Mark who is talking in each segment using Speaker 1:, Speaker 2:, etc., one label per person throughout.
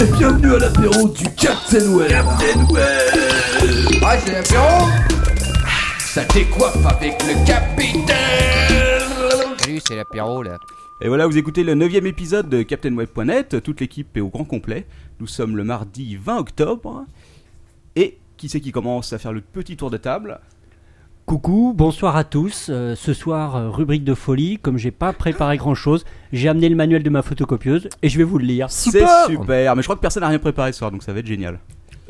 Speaker 1: Et bienvenue à l'apéro du Captain Web Captain Web
Speaker 2: Ah, c'est l'apéro Ça décoiffe avec le capitaine
Speaker 3: Salut, c'est l'apéro là.
Speaker 1: Et voilà, vous écoutez le 9 épisode de CaptainWeb.net. Toute l'équipe est au grand complet. Nous sommes le mardi 20 octobre. Et qui c'est qui commence à faire le petit tour de table
Speaker 4: Coucou, bonsoir à tous. Euh, ce soir, euh, rubrique de folie. Comme j'ai pas préparé grand chose, j'ai amené le manuel de ma photocopieuse et je vais vous le lire.
Speaker 1: C'est super Mais je crois que personne n'a rien préparé ce soir, donc ça va être génial.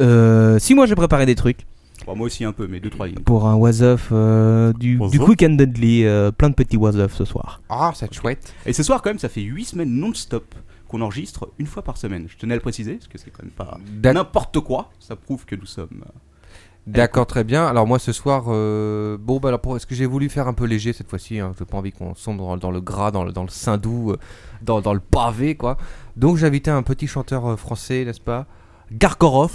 Speaker 5: Euh, si moi j'ai préparé des trucs
Speaker 1: Bon, moi aussi un peu, mais deux, trois lignes.
Speaker 5: pour un was of euh, du, du quick and deadly, euh, plein de petits was of ce soir.
Speaker 3: Ah, c'est chouette.
Speaker 1: Et ce soir, quand même, ça fait 8 semaines non-stop qu'on enregistre une fois par semaine. Je tenais à le préciser, parce que c'est quand même pas
Speaker 3: D'ac-
Speaker 1: n'importe quoi. Ça prouve que nous sommes. euh,
Speaker 3: D'accord, très bien. Alors moi ce soir, euh, bon bah alors pour, ce que j'ai voulu faire un peu léger cette fois-ci, hein, j'ai pas envie qu'on sombre dans, dans le gras, dans le, dans le sein doux, euh, dans, dans le pavé quoi. Donc j'ai invité un petit chanteur euh, français, n'est-ce pas, Gargorov.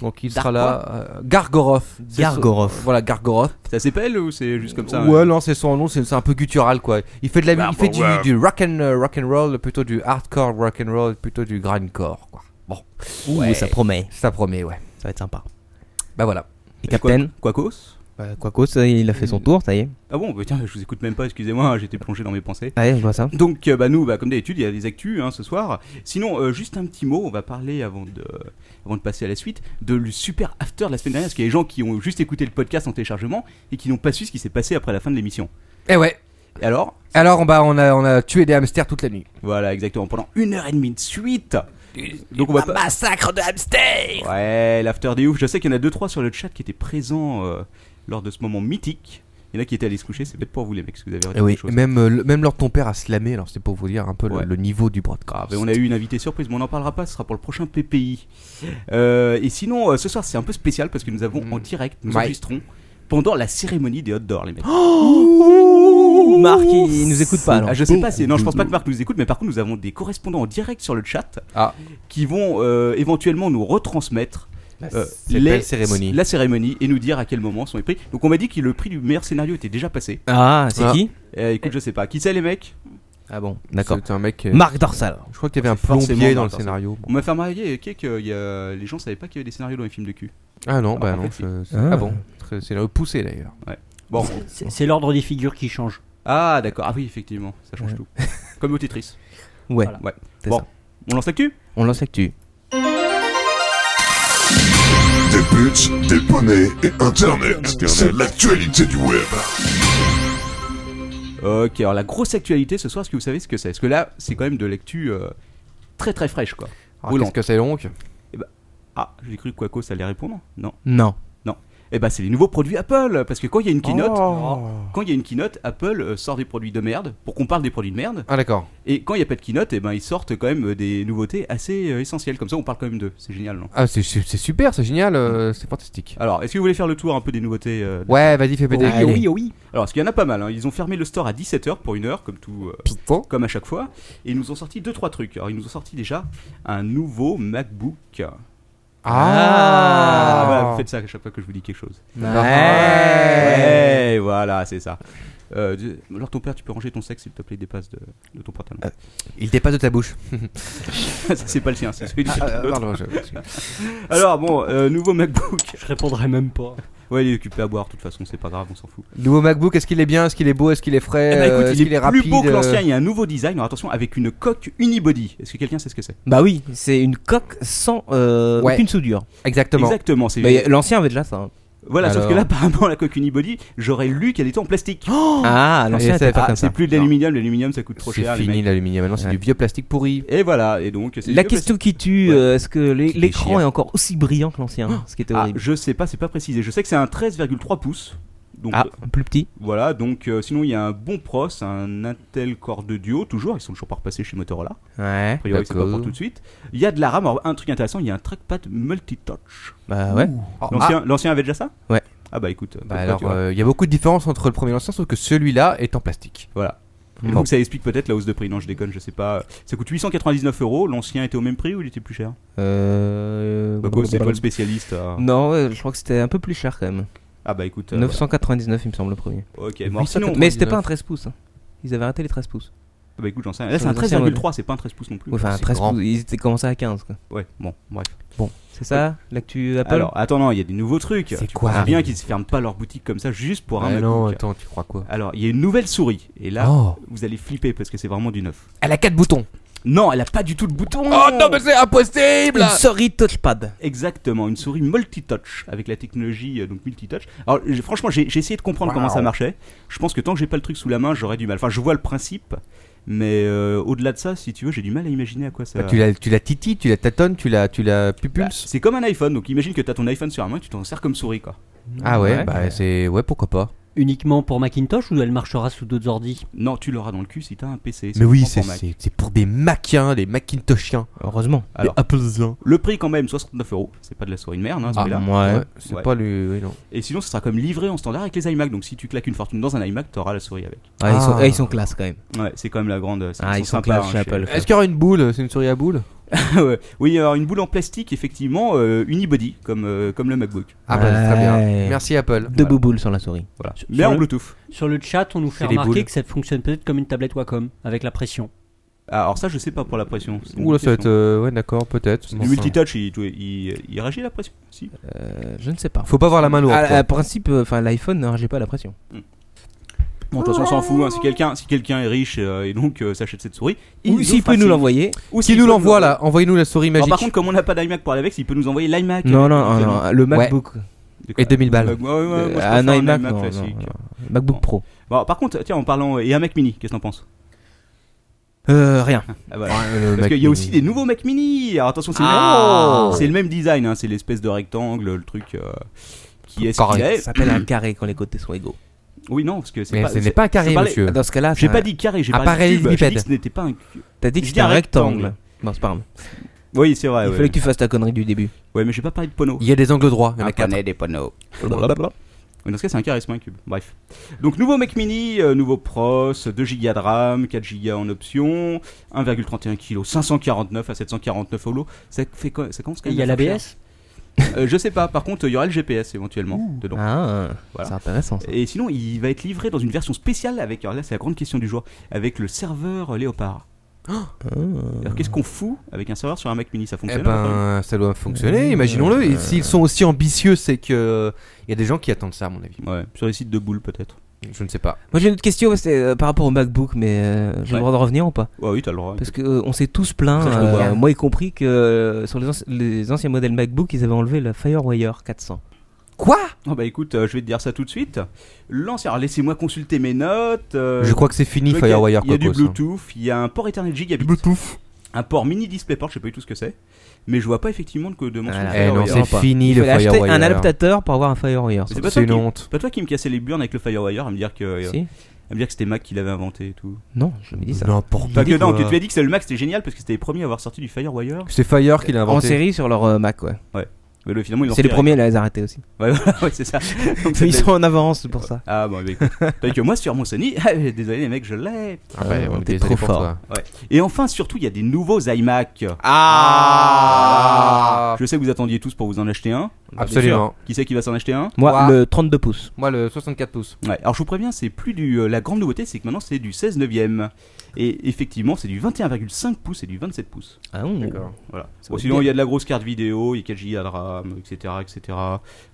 Speaker 3: Donc il sera là. euh, Gargorov. C'est son-
Speaker 5: Gargoroth.
Speaker 3: Voilà Gargorov.
Speaker 1: Ça s'épelle ou c'est juste comme ça Bah,
Speaker 3: ouais,
Speaker 1: hein
Speaker 3: non, c'est son nom, c'est c'est un peu guttural quoi. Il fait de la, mu- il fait du, du rock and euh, rock and roll plutôt du hardcore rock and roll plutôt du grindcore quoi. Bon,
Speaker 5: Ouh,
Speaker 3: Ouais.
Speaker 5: ça promet,
Speaker 3: ça promet ouais.
Speaker 5: ça va être sympa.
Speaker 3: Bah voilà.
Speaker 5: Et
Speaker 1: Et Qua-
Speaker 5: Captain
Speaker 1: Quacos
Speaker 5: Bah, Quacos, ça, il a fait son tour, ça y est.
Speaker 1: Ah bon, bah tiens, je vous écoute même pas, excusez-moi, j'étais plongé dans mes pensées.
Speaker 5: Allez, je vois ça.
Speaker 1: Donc, euh, bah, nous, bah, comme d'habitude, il y a des actus hein, ce soir. Sinon, euh, juste un petit mot, on va parler avant de, avant de passer à la suite de le super after de la semaine dernière, parce qu'il y a des gens qui ont juste écouté le podcast en téléchargement et qui n'ont pas su ce qui s'est passé après la fin de l'émission.
Speaker 3: Eh ouais.
Speaker 1: Et alors
Speaker 3: Alors, bah, on, a, on a tué des hamsters toute la nuit.
Speaker 1: Voilà, exactement, pendant une heure et demie de suite Donc on va pas...
Speaker 3: massacre de hamsters
Speaker 1: Ouais, l'after des ouf, je sais qu'il y en a deux trois sur le chat qui étaient présents euh, lors de ce moment mythique. Il y en a qui étaient allés se coucher, c'est bête pour vous les mecs, si vous avez raté
Speaker 5: oui,
Speaker 1: quelque chose.
Speaker 3: Même, euh, le- même leur ton père a slamé, alors c'est pour vous dire un peu le-
Speaker 1: Ouais.
Speaker 3: le, niveau du broadcast.
Speaker 1: Ah, ben, on a eu une invitée surprise, mais on n'en parlera pas, ce sera pour le prochain PPI. Euh, et sinon, euh, ce soir, c'est un peu spécial parce que nous avons
Speaker 3: Mm.
Speaker 1: en direct, nous
Speaker 3: Ouais.
Speaker 1: enregistrons pendant la cérémonie des hot d'or, les mecs.
Speaker 5: Marc, il nous écoute
Speaker 4: hein.
Speaker 5: pas alors.
Speaker 1: Ah, je sais pas, c'est- non, je pense pas que Marc nous écoute, mais par contre, nous avons des correspondants en direct sur le chat
Speaker 3: Ah.
Speaker 1: qui vont euh, éventuellement nous retransmettre euh,
Speaker 3: cette
Speaker 1: les-
Speaker 3: belle cérémonie.
Speaker 1: la cérémonie et nous dire à quel moment sont les prix. Donc, on m'a dit que le prix du meilleur scénario était déjà passé.
Speaker 5: Ah, c'est
Speaker 3: Ah.
Speaker 5: qui
Speaker 1: Euh, écoute, je sais pas. Qui c'est, les mecs
Speaker 5: Ah bon, d'accord.
Speaker 3: C'était un mec. euh,
Speaker 5: Marc Dorsal.
Speaker 3: Je crois qu'il y avait un
Speaker 1: C'est forcément
Speaker 3: plombier dans le
Speaker 1: Marc,
Speaker 3: scénario.
Speaker 1: On m'a fait remarquer qu'il y a... les gens savaient pas qu'il y avait des scénarios dans les films de cul.
Speaker 3: Ah non, bah
Speaker 1: Ah, en
Speaker 3: non.
Speaker 1: fait,
Speaker 3: je- c'est-
Speaker 5: Ah.
Speaker 3: Ah bon. Très- C'est là poussé d'ailleurs.
Speaker 1: Bon,
Speaker 4: C'est c'est l'ordre des figures qui change.
Speaker 1: Ah d'accord, ah oui effectivement, ça change
Speaker 5: Ouais.
Speaker 1: tout. Comme au Tetris.
Speaker 5: Ouais,
Speaker 4: Voilà.
Speaker 1: Ouais.
Speaker 5: c'est
Speaker 1: Bon,
Speaker 5: ça.
Speaker 1: on lance l'actu
Speaker 5: On lance l'actu.
Speaker 6: Des buts, des poneys et Internet. C'est l'actualité du web.
Speaker 1: Ok, alors la grosse actualité ce soir, est-ce que vous savez ce que c'est Parce que là, c'est quand même de l'actu euh, très très fraîche quoi.
Speaker 3: Alors,
Speaker 1: Roulant.
Speaker 3: Qu'est-ce que c'est donc
Speaker 1: Ah, j'ai cru que Quaco ça allait répondre. Non.
Speaker 5: Non.
Speaker 1: Eh ben c'est les nouveaux produits Apple, parce que quand il y a une keynote,
Speaker 4: Oh.
Speaker 1: quand il y a une keynote, Apple euh, sort des produits de merde pour qu'on parle des produits de merde.
Speaker 3: Ah d'accord.
Speaker 1: Et quand il n'y a pas de keynote, eh ben ils sortent quand même euh, des nouveautés assez euh, essentielles. Comme ça, on parle quand même d'eux. C'est génial, non
Speaker 3: Ah, c'est c'est- c'est super, c'est génial, euh, c'est fantastique.
Speaker 1: Alors, est-ce que vous voulez faire le tour un peu des nouveautés euh, de-
Speaker 3: Ouais, vas-y, fais péter.
Speaker 5: Allez.
Speaker 4: oui, oh oui.
Speaker 1: Alors, parce qu'il y en a pas mal. hein. Ils ont fermé le store à 17h pour une heure, comme tout. euh,
Speaker 3: Piton.
Speaker 1: comme à chaque fois. Et ils nous ont sorti deux trois trucs. Alors ils nous ont sorti déjà un nouveau MacBook.
Speaker 3: Ah, Eh.
Speaker 1: voilà, vous bah, faites ça à chaque fois que je vous dis quelque chose.
Speaker 3: Ouais.
Speaker 1: Ouais, voilà, c'est ça. Euh, dis- alors ton père, tu peux ranger ton sexe s'il te plaît, il dépasse de, de ton
Speaker 3: Euh.
Speaker 1: pantalon.
Speaker 3: Il dépasse de ta bouche.
Speaker 1: ça c'est pas le sien, c'est celui de
Speaker 3: Ah,
Speaker 1: l'autre.
Speaker 3: pardon, je-
Speaker 1: Alors bon, euh, nouveau MacBook.
Speaker 4: Je répondrai même pas.
Speaker 1: Ouais, il est occupé à boire de toute façon, c'est pas grave, on s'en fout.
Speaker 3: Nouveau MacBook, est-ce qu'il est bien Est-ce qu'il est beau Est-ce qu'il est frais
Speaker 1: Eh ben, écoute,
Speaker 3: euh, Est-ce
Speaker 1: il
Speaker 3: qu'il
Speaker 1: est,
Speaker 3: est
Speaker 1: plus
Speaker 3: rapide
Speaker 1: beau que l'ancien.
Speaker 3: euh,
Speaker 1: Il y a un nouveau design. Alors attention, avec une coque unibody. Est-ce que quelqu'un sait ce que c'est
Speaker 5: Bah oui, c'est une coque sans euh,
Speaker 3: Ouais. Bah,
Speaker 5: aucune soudure.
Speaker 3: Exactement.
Speaker 1: Exactement. C'est
Speaker 5: Mais l'ancien avait déjà ça. hein.
Speaker 1: voilà, sauf
Speaker 3: Alors.
Speaker 1: que là, apparemment, la coque unibody, j'aurais lu qu'elle était en plastique.
Speaker 5: ah, l'ancien
Speaker 3: Et ça
Speaker 5: était
Speaker 3: va faire
Speaker 5: pas
Speaker 1: Ah,
Speaker 5: comme
Speaker 1: c'est
Speaker 5: ça.
Speaker 1: plus de l'aluminium, l'aluminium ça coûte trop
Speaker 3: C'est
Speaker 1: cher. les
Speaker 3: fini
Speaker 1: mecs.
Speaker 3: l'aluminium, maintenant c'est
Speaker 5: Ouais.
Speaker 3: du vieux plastique pourri.
Speaker 1: Et voilà, et donc c'est
Speaker 5: La
Speaker 1: que-
Speaker 5: question qui tue,
Speaker 1: Ouais.
Speaker 5: euh, est-ce que l'é-
Speaker 3: Qui
Speaker 5: l'écran
Speaker 3: déchire.
Speaker 5: est encore aussi brillant que l'ancien Ce qui était
Speaker 1: Ah,
Speaker 5: horrible.
Speaker 1: je sais pas, c'est pas précisé. Je sais que c'est un 13,3 pouces. Donc
Speaker 5: Ah,
Speaker 1: euh,
Speaker 5: plus petit.
Speaker 1: voilà, donc euh, sinon il y a un bon pros, un Intel Core de Duo, toujours, ils sont toujours pas repassés chez Motorola.
Speaker 5: Ouais.
Speaker 1: A priori, c'est pas
Speaker 3: D'accord.
Speaker 1: pour tout de suite. Il y a de la RAM, alors un truc intéressant, il y a un trackpad multi-touch.
Speaker 5: Bah ouais.
Speaker 3: Ah,
Speaker 1: L'ancien l'ancien avait déjà ça
Speaker 5: Ouais.
Speaker 1: Ah bah écoute, comme
Speaker 3: bah
Speaker 1: quoi,
Speaker 3: alors,
Speaker 1: tu vois.
Speaker 3: euh, il y a beaucoup de différences entre le premier et l'ancien, sauf que celui-là est en plastique.
Speaker 1: voilà.
Speaker 5: bon.
Speaker 1: Donc ça explique peut-être la hausse de prix. Non, je déconne, je sais pas. Ça coûte 899 euros. L'ancien était au même prix ou il était plus cher
Speaker 5: Euh...
Speaker 1: Bah, quoi, c'est pas le spécialiste. euh.
Speaker 3: Mm.
Speaker 5: Non, ouais, je crois que c'était un peu plus cher quand même.
Speaker 1: Ah bah écoute. euh,
Speaker 5: 999, il me semble, le premier.
Speaker 1: voilà. Ok, bon, alors, sinon,
Speaker 5: Mais c'était pas un 13 pouces. hein. Ils avaient arrêté les 13 pouces.
Speaker 1: bah écoute, j'en sais rien. Là,
Speaker 5: Sur
Speaker 1: c'est un
Speaker 5: les anciens
Speaker 1: 13,3, c'est pas un 13 pouces non plus.
Speaker 5: Ouais, Enfin,
Speaker 3: c'est
Speaker 5: 13
Speaker 3: grand.
Speaker 5: pouces, ils étaient commencés à 15. quoi.
Speaker 1: Ouais, bon, bref.
Speaker 5: C'est ça L'actu Apple
Speaker 1: Alors, attends, non, il y a des nouveaux trucs.
Speaker 3: C'est
Speaker 1: Tu
Speaker 3: quoi
Speaker 1: penses bien qu'ils ne ferment pas leur boutique comme ça juste pour un
Speaker 3: Ah
Speaker 1: MacBook.
Speaker 3: non, attends, tu crois quoi
Speaker 1: Alors, il y a une nouvelle souris. Et là,
Speaker 3: Oh.
Speaker 1: vous allez flipper parce que c'est vraiment du neuf.
Speaker 3: Elle a 4 boutons.
Speaker 1: Non, elle a pas du tout le bouton
Speaker 3: Oh, c'est impossible
Speaker 5: Une souris touchpad.
Speaker 1: Exactement, une souris multitouch avec la technologie euh, donc multitouch. Alors j'ai- franchement, j'ai j'ai essayé de comprendre comment ça marchait. Je pense que tant que j'ai pas le truc sous la main, j'aurais du mal. Enfin, je vois le principe, mais euh, au-delà de ça, si tu veux, j'ai du mal à imaginer à quoi ça.
Speaker 3: Bah, Tu la, tu la titilles, tu la tâtonnes, tu la, tu la
Speaker 1: Bah,
Speaker 3: pupulses.
Speaker 1: c'est comme un iPhone, donc imagine que t'as ton iPhone sur la main, et tu t'en sers comme souris quoi.
Speaker 3: ah ouais,
Speaker 5: Ouais.
Speaker 3: bah c'est. Ouais, pourquoi pas.
Speaker 4: Uniquement pour Macintosh ou elle marchera sous d'autres ordi
Speaker 1: Non, tu l'auras dans le cul si t'as un PC.
Speaker 3: Mais oui,
Speaker 1: uniquement
Speaker 3: c'est-
Speaker 1: pour Mac.
Speaker 3: c'est c'est pour des Maciens, des Macintoshiens.
Speaker 5: Heureusement.
Speaker 1: Alors.
Speaker 5: Les Apples.
Speaker 1: Le prix quand même 69 euros. C'est pas de la souris de merde, hein,
Speaker 3: Ah,
Speaker 1: celui-là.
Speaker 5: Ouais.
Speaker 3: Ouais, c'est
Speaker 1: Ouais.
Speaker 3: pas lui. Oui, non.
Speaker 1: Et sinon, ce sera comme livré en standard avec les iMac. Donc si tu claques une fortune dans un iMac, t'auras la souris avec.
Speaker 5: Ah, Ils, sont,
Speaker 3: Ah.
Speaker 5: eh, ils sont classe quand même.
Speaker 1: Ouais, c'est quand même la grande.
Speaker 5: Ah, ils sont
Speaker 1: sympas,
Speaker 5: classe
Speaker 1: hein,
Speaker 5: chez
Speaker 1: chez-
Speaker 5: Apple. quoi.
Speaker 3: Est-ce qu'il y aura une boule C'est une souris à boule
Speaker 1: Ouais. oui, alors une boule en plastique, effectivement, euh, unibody, comme, euh, comme le MacBook.
Speaker 3: Ah bah très bien.
Speaker 5: Ouais.
Speaker 3: Merci Apple.
Speaker 5: Deux bouboules sur la souris.
Speaker 1: Voilà.
Speaker 4: Sur-
Speaker 1: Bah, Mais
Speaker 4: sur
Speaker 1: en
Speaker 4: le-
Speaker 1: Bluetooth.
Speaker 4: Sur le chat, on nous fait
Speaker 3: Et les boules.
Speaker 4: remarquer que ça fonctionne peut-être comme une tablette Wacom avec la pression.
Speaker 1: Ah, alors ça, je sais pas pour la pression. C'est une
Speaker 3: Ouh là, ça va être.
Speaker 1: question.
Speaker 3: euh, ouais, d'accord, peut-être.
Speaker 1: Le
Speaker 3: Bon, enfin.
Speaker 1: multitouch, il, il, il réagit à la pression Si.
Speaker 5: Euh, je ne sais pas.
Speaker 3: Faut pas avoir la main lourde.
Speaker 5: Ah,
Speaker 3: quoi.
Speaker 5: à principe, euh, enfin l'iPhone n'arrangeait pas la pression.
Speaker 1: Bon, de toute façon, on s'en fout. hein. Si quelqu'un si quelqu'un est riche euh, et donc euh, s'achète cette souris, il
Speaker 5: Ou s'il
Speaker 1: offre à
Speaker 5: peut nous
Speaker 1: ses-
Speaker 5: l'envoyer.
Speaker 1: Ou
Speaker 3: Qui
Speaker 1: s'il
Speaker 3: nous
Speaker 1: peut
Speaker 3: l'envoie là Envoyez-nous la souris
Speaker 1: Alors,
Speaker 3: magique.
Speaker 1: par contre, comme on n'a pas d'iMac pour aller avec, il peut nous envoyer l'iMac.
Speaker 5: Non, non,
Speaker 1: Euh,
Speaker 5: non, non, le MacBook.
Speaker 1: de quoi
Speaker 3: Et 2000 balles.
Speaker 1: Ouais, ouais, ouais, moi, je
Speaker 5: Euh,
Speaker 1: préfère
Speaker 5: un iMac, non,
Speaker 1: classique.
Speaker 5: non, non. MacBook
Speaker 1: Bon.
Speaker 5: Pro.
Speaker 1: Bon, par contre, tiens, en parlant. Et un Mac mini, qu'est-ce que t'en penses
Speaker 5: Euh, rien.
Speaker 1: Ah, voilà.
Speaker 3: Euh,
Speaker 1: Parce
Speaker 3: Mac
Speaker 1: qu'il y a
Speaker 3: mini.
Speaker 1: aussi des nouveaux Mac mini. Alors attention, c'est le
Speaker 5: Ah.
Speaker 1: même- c'est le même design, hein, c'est l'espèce de rectangle, le truc euh, qui est ce
Speaker 3: Carré.
Speaker 1: qu'il est.
Speaker 5: Ça s'appelle un carré quand les côtés sont égaux.
Speaker 1: Oui, non, parce que c'est
Speaker 3: Mais
Speaker 1: pas.
Speaker 3: ce n'est
Speaker 1: c'est-
Speaker 3: pas un
Speaker 1: je
Speaker 3: carré,
Speaker 1: parlais-
Speaker 3: monsieur.
Speaker 5: Dans ce cas-là,
Speaker 1: J'ai
Speaker 5: c'est
Speaker 1: pas
Speaker 5: un-
Speaker 1: dit carré, j'ai
Speaker 3: Un
Speaker 1: parlé de cube. J'ai
Speaker 3: parallélépipède.
Speaker 1: dit que ce n'était pas un. cube.
Speaker 5: T'as dit
Speaker 1: je
Speaker 5: que
Speaker 1: dis
Speaker 5: c'était
Speaker 1: un
Speaker 5: un rectangle.
Speaker 1: rectangle.
Speaker 5: Non, c'est pas grave.
Speaker 1: Oui, c'est vrai.
Speaker 5: Il
Speaker 1: ouais,
Speaker 5: fallait que tu fasses ta connerie du début.
Speaker 1: Ouais, mais j'ai pas parlé de Pono.
Speaker 3: Il y a des angles droits. Il y en a
Speaker 1: Un
Speaker 3: quatre.
Speaker 1: poney, des Pono. Blablabla. Mais Dans ce cas, c'est un carré, c'est pas un cube. Bref. Donc, nouveau Mac mini, euh, nouveau pros, 2 Go de RAM, 4 Go en option, 1,31 kg, 549 à 749 holo. Ça, fait, quoi- ça commence quand
Speaker 4: Et
Speaker 1: même
Speaker 4: il y a
Speaker 1: à faire cher.
Speaker 4: l'ABS
Speaker 1: Euh, Je sais pas, par contre, il y aura le GPS éventuellement dedans.
Speaker 5: Ah,
Speaker 1: Voilà.
Speaker 5: c'est intéressant ça.
Speaker 1: Et sinon, il va être livré dans une version spéciale avec, alors là c'est la grande question du jour, avec le serveur euh, Léopard.
Speaker 3: Oh.
Speaker 1: Alors, Qu'est-ce qu'on fout avec un serveur sur un Mac mini Ça
Speaker 3: Eh
Speaker 1: fonctionne enfin
Speaker 3: ben, ça doit fonctionner, imaginons-le. Et S'ils sont aussi ambitieux, c'est que. Il y a des gens qui attendent ça, à mon avis.
Speaker 1: Ouais, sur les sites de boules peut-être.
Speaker 3: Je ne sais pas.
Speaker 5: Moi j'ai une autre question c'est, euh, par rapport au MacBook, mais euh, j'ai
Speaker 1: Ouais.
Speaker 5: le droit de revenir ou pas
Speaker 1: Ouais, Ah oui, t'as le droit.
Speaker 5: Parce que euh, on s'est tous plaints,
Speaker 1: Ça, je peux
Speaker 5: euh,
Speaker 1: voir.
Speaker 5: moi y compris, que euh, sur les, anci- les anciens modèles MacBook, ils avaient enlevé la FireWire 400.
Speaker 3: Quoi
Speaker 1: Oh, bah écoute, euh, je vais te dire ça tout de suite. L'ancien, alors laissez-moi consulter mes notes. euh,
Speaker 3: Je crois que c'est fini,
Speaker 1: je vois qu'il y a-
Speaker 3: Firewire.
Speaker 1: Il y a du
Speaker 3: Cocos, hein.
Speaker 1: Bluetooth, il y a un port Ethernet Gigabit. Un port mini DisplayPort, je sais pas du tout ce que c'est. Mais je vois pas effectivement de, de mention.
Speaker 5: Voilà.
Speaker 1: de
Speaker 3: Eh non,
Speaker 1: FireWire.
Speaker 3: c'est
Speaker 5: Firewire.
Speaker 3: fini
Speaker 5: Il
Speaker 3: le
Speaker 5: fallait acheter
Speaker 3: Firewire.
Speaker 5: un adaptateur pour avoir un FireWire.
Speaker 1: Mais
Speaker 5: ça.
Speaker 1: c'est pas
Speaker 3: C'est
Speaker 1: toi
Speaker 3: une
Speaker 1: qui-
Speaker 3: honte.
Speaker 1: C'est pas toi qui me cassais les burnes avec le Firewire à me dire que, euh,
Speaker 5: Si
Speaker 1: à me dire que c'était Mac qui l'avait inventé et tout.
Speaker 5: Non, je me dis ça.
Speaker 3: N'importe
Speaker 1: Pas que non,
Speaker 3: quoi.
Speaker 1: tu te l'as dit que c'est le Mac, c'était génial parce que c'était les premiers à avoir sorti du Firewire.
Speaker 3: C'est Fire qui l'a
Speaker 5: En
Speaker 3: inventé.
Speaker 5: série sur leur euh, Mac, ouais.
Speaker 1: Mais le, finalement, ils l'ont
Speaker 5: C'est les
Speaker 1: retiré.
Speaker 5: premiers à les arrêter aussi.
Speaker 1: Ouais, voilà, ouais, c'est ça. Donc,
Speaker 5: Ils
Speaker 1: c'était-
Speaker 5: sont en avance, c'est pour ça.
Speaker 1: Ah bon, bah, écoute. T'as que moi sur mon Sony, ah, désolé les mecs, je l'ai.
Speaker 3: Ah ouais, on est
Speaker 5: T'es
Speaker 3: désolé pour
Speaker 5: trop fort.
Speaker 3: toi.
Speaker 1: Et enfin, surtout, il y a des nouveaux iMac.
Speaker 3: Ah
Speaker 1: Je sais que vous attendiez tous pour vous en acheter un.
Speaker 3: Absolument.
Speaker 1: Qui c'est qui va s'en acheter un
Speaker 5: Moi,
Speaker 3: Ouah.
Speaker 5: le 32 pouces.
Speaker 3: Moi, le 64 pouces.
Speaker 1: Ouais, alors je vous préviens, c'est plus du. euh, la grande nouveauté, c'est que maintenant c'est du 16 neuvième. Et effectivement, c'est du 21,5 pouces et du 27 pouces.
Speaker 5: Ah, on-
Speaker 1: Voilà.
Speaker 5: Ça
Speaker 1: Bon,
Speaker 5: va
Speaker 1: sinon,
Speaker 5: bien.
Speaker 1: il y a de la grosse carte vidéo, il y a 4 Go de RAM, etc. etc.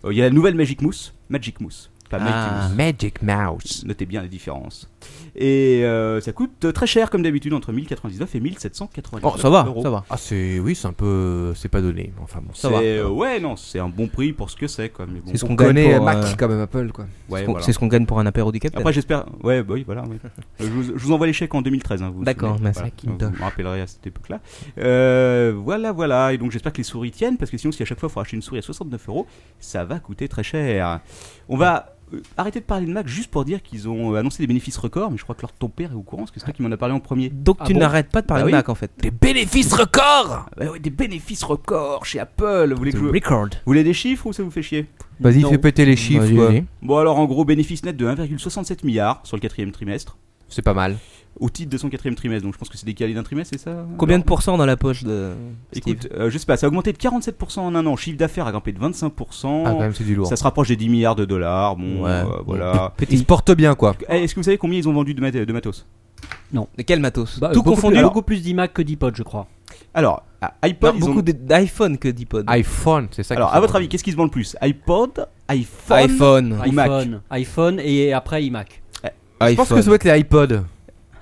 Speaker 1: Euh, Il y a la nouvelle Magic Mouse. Magic Moose. Pas Mighty
Speaker 5: Ah.
Speaker 1: Mouse.
Speaker 3: Magic Mouse.
Speaker 1: Notez bien les différences. Et euh, ça coûte euh, très cher, comme d'habitude, entre 1099 et 1799
Speaker 5: Oh, ça va,
Speaker 1: euros.
Speaker 5: ça va.
Speaker 3: Ah, c'est. Oui, c'est un peu. euh, C'est pas donné. mais Enfin bon,
Speaker 1: C'est-
Speaker 3: ça va.
Speaker 1: euh, ouais, non, c'est un bon prix pour ce que c'est, quoi. Mais bon,
Speaker 5: C'est ce
Speaker 3: On
Speaker 5: qu'on gagne
Speaker 3: connaît
Speaker 5: pour,
Speaker 3: Mac
Speaker 5: euh,
Speaker 3: quand même, Apple quoi.
Speaker 1: ouais,
Speaker 5: Qu'on-
Speaker 1: voilà.
Speaker 5: C'est ce qu'on gagne pour un apéro du Capitaine.
Speaker 1: Après, j'espère. Ouais, bah oui, voilà. ouais. Euh, Je, vous, je vous envoie les chèques en 2013. hein, vous vous
Speaker 5: D'accord,
Speaker 1: souvenez,
Speaker 5: merci.
Speaker 1: Voilà. Vous me rappellerez à cette époque-là. Euh, voilà, voilà. Et donc, j'espère que les souris tiennent, parce que sinon, si à chaque fois, il faut acheter une souris à 69 euros, ça va coûter très cher. On va. euh, arrêter de parler de Mac juste pour dire qu'ils ont euh, annoncé des bénéfices records, mais je crois que leur ton père est au courant parce que c'est toi qui m'en a parlé en premier.
Speaker 5: Donc
Speaker 4: Ah
Speaker 5: tu
Speaker 4: bon
Speaker 5: n'arrêtes pas de parler
Speaker 1: Bah
Speaker 5: de
Speaker 1: oui.
Speaker 5: Mac en fait.
Speaker 2: Des bénéfices records
Speaker 1: Bah ouais, des bénéfices records chez Apple. Vous voulez, que je- vous
Speaker 5: Record.
Speaker 1: voulez des chiffres ou ça vous fait chier
Speaker 3: Vas-y,
Speaker 1: Non.
Speaker 3: fais péter les chiffres
Speaker 5: Vas-y,
Speaker 3: quoi.
Speaker 5: vas-y.
Speaker 1: Bon, alors en gros, bénéfice net de 1,67 milliard sur le quatrième trimestre.
Speaker 3: C'est pas mal.
Speaker 1: Au titre de son quatrième trimestre, donc je pense que c'est décalé d'un trimestre, c'est ça
Speaker 5: Combien
Speaker 1: Alors,
Speaker 5: de pourcents dans la poche de Steve
Speaker 1: Écoute, euh, je sais pas, ça a augmenté de 47% en un an. Chiffre d'affaires a grimpé de 25%.
Speaker 3: Ah, quand même, c'est du lourd.
Speaker 1: ça se rapproche des 10 milliards de dollars. Bon,
Speaker 5: Ouais.
Speaker 1: euh, voilà.
Speaker 5: Ah,
Speaker 3: Ils se portent bien quoi.
Speaker 1: Eh, Est-ce que vous savez combien ils ont vendu de, mat- de matos
Speaker 4: Non.
Speaker 3: De quel matos
Speaker 4: Bah, euh,
Speaker 5: Tout
Speaker 4: beaucoup
Speaker 5: confondu.
Speaker 4: plus- beaucoup plus d'iMac que d'iPod, je crois.
Speaker 1: Alors, à
Speaker 5: Non,
Speaker 1: iPod, ils ont-
Speaker 5: beaucoup d- d'iPhone que d'iPod.
Speaker 3: iPhone, c'est ça.
Speaker 1: Alors,
Speaker 3: que ça
Speaker 1: à votre
Speaker 3: veut
Speaker 1: avis, qu'est-ce qui se vend le plus iPod, iPhone,
Speaker 3: iPhone.
Speaker 1: Ou Mac.
Speaker 4: iPhone, iPhone et après iMac.
Speaker 3: Ah, Je pense que ça doit être les iPods.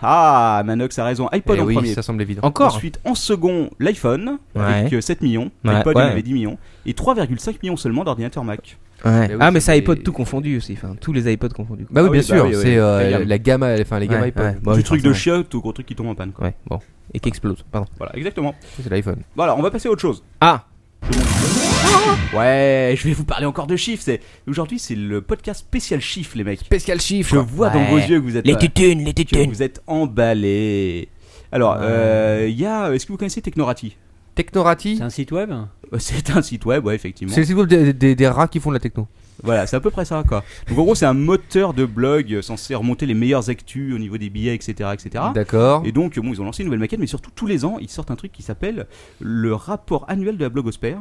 Speaker 1: Ah, Manox a raison. iPod
Speaker 3: Eh
Speaker 1: en
Speaker 3: oui,
Speaker 1: premier.
Speaker 3: ça semble évident.
Speaker 5: Encore
Speaker 1: Ensuite, en second, l'iPhone, avec euh, 7 millions.
Speaker 5: Ouais,
Speaker 1: L'iPod,
Speaker 5: ouais.
Speaker 1: il avait 10 millions. Et 3,5 millions seulement d'ordinateurs Mac.
Speaker 5: Ouais.
Speaker 3: Mais oui,
Speaker 5: Ah, mais
Speaker 3: c'est
Speaker 5: c'est
Speaker 3: des-
Speaker 5: iPod tout confondu aussi. Enfin, tous les iPods confondus.
Speaker 3: Bah oui,
Speaker 1: Ah
Speaker 3: bien
Speaker 1: oui, bah
Speaker 3: sûr,
Speaker 1: oui, oui.
Speaker 3: c'est euh,
Speaker 1: La gamme.
Speaker 3: la gamme, enfin les gammes
Speaker 5: Ouais,
Speaker 3: iPod.
Speaker 5: ouais. Bon,
Speaker 1: du
Speaker 5: oui,
Speaker 1: truc de
Speaker 5: forcément.
Speaker 1: chiotte au gros truc qui tombe en panne. Quoi.
Speaker 5: Ouais, bon. Et qui explose. Pardon.
Speaker 1: Voilà, exactement.
Speaker 3: C'est l'iPhone.
Speaker 1: Voilà, on va passer à autre chose. Ah.
Speaker 5: Ah
Speaker 1: Ouais, je vais vous parler encore de chiffres. C'est aujourd'hui, c'est le podcast spécial chiffres, les mecs.
Speaker 3: Spécial chiffre.
Speaker 1: Je vois dans vos yeux que vous êtes
Speaker 5: Les
Speaker 1: euh,
Speaker 5: tutunes, les
Speaker 1: que
Speaker 5: tutunes.
Speaker 1: vous êtes emballés. Alors, euh, il y a. Est-ce que vous connaissez Technorati
Speaker 3: Technorati.
Speaker 4: C'est un site web
Speaker 1: Euh, C'est un site web, ouais, effectivement.
Speaker 3: C'est le site web des, des- des rats qui font de la techno.
Speaker 1: Voilà, c'est à peu près ça, quoi. Donc en gros, c'est un moteur de blog euh, censé remonter les meilleures actus au niveau des billets, etc., etc.
Speaker 3: D'accord.
Speaker 1: Et donc, bon, ils ont lancé une nouvelle maquette, mais surtout tous les ans, ils sortent un truc qui s'appelle le rapport annuel de la blogosphère.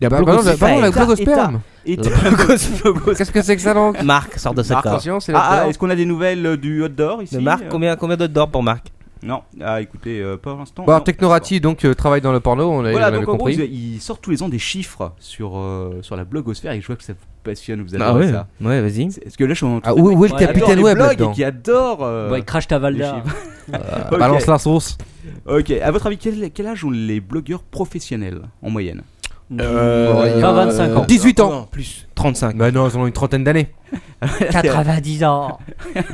Speaker 3: Bah, bah, non, la- bah, non, la
Speaker 1: État,
Speaker 3: blogosperme.
Speaker 1: Et
Speaker 5: Le
Speaker 1: blogosphère.
Speaker 3: Qu'est-ce que c'est que ça donc
Speaker 5: Marc, sort de sa
Speaker 1: Marc,
Speaker 5: corde.
Speaker 3: Attention, c'est
Speaker 1: Ah,
Speaker 3: la
Speaker 1: ah, est-ce qu'on a des nouvelles euh, du hot door ici
Speaker 5: De Marc,
Speaker 1: Euh,
Speaker 5: combien, combien d'autres d'or pour Marc
Speaker 1: Non, ah, écoutez, euh, pas pour l'instant.
Speaker 3: Bon,
Speaker 1: Non,
Speaker 3: alors, Technorati donc euh, travaille dans le porno, on l'a- on
Speaker 1: Voilà,
Speaker 3: l'avait
Speaker 1: donc en gros,
Speaker 3: compris.
Speaker 1: ils, ils sortent tous les ans des chiffres sur, euh, sur la blogosphère et je vois que ça vous passionne, vous adorez
Speaker 5: Ah ouais.
Speaker 1: ça.
Speaker 5: Ouais, vas-y.
Speaker 1: C'est- Parce que là, je suis en
Speaker 3: Ah, où, où est le
Speaker 4: Ouais,
Speaker 1: adore
Speaker 3: capitaine
Speaker 1: les
Speaker 3: web
Speaker 1: blogs
Speaker 3: là-dedans Bah,
Speaker 1: et qui adore. euh,
Speaker 4: Ouais, Crash Tavalda.
Speaker 1: les chiffres.
Speaker 3: Euh,
Speaker 1: Ok.
Speaker 3: Balance la sauce.
Speaker 1: Ok, à votre avis, quel, quel âge ont les blogueurs professionnels en moyenne
Speaker 4: Euh, 20, 25 ans.
Speaker 3: 18 ans.
Speaker 5: plus. 35.
Speaker 3: Bah non, ils en ont une trentaine d'années.
Speaker 4: 90 ans.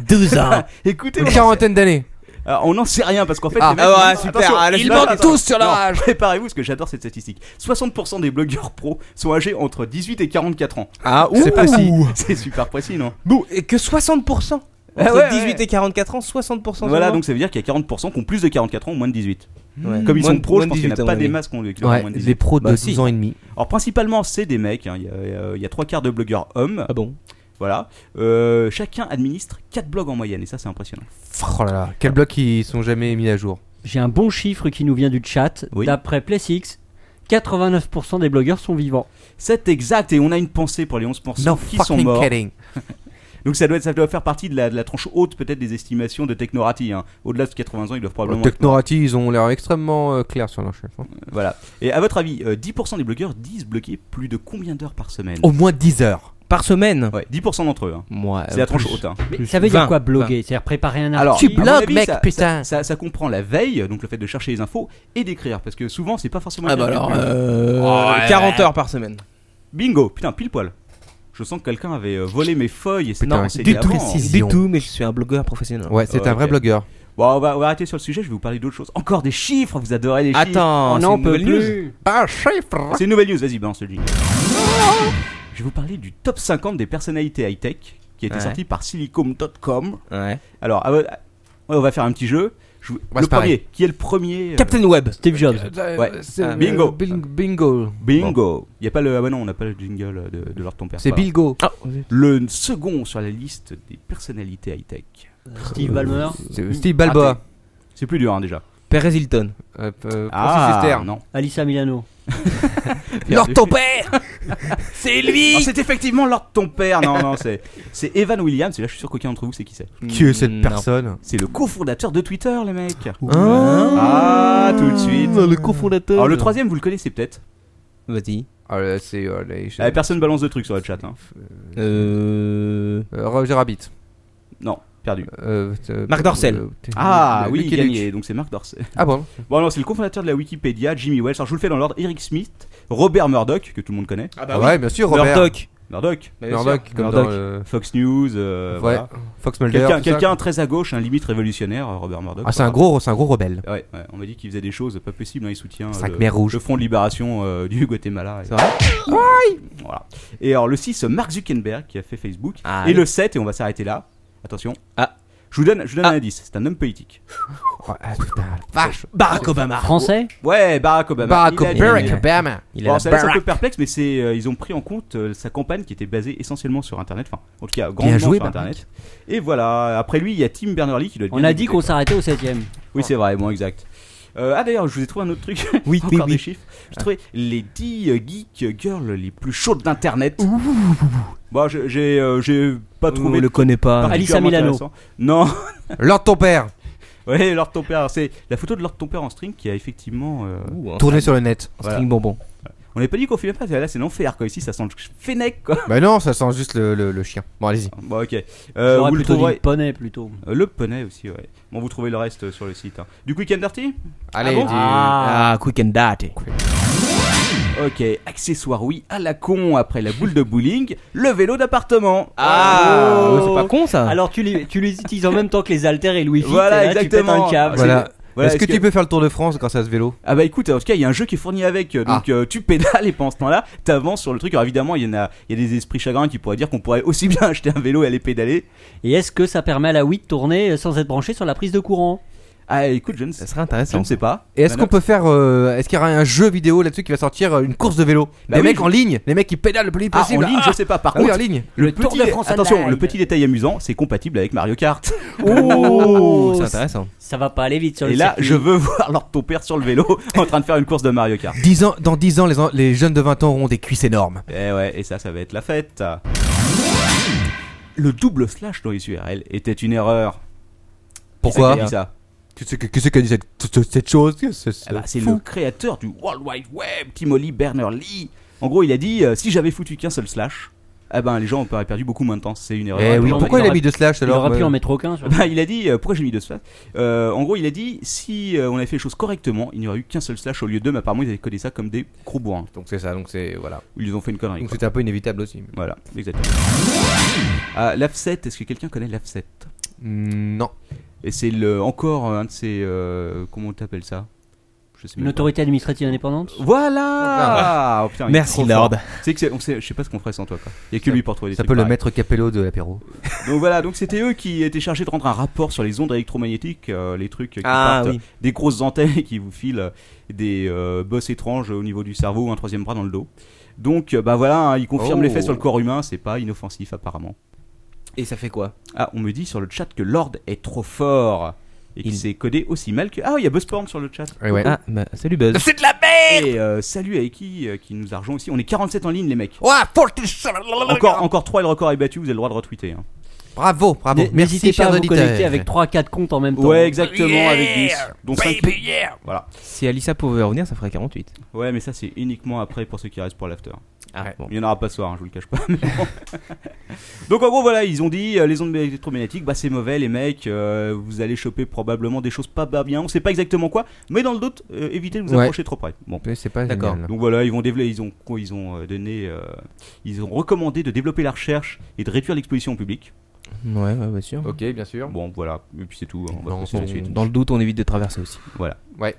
Speaker 5: 12 ans.
Speaker 1: Écoutez,
Speaker 3: Une
Speaker 1: on,
Speaker 3: quarantaine d'années.
Speaker 1: alors, euh, on n'en sait rien parce qu'en fait,
Speaker 3: Ah,
Speaker 1: les mecs,
Speaker 5: ah ouais,
Speaker 1: non,
Speaker 5: super,
Speaker 1: attention,
Speaker 5: ah, là,
Speaker 1: ils
Speaker 5: c'est
Speaker 1: mentent
Speaker 5: pas-
Speaker 1: tous
Speaker 3: sur
Speaker 1: leur âge. Préparez-vous parce que j'adore cette statistique. 60% des blogueurs pro sont âgés entre 18 et 44 ans.
Speaker 5: Ah,
Speaker 1: C'est précis. C'est super précis, non
Speaker 5: Bouh, et que 60% Entre
Speaker 1: Ah ouais,
Speaker 5: 18
Speaker 1: ouais.
Speaker 5: et 44 ans, 60%
Speaker 1: Voilà,
Speaker 5: seulement.
Speaker 1: donc ça veut dire qu'il y a 40% qui ont plus de 44 ans ou moins de 18.
Speaker 5: Ouais.
Speaker 1: Comme ils
Speaker 5: Moins
Speaker 1: sont
Speaker 5: de-
Speaker 1: pros,
Speaker 5: moins
Speaker 1: je
Speaker 5: de
Speaker 1: pense qu'il n'y en
Speaker 5: 18
Speaker 1: a
Speaker 5: ans,
Speaker 1: pas des
Speaker 5: oui.
Speaker 1: masses qui ont qui ont
Speaker 3: Ouais,
Speaker 1: moins de 18.
Speaker 3: les pros de
Speaker 1: Bah,
Speaker 3: 12 ans et demi.
Speaker 1: Alors principalement, c'est des mecs. hein. Il y, a, euh, il y a trois quarts de blogueurs hommes.
Speaker 5: Ah bon
Speaker 1: Voilà. Euh, chacun administre 4 blogs en moyenne et ça, c'est impressionnant.
Speaker 3: Oh là là, quel bloc ils sont jamais mis à jour.
Speaker 4: J'ai un bon chiffre qui nous vient du chat.
Speaker 1: Oui.
Speaker 4: D'après PlaySix, 89% des blogueurs sont vivants.
Speaker 1: C'est exact et on a une pensée pour les 11% qui sont morts.
Speaker 3: kidding.
Speaker 1: Donc ça doit, être- ça doit faire partie de la, de la tranche haute peut-être des estimations de Technorati. hein. Au-delà de 80 ans, ils doivent probablement...
Speaker 3: Oh,
Speaker 1: être morts.
Speaker 3: Technorati, ils ont l'air extrêmement euh, clairs sur leur chef. hein.
Speaker 1: Voilà. Et à votre avis, euh, 10% des blogueurs disent bloquer plus de combien d'heures par semaine
Speaker 3: Au moins 10 heures.
Speaker 5: Par semaine
Speaker 1: Ouais, 10% d'entre eux. hein.
Speaker 3: Ah,
Speaker 5: Moi.
Speaker 1: C'est la tranche haute. hein.
Speaker 4: Mais ça veut dire
Speaker 5: 20,
Speaker 4: quoi bloguer C'est-à-dire préparer un
Speaker 1: Alors, à
Speaker 4: article
Speaker 1: mon
Speaker 3: blogues,
Speaker 1: avis,
Speaker 3: Ah, mec,
Speaker 1: ça- ça-
Speaker 3: putain.
Speaker 1: Ça, ça comprend la veille, donc le fait de chercher les infos et d'écrire, parce que souvent c'est pas forcément.
Speaker 5: Ah
Speaker 1: écrit
Speaker 5: bah
Speaker 1: dans le
Speaker 5: alors,
Speaker 1: blog.
Speaker 5: euh, 40 heures par semaine.
Speaker 1: Bingo, putain, pile poil. Je sens que quelqu'un avait euh, volé mes feuilles et c'était
Speaker 3: Putain,
Speaker 1: avancé
Speaker 3: du tout,
Speaker 1: avant.
Speaker 3: les six.
Speaker 5: Du
Speaker 3: Vision.
Speaker 5: tout, mais je suis un blogueur professionnel.
Speaker 3: Ouais, c'est un vrai
Speaker 1: Ok.
Speaker 3: blogueur.
Speaker 1: Bon, on va, on va arrêter sur le sujet. Je vais vous parler d'autre chose. Encore des chiffres. Vous adorez les chiffres.
Speaker 5: Attends,
Speaker 4: On
Speaker 5: c'est
Speaker 4: n'en
Speaker 5: une
Speaker 4: peut
Speaker 5: nouvelle news.
Speaker 4: plus.
Speaker 3: Un chiffre
Speaker 1: C'est une nouvelle news. Vas-y, balance le jingle. Je vais vous parler du top 50 des personnalités high tech qui a été
Speaker 5: Ouais.
Speaker 1: sorti par Silicom.com.
Speaker 5: Ouais.
Speaker 1: Alors, à vo- ouais, on va faire un petit jeu. Je vous-
Speaker 3: Bah,
Speaker 1: le
Speaker 3: c'est pareil.
Speaker 1: premier, qui est le premier euh,
Speaker 5: Captain Web.
Speaker 4: Steve Jobs.
Speaker 1: Ouais.
Speaker 3: Euh, C'est-
Speaker 1: Bingo.
Speaker 3: bing- Bingo.
Speaker 1: Bingo. Il y a pas le ah ouais, non, on n'a pas le jingle euh, de, de leur ton père.
Speaker 3: C'est
Speaker 5: Bah.
Speaker 1: Pardon.
Speaker 3: Bilgo.
Speaker 5: Ah.
Speaker 1: Le second sur la liste des personnalités high tech.
Speaker 4: Steve
Speaker 1: Euh,
Speaker 4: Ballmer.
Speaker 3: C'est Steve Balboa.
Speaker 1: C'est plus dur hein, déjà.
Speaker 5: Perez Hilton.
Speaker 3: Euh, euh,
Speaker 1: Ah,
Speaker 3: Francis Huster.
Speaker 1: non.
Speaker 4: Alissa Milano.
Speaker 5: Lord ton père C'est lui
Speaker 1: Non, c'est effectivement Lord ton père. Non, non, c'est c'est Evan Williams. Et là, je suis sûr qu'aucun d'entre vous sait qui c'est.
Speaker 3: Qui est cette
Speaker 5: Hmm, Non.
Speaker 3: personne
Speaker 1: C'est le cofondateur de Twitter, les mecs.
Speaker 3: Hein
Speaker 5: Ah,
Speaker 1: Ah, tout de suite.
Speaker 5: Le cofondateur.
Speaker 1: Alors le troisième, vous le connaissez peut-être.
Speaker 5: Vas-y.
Speaker 3: Ah, là, C'est euh, les-
Speaker 1: Ah, personne balance de trucs sur le chat. hein.
Speaker 5: Euh.
Speaker 3: Euh, Roger Rabbit.
Speaker 1: Non, perdu.
Speaker 3: Euh, euh,
Speaker 5: Marc Dorcel.
Speaker 3: euh,
Speaker 1: Ah
Speaker 3: euh,
Speaker 1: oui,
Speaker 3: Lucky
Speaker 1: gagné.
Speaker 3: Luke.
Speaker 1: Donc c'est Marc Dorsey.
Speaker 3: Ah bon
Speaker 1: Bon alors c'est le cofondateur de la Wikipédia, Jimmy Wells. Alors je vous le fais dans l'ordre. Eric Smith, Robert Murdoch que tout le monde connaît.
Speaker 5: Ah
Speaker 3: Ah Ouais, bien sûr, Robert.
Speaker 5: Murdoch.
Speaker 1: Murdoch,
Speaker 3: Murdoch, comme
Speaker 1: Murdoch.
Speaker 3: dans euh,
Speaker 1: Fox News. euh,
Speaker 3: ouais,
Speaker 1: voilà.
Speaker 3: Fox Mulder.
Speaker 1: Quelqu'un,
Speaker 3: tout ça.
Speaker 1: quelqu'un très à gauche, un limite révolutionnaire, euh, Robert Murdoch.
Speaker 3: Ah, c'est un gros, c'est un gros rebelle.
Speaker 1: Ouais, ouais, on m'a dit qu'il faisait des choses pas possibles. hein, il soutient euh,
Speaker 3: Cinq
Speaker 1: le,
Speaker 3: mers rouges.
Speaker 1: le Front de Libération euh, du Guatemala. Et,
Speaker 5: C'est vrai
Speaker 1: voilà. et alors le 6, Mark Zuckerberg qui a fait Facebook.
Speaker 5: Ah,
Speaker 1: et
Speaker 5: oui.
Speaker 1: le 7, et on va s'arrêter là. Attention.
Speaker 5: Ah.
Speaker 1: Je vous donne, je vous donne
Speaker 5: Ah.
Speaker 1: un indice. C'est un homme politique.
Speaker 3: Oh, ah, putain, la vache.
Speaker 5: Barack Obama.
Speaker 4: Français
Speaker 1: Ah, Ouais, Barack Obama.
Speaker 3: Barack
Speaker 1: Bah, Il a-
Speaker 5: il
Speaker 3: Obama.
Speaker 5: a-
Speaker 3: Obama.
Speaker 5: Il
Speaker 1: Bon,
Speaker 5: a
Speaker 1: ça
Speaker 5: la
Speaker 1: laisse un peu
Speaker 5: baraque.
Speaker 1: perplexe, mais c'est, euh, ils ont pris en compte euh, sa campagne qui était basée essentiellement sur Internet, enfin, en tout cas, grandement
Speaker 3: joué,
Speaker 1: sur
Speaker 3: Barack.
Speaker 1: Internet. Et voilà, après lui, il y a Tim Berners-Lee qui doit être
Speaker 4: On
Speaker 1: bien
Speaker 4: a dit
Speaker 1: dégoûté.
Speaker 4: qu'on s'arrêtait au 7ème.
Speaker 1: Oui, c'est vrai, bon, exact. Euh, ah d'ailleurs, je vous ai trouvé un autre truc.
Speaker 5: Oui,
Speaker 1: Encore
Speaker 5: oui,
Speaker 1: des
Speaker 5: oui.
Speaker 1: chiffres. J'ai trouvé les 10 euh, geek girls les plus chaudes d'Internet. Bon, je- j'ai euh, j'ai pas
Speaker 5: On
Speaker 1: trouvé
Speaker 5: le
Speaker 1: de
Speaker 5: connaît pas.
Speaker 1: particulièrement
Speaker 4: Alissa Milano.
Speaker 1: intéressant. Non,
Speaker 3: Lord ton père.
Speaker 1: Ouais, Lord ton père. C'est la photo de Lord ton père en string qui a effectivement. euh,
Speaker 3: Tourner sur le net.
Speaker 1: Voilà.
Speaker 5: String bonbon.
Speaker 1: On n'avait pas dit qu'on filmait pas, là c'est l'enfer quoi. Ici ça sent le fennec quoi.
Speaker 3: Bah non, ça sent juste le, le- le chien. Bon, allez-y.
Speaker 1: Bon, ok. Euh,
Speaker 4: J'aurais
Speaker 1: vous le
Speaker 4: plutôt dit
Speaker 1: trouverez.
Speaker 4: poney plutôt.
Speaker 1: Euh, Le poney aussi, ouais. Bon, vous trouvez le reste euh, sur le site. hein. Du Quick and Dirty
Speaker 3: Allez,
Speaker 1: Ah bon
Speaker 3: du-
Speaker 5: Ah, quick and dirty.
Speaker 1: Ok, accessoire, oui, à la con après la boule de bowling, le vélo d'appartement.
Speaker 3: Ah,
Speaker 5: Oh, c'est pas con ça.
Speaker 4: Alors tu les, tu les utilises en même temps que les haltères et le wifi.
Speaker 1: Voilà,
Speaker 4: et là, Tu
Speaker 1: exactement.
Speaker 4: pètes un câble.
Speaker 3: Voilà.
Speaker 1: Voilà,
Speaker 3: Est-ce que, tu peux faire le tour de France grâce à ce vélo
Speaker 1: Ah bah écoute, en tout cas, il y a un jeu qui est fourni avec. euh,
Speaker 3: Ah.
Speaker 1: Donc euh, tu pédales et pendant ce temps-là, t'avances sur le truc. Alors évidemment, il y en a, il y a des esprits chagrins qui pourraient dire qu'on pourrait aussi bien acheter un vélo et aller pédaler.
Speaker 4: Et est-ce que ça permet à la Wii de tourner sans être branché sur la prise de courant
Speaker 1: Ah écoute, je ne sais,
Speaker 5: Ça serait
Speaker 1: je
Speaker 5: intéressant.
Speaker 1: ne sais pas.
Speaker 3: Et est-ce
Speaker 1: Bah,
Speaker 3: qu'on peut faire. euh, est-ce qu'il y aura un jeu vidéo là-dessus qui va sortir euh, une course de vélo
Speaker 1: Bah
Speaker 3: Des
Speaker 1: oui,
Speaker 3: mecs
Speaker 1: je-
Speaker 3: en ligne Les mecs qui pédalent le plus vite
Speaker 1: Ah, en
Speaker 3: possible
Speaker 1: ligne,
Speaker 3: Ah,
Speaker 1: je sais pas. Par
Speaker 3: ah oui,
Speaker 1: contre,
Speaker 3: en ligne
Speaker 1: le,
Speaker 4: Tour
Speaker 1: petit,
Speaker 4: de France
Speaker 1: attention,
Speaker 4: Online.
Speaker 1: le petit détail amusant, c'est compatible avec Mario Kart.
Speaker 5: Oh, c'est intéressant.
Speaker 4: Ça va pas aller vite sur
Speaker 1: Et
Speaker 4: le
Speaker 1: là,
Speaker 4: circuit.
Speaker 1: je veux voir Lord ton père sur le vélo en train de faire une course de Mario Kart.
Speaker 3: 10 ans, dans 10 ans, les, en- les jeunes de 20 ans auront des cuisses énormes.
Speaker 1: Et Eh ouais, et ça, ça va être la fête. Le double slash dans les URL était une erreur.
Speaker 3: Pourquoi
Speaker 1: Qui a dit ça
Speaker 3: Tu sais que- Qu'est-ce qu'a dit cette, cette- cette chose que C'est
Speaker 1: Ah bah, C'est
Speaker 3: fou.
Speaker 1: le créateur du World Wide Web, Timothy Berners-Lee. En gros, il a dit euh, si j'avais foutu qu'un seul slash, eh ben les gens auraient perdu beaucoup moins de temps. C'est une erreur.
Speaker 3: Eh oui,
Speaker 4: Il
Speaker 3: pourquoi il
Speaker 4: aurait-
Speaker 3: a mis de slash
Speaker 4: Il
Speaker 3: alors
Speaker 4: aurait pu
Speaker 3: euh,
Speaker 4: en mettre aucun. sur-
Speaker 1: Bah, il a dit euh, pourquoi j'ai mis deux slash Euh, En gros, il a dit si euh, on avait fait les choses correctement, il n'y aurait eu qu'un seul slash au lieu de deux. Mais apparemment, ils avaient codé ça comme des gros bourrins.
Speaker 3: Donc c'est ça, donc c'est voilà.
Speaker 1: Ils ont fait une connerie.
Speaker 3: Donc
Speaker 1: quoi.
Speaker 3: c'était un peu inévitable aussi.
Speaker 1: Voilà, exactement. Ah, l'AFSET, est-ce que quelqu'un connaît l'AFSET
Speaker 3: Mm, non.
Speaker 1: Et c'est le, encore un de ces. euh, comment on t'appelle ça Je sais
Speaker 4: Une
Speaker 1: même pas.
Speaker 4: autorité administrative indépendante
Speaker 1: Voilà Oh, putain, il est
Speaker 5: Merci,
Speaker 1: trop fort.
Speaker 5: Lord.
Speaker 1: C'est que c'est- on sait, je sais pas ce qu'on ferait sans toi quoi. Il y a que lui pour trouver des
Speaker 3: Ça
Speaker 1: trucs
Speaker 3: peut le
Speaker 1: pareils.
Speaker 3: maître Capello de l'apéro.
Speaker 1: Donc voilà, donc c'était eux qui étaient chargés de rendre un rapport sur les ondes électromagnétiques, euh, les trucs qui
Speaker 5: Ah,
Speaker 1: partent
Speaker 5: oui.
Speaker 1: des grosses antennes qui vous filent euh, des euh, bosses étranges au niveau du cerveau ou un troisième bras dans le dos. Donc euh, bah voilà, hein, ils confirment
Speaker 3: Oh.
Speaker 1: l'effet sur le corps humain, c'est pas inoffensif apparemment.
Speaker 5: Et ça fait quoi
Speaker 1: Ah, on me dit sur le chat que Lord est trop fort et qu'il
Speaker 5: Il-
Speaker 1: s'est codé aussi mal que Ah, il y a Buzzporn sur le chat.
Speaker 3: Eh ouais.
Speaker 5: Ah, bah, salut Buzz.
Speaker 1: Et euh, salut à Eki euh, qui nous a rejoint aussi. On est 47 en ligne les mecs.
Speaker 3: Ouah, faut- Oh
Speaker 1: Encore encore 3 et le record est battu, vous avez le droit de retweeter hein.
Speaker 3: Bravo, bravo.
Speaker 4: N-
Speaker 3: Merci,
Speaker 4: N'hésitez pas
Speaker 3: cher
Speaker 4: à vous
Speaker 3: auditeur.
Speaker 4: connecter avec 3-4 comptes en même temps.
Speaker 1: Ouais, exactement, avec 10. Dont 5 Voilà.
Speaker 5: Si Alissa pouvait revenir, ça ferait 48.
Speaker 1: Ouais, mais ça, c'est uniquement après pour ceux qui restent pour l'after.
Speaker 5: Ah, bon.
Speaker 1: Il y en aura pas ce soir, hein, je vous le cache pas. mais bon. Donc, en gros, voilà, ils ont dit euh, les ondes électromagnétiques, bah c'est mauvais, les mecs, euh, vous allez choper probablement des choses pas, pas bien, on sait pas exactement quoi, mais dans le doute, euh, évitez de vous
Speaker 3: Ouais.
Speaker 1: approcher trop près. Bon.
Speaker 3: Ouais, C'est pas
Speaker 5: D'accord.
Speaker 3: génial.
Speaker 1: Donc voilà, ils vont développer, ils ont, ils ont euh, donné, euh, ils ont recommandé de développer la recherche et de réduire l'exposition au public.
Speaker 5: Ouais, ouais, bien sûr.
Speaker 3: Ok, bien sûr.
Speaker 1: Bon, voilà, et puis c'est tout. hein, On va
Speaker 3: Non,
Speaker 1: passer à la suite.
Speaker 5: Dans le doute, on évite de traverser aussi.
Speaker 1: Voilà.
Speaker 3: Ouais.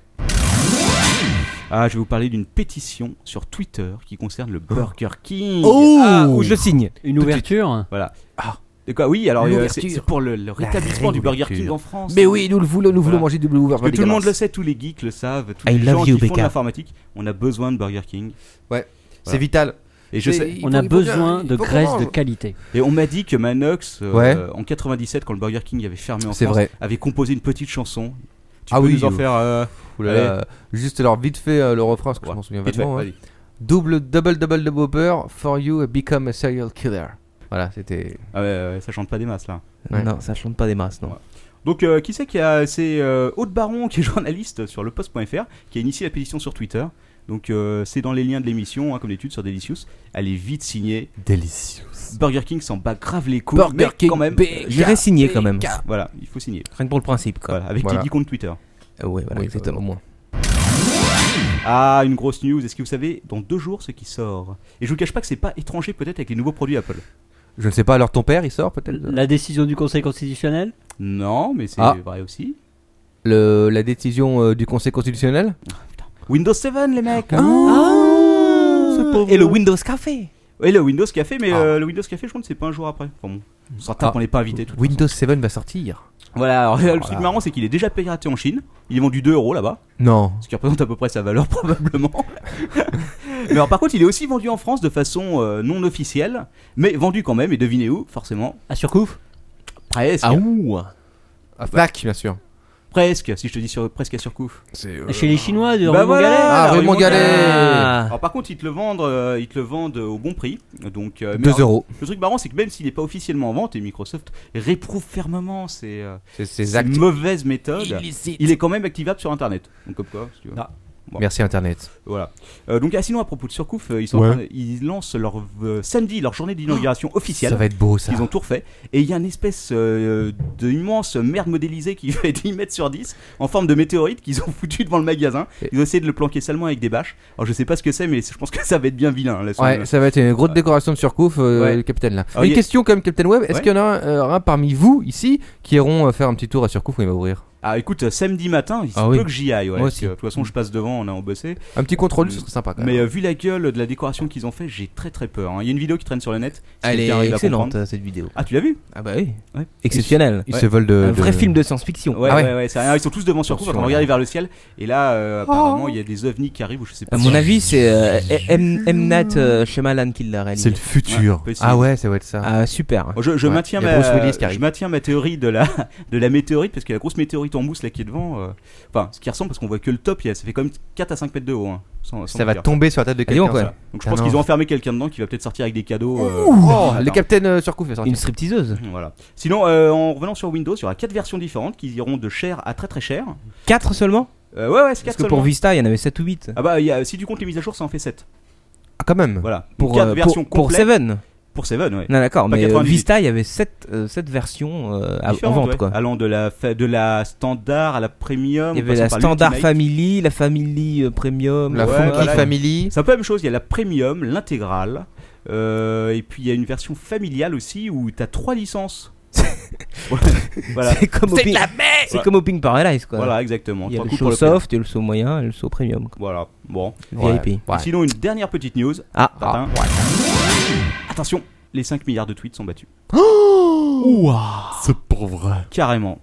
Speaker 1: Ah, je vais vous parler d'une pétition sur Twitter qui concerne
Speaker 3: Oh.
Speaker 1: le Burger King.
Speaker 5: Ah, où je le signe.
Speaker 4: Une ouverture
Speaker 1: De quoi Oui, alors euh, c'est
Speaker 3: L'ouverture.
Speaker 1: c'est pour le, le rétablissement du Burger
Speaker 3: réouverture.
Speaker 1: King en France.
Speaker 3: Mais oui, nous le voulons, nous
Speaker 1: Voilà.
Speaker 3: voulons manger du Blue Hoover,
Speaker 1: Parce que tout le
Speaker 3: dégueulasse.
Speaker 1: monde le sait, tous les geeks le savent, tous
Speaker 5: I
Speaker 1: les
Speaker 5: love
Speaker 1: gens
Speaker 5: you,
Speaker 1: qui font de
Speaker 5: BK.
Speaker 1: l'informatique, on a besoin de Burger King.
Speaker 3: C'est vital.
Speaker 1: Et je
Speaker 3: Mais
Speaker 1: sais,
Speaker 3: il
Speaker 4: On
Speaker 3: faut-
Speaker 4: a
Speaker 3: il faut bien-
Speaker 4: besoin
Speaker 3: il
Speaker 4: de
Speaker 3: faut qu'on
Speaker 4: graisse
Speaker 3: mange.
Speaker 4: de qualité.
Speaker 1: et on m'a dit que Manox, euh,
Speaker 3: Ouais.
Speaker 1: en 97, quand le Burger King avait fermé en
Speaker 3: C'est
Speaker 1: France,
Speaker 3: vrai.
Speaker 1: avait composé une petite chanson. Tu
Speaker 3: Ah
Speaker 1: peux
Speaker 3: oui,
Speaker 1: nous en
Speaker 3: euh,
Speaker 1: faire euh,
Speaker 3: Ouh là là, Juste alors vite fait euh, le refrain parce que
Speaker 1: Ouais,
Speaker 3: je m'en souviens
Speaker 1: vite fait,
Speaker 3: vachement. hein.
Speaker 1: vas-y.
Speaker 3: Double double double double whopper for you become a serial killer. Voilà, c'était.
Speaker 1: Ah ouais, ouais, ça chante pas des masses là.
Speaker 3: Ouais.
Speaker 5: Non, ça chante pas des masses, non.
Speaker 1: Ouais. Donc, euh, qui c'est qui a C'est euh, Aude Baron, qui est journaliste sur le post.fr, qui a initié la pétition sur Twitter. Donc, euh, c'est dans les liens de l'émission, hein, comme d'habitude, sur Delicious. Allez vite signer. Delicious. Burger King s'en bat grave les couilles. mais quand même. euh,
Speaker 5: J'irai signer quand même.
Speaker 1: voilà, il faut signer.
Speaker 5: Rien que pour le principe, quoi.
Speaker 1: Voilà, avec
Speaker 3: Voilà.
Speaker 1: tes 10 comptes Twitter.
Speaker 5: Euh, ouais, voilà,
Speaker 3: Oui,
Speaker 5: exactement.
Speaker 3: euh, au moins.
Speaker 1: Ah, une grosse news. Est-ce que vous savez dans deux jours ce qui sort Et je vous cache pas que c'est pas étranger peut-être avec les nouveaux produits Apple.
Speaker 3: Je ne sais pas. Alors ton père, il sort peut-être.
Speaker 4: La décision du Conseil constitutionnel
Speaker 1: Non, mais c'est
Speaker 3: Ah.
Speaker 1: vrai aussi.
Speaker 3: Le- la décision euh, du Conseil constitutionnel.
Speaker 1: Windows 7, les mecs. hein.
Speaker 3: Ah,
Speaker 1: Euh,
Speaker 5: Et le Windows Café.
Speaker 1: Et le Windows Café, mais
Speaker 3: Ah.
Speaker 1: euh, le Windows Café, je crois que c'est pas un jour après. Enfin bon, on s'en tape,
Speaker 3: Ah.
Speaker 1: on n'est pas invité. de toute
Speaker 3: Windows 7 va sortir.
Speaker 1: Voilà, alors, le truc
Speaker 3: Voilà.
Speaker 1: marrant, c'est qu'il est déjà piraté en Chine. Il est vendu 2 euros là-bas,
Speaker 3: Non.
Speaker 1: ce qui représente à peu près sa valeur probablement. mais alors, par contre, il est aussi vendu en France de façon euh, non officielle, mais vendu quand même, et devinez où, forcément
Speaker 4: à Surcouf
Speaker 1: Presque.
Speaker 5: ouh.
Speaker 3: À Fnac, Ah, bien sûr.
Speaker 1: Presque, si je te dis sur, presque à surcouf.
Speaker 3: Euh,
Speaker 4: Chez les Chinois, de
Speaker 1: Bah
Speaker 4: Raymond
Speaker 1: voilà,
Speaker 4: Gallet.
Speaker 3: Ah,
Speaker 1: alors,
Speaker 3: Raymond
Speaker 1: ils vont-
Speaker 3: Gallet
Speaker 1: Alors par contre, ils te le vendent, euh, ils te le vendent au bon prix. Donc euh, mais
Speaker 3: 2
Speaker 1: alors,
Speaker 3: euros.
Speaker 1: Le truc marrant, c'est que même s'il n'est pas officiellement en vente, et Microsoft réprouve fermement ces, euh,
Speaker 3: C'est- C'est
Speaker 1: ces
Speaker 3: exact.
Speaker 1: mauvaises méthodes, il est quand même activable sur Internet. Donc comme quoi, si tu veux.
Speaker 4: Ah.
Speaker 1: Bon.
Speaker 3: Merci Internet.
Speaker 1: Voilà. Euh, donc ah, sinon, à propos de Surcouf, euh, ils, sont en
Speaker 7: Ouais.
Speaker 1: train de- ils lancent leur euh, samedi leur journée d'inauguration officielle.
Speaker 3: Ça va être beau ça.
Speaker 1: Ils ont tout refait. Et il y a une espèce euh, d'immense merde modélisée qui fait 10 mètres sur 10 en forme de météorite qu'ils ont foutu devant le magasin.
Speaker 3: Et-
Speaker 1: Ils ont essayé de le planquer seulement avec des bâches. Alors je sais pas ce que c'est, mais je pense que ça va être bien vilain. là, sur le-
Speaker 3: Ouais, ça va être une grosse
Speaker 1: Ouais.
Speaker 3: décoration de surcouf, euh,
Speaker 1: Ouais.
Speaker 3: le capitaine là.
Speaker 1: Ah,
Speaker 3: Mais
Speaker 1: y-
Speaker 3: une question quand même, capitaine Web. Est-ce
Speaker 1: Ouais.
Speaker 3: qu'il y en a un, euh, un parmi vous ici qui iront euh, faire un petit tour à surcouf où il va ouvrir
Speaker 1: Ah écoute, euh, samedi matin, il se
Speaker 3: Ah
Speaker 1: peut
Speaker 3: oui.
Speaker 1: que j'y aille. ouais,
Speaker 3: Moi
Speaker 1: parce
Speaker 3: aussi. Ah
Speaker 1: que, de toute façon, je passe devant, on a embossé.
Speaker 3: Un petit contrôle, ce serait sympa quand même.
Speaker 1: Mais euh, vu la gueule de la décoration qu'ils ont fait, j'ai très très peur. hein. Il y a une vidéo qui traîne sur le net. si
Speaker 5: Elle est
Speaker 1: quelqu'un arrive à
Speaker 5: excellente
Speaker 1: comprendre.
Speaker 5: euh, cette vidéo.
Speaker 1: Ah tu l'as vu
Speaker 5: Ah bah oui.
Speaker 1: Ouais.
Speaker 5: Exceptionnelle.
Speaker 3: Ils
Speaker 1: ouais.
Speaker 3: se volent de.
Speaker 5: Un
Speaker 3: de-
Speaker 5: vrai film de science-fiction.
Speaker 1: Ouais,
Speaker 3: Ah ouais.
Speaker 1: ouais, ouais, c'est rien, ils sont tous devant sur coup,
Speaker 3: Attention,
Speaker 1: en train de
Speaker 3: ouais.
Speaker 1: regarder vers le ciel. Et là, euh,
Speaker 3: Oh.
Speaker 1: apparemment, il y a des ovnis qui arrivent ou je sais pas.
Speaker 5: À mon avis, c'est euh, M. M. Night euh, Shyamalan qui l'a réalisé.
Speaker 3: C'est le futur.
Speaker 1: Ouais, possible.
Speaker 3: ah ouais, ça va être ça.
Speaker 5: Ah, super.
Speaker 1: Bon, Oh, je je
Speaker 3: Ouais,
Speaker 1: maintiens
Speaker 3: il y
Speaker 1: ma
Speaker 3: a Bruce Willis qui
Speaker 1: je
Speaker 3: arrive.
Speaker 1: maintiens ma théorie de la de la météorite parce que la grosse météorite en mousse là qui est devant euh, enfin ce qui ressemble parce qu'on voit que le top il y a- ça fait quand même 4 à 5 mètres de haut hein, sans- sans
Speaker 3: ça va
Speaker 1: dire.
Speaker 3: tomber sur la tête de
Speaker 5: Allez, on
Speaker 3: quelqu'un.
Speaker 5: quoi.
Speaker 3: ça.
Speaker 1: Donc je
Speaker 3: Ah
Speaker 1: pense
Speaker 3: non.
Speaker 1: qu'ils ont enfermé quelqu'un dedans qui va peut-être sortir avec des cadeaux euh,
Speaker 3: Oh,
Speaker 1: attends.
Speaker 3: le capitaine euh, surcouf va sortir.
Speaker 5: Une stripteaseuse.
Speaker 1: voilà. Sinon euh, en revenant sur Windows, il y aura quatre versions différentes qui iront de cher à très très cher.
Speaker 5: 4 seulement
Speaker 1: Euh, ouais ouais, c'est
Speaker 5: Parce
Speaker 1: 4
Speaker 5: que pour Vista, il y en avait 7 ou 8.
Speaker 1: Ah bah il y a- si tu comptes les mises à jour, ça en fait 7.
Speaker 3: Ah, quand même.
Speaker 1: Voilà.
Speaker 5: Pour,
Speaker 1: quatre
Speaker 5: euh,
Speaker 1: versions
Speaker 5: pour, pour
Speaker 1: complètes
Speaker 5: Seven.
Speaker 1: pour Seven, ouais.
Speaker 5: Non, d'accord,
Speaker 1: Pas
Speaker 5: mais euh,
Speaker 1: 98.
Speaker 5: Vista, il y avait 7, versions euh, à- en
Speaker 1: Différentes,
Speaker 5: vente,
Speaker 1: ouais. Ah,
Speaker 5: quoi.
Speaker 1: Allant de la fa- de la standard à la premium,
Speaker 5: Il y
Speaker 1: en
Speaker 5: avait la
Speaker 1: passant par
Speaker 5: Standard
Speaker 1: l'Ultimate.
Speaker 5: Family, la Family euh, Premium,
Speaker 3: La
Speaker 1: Ouais,
Speaker 3: Funky
Speaker 1: voilà.
Speaker 3: Family.
Speaker 1: C'est un peu la même chose, il y a la premium, l'intégrale, euh, et puis il y a une version familiale aussi où tu as trois licences. voilà, voilà,
Speaker 5: C'est comme, au Ping- C'est
Speaker 1: Ouais.
Speaker 5: comme au Ping Paradise, quoi.
Speaker 1: voilà, exactement.
Speaker 5: Il y a
Speaker 1: Trois
Speaker 5: le
Speaker 1: coups
Speaker 5: show
Speaker 1: pour le
Speaker 5: soft, et le show moyen, et le show premium,
Speaker 1: prix. Voilà, bon.
Speaker 5: quoi.
Speaker 3: Ouais.
Speaker 5: VIP.
Speaker 3: Ouais.
Speaker 1: Sinon, une dernière petite news.
Speaker 5: Ah,
Speaker 1: Tintin. Attention, les 5 milliards de tweets sont battus.
Speaker 7: C'est pour vrai.
Speaker 1: Carrément.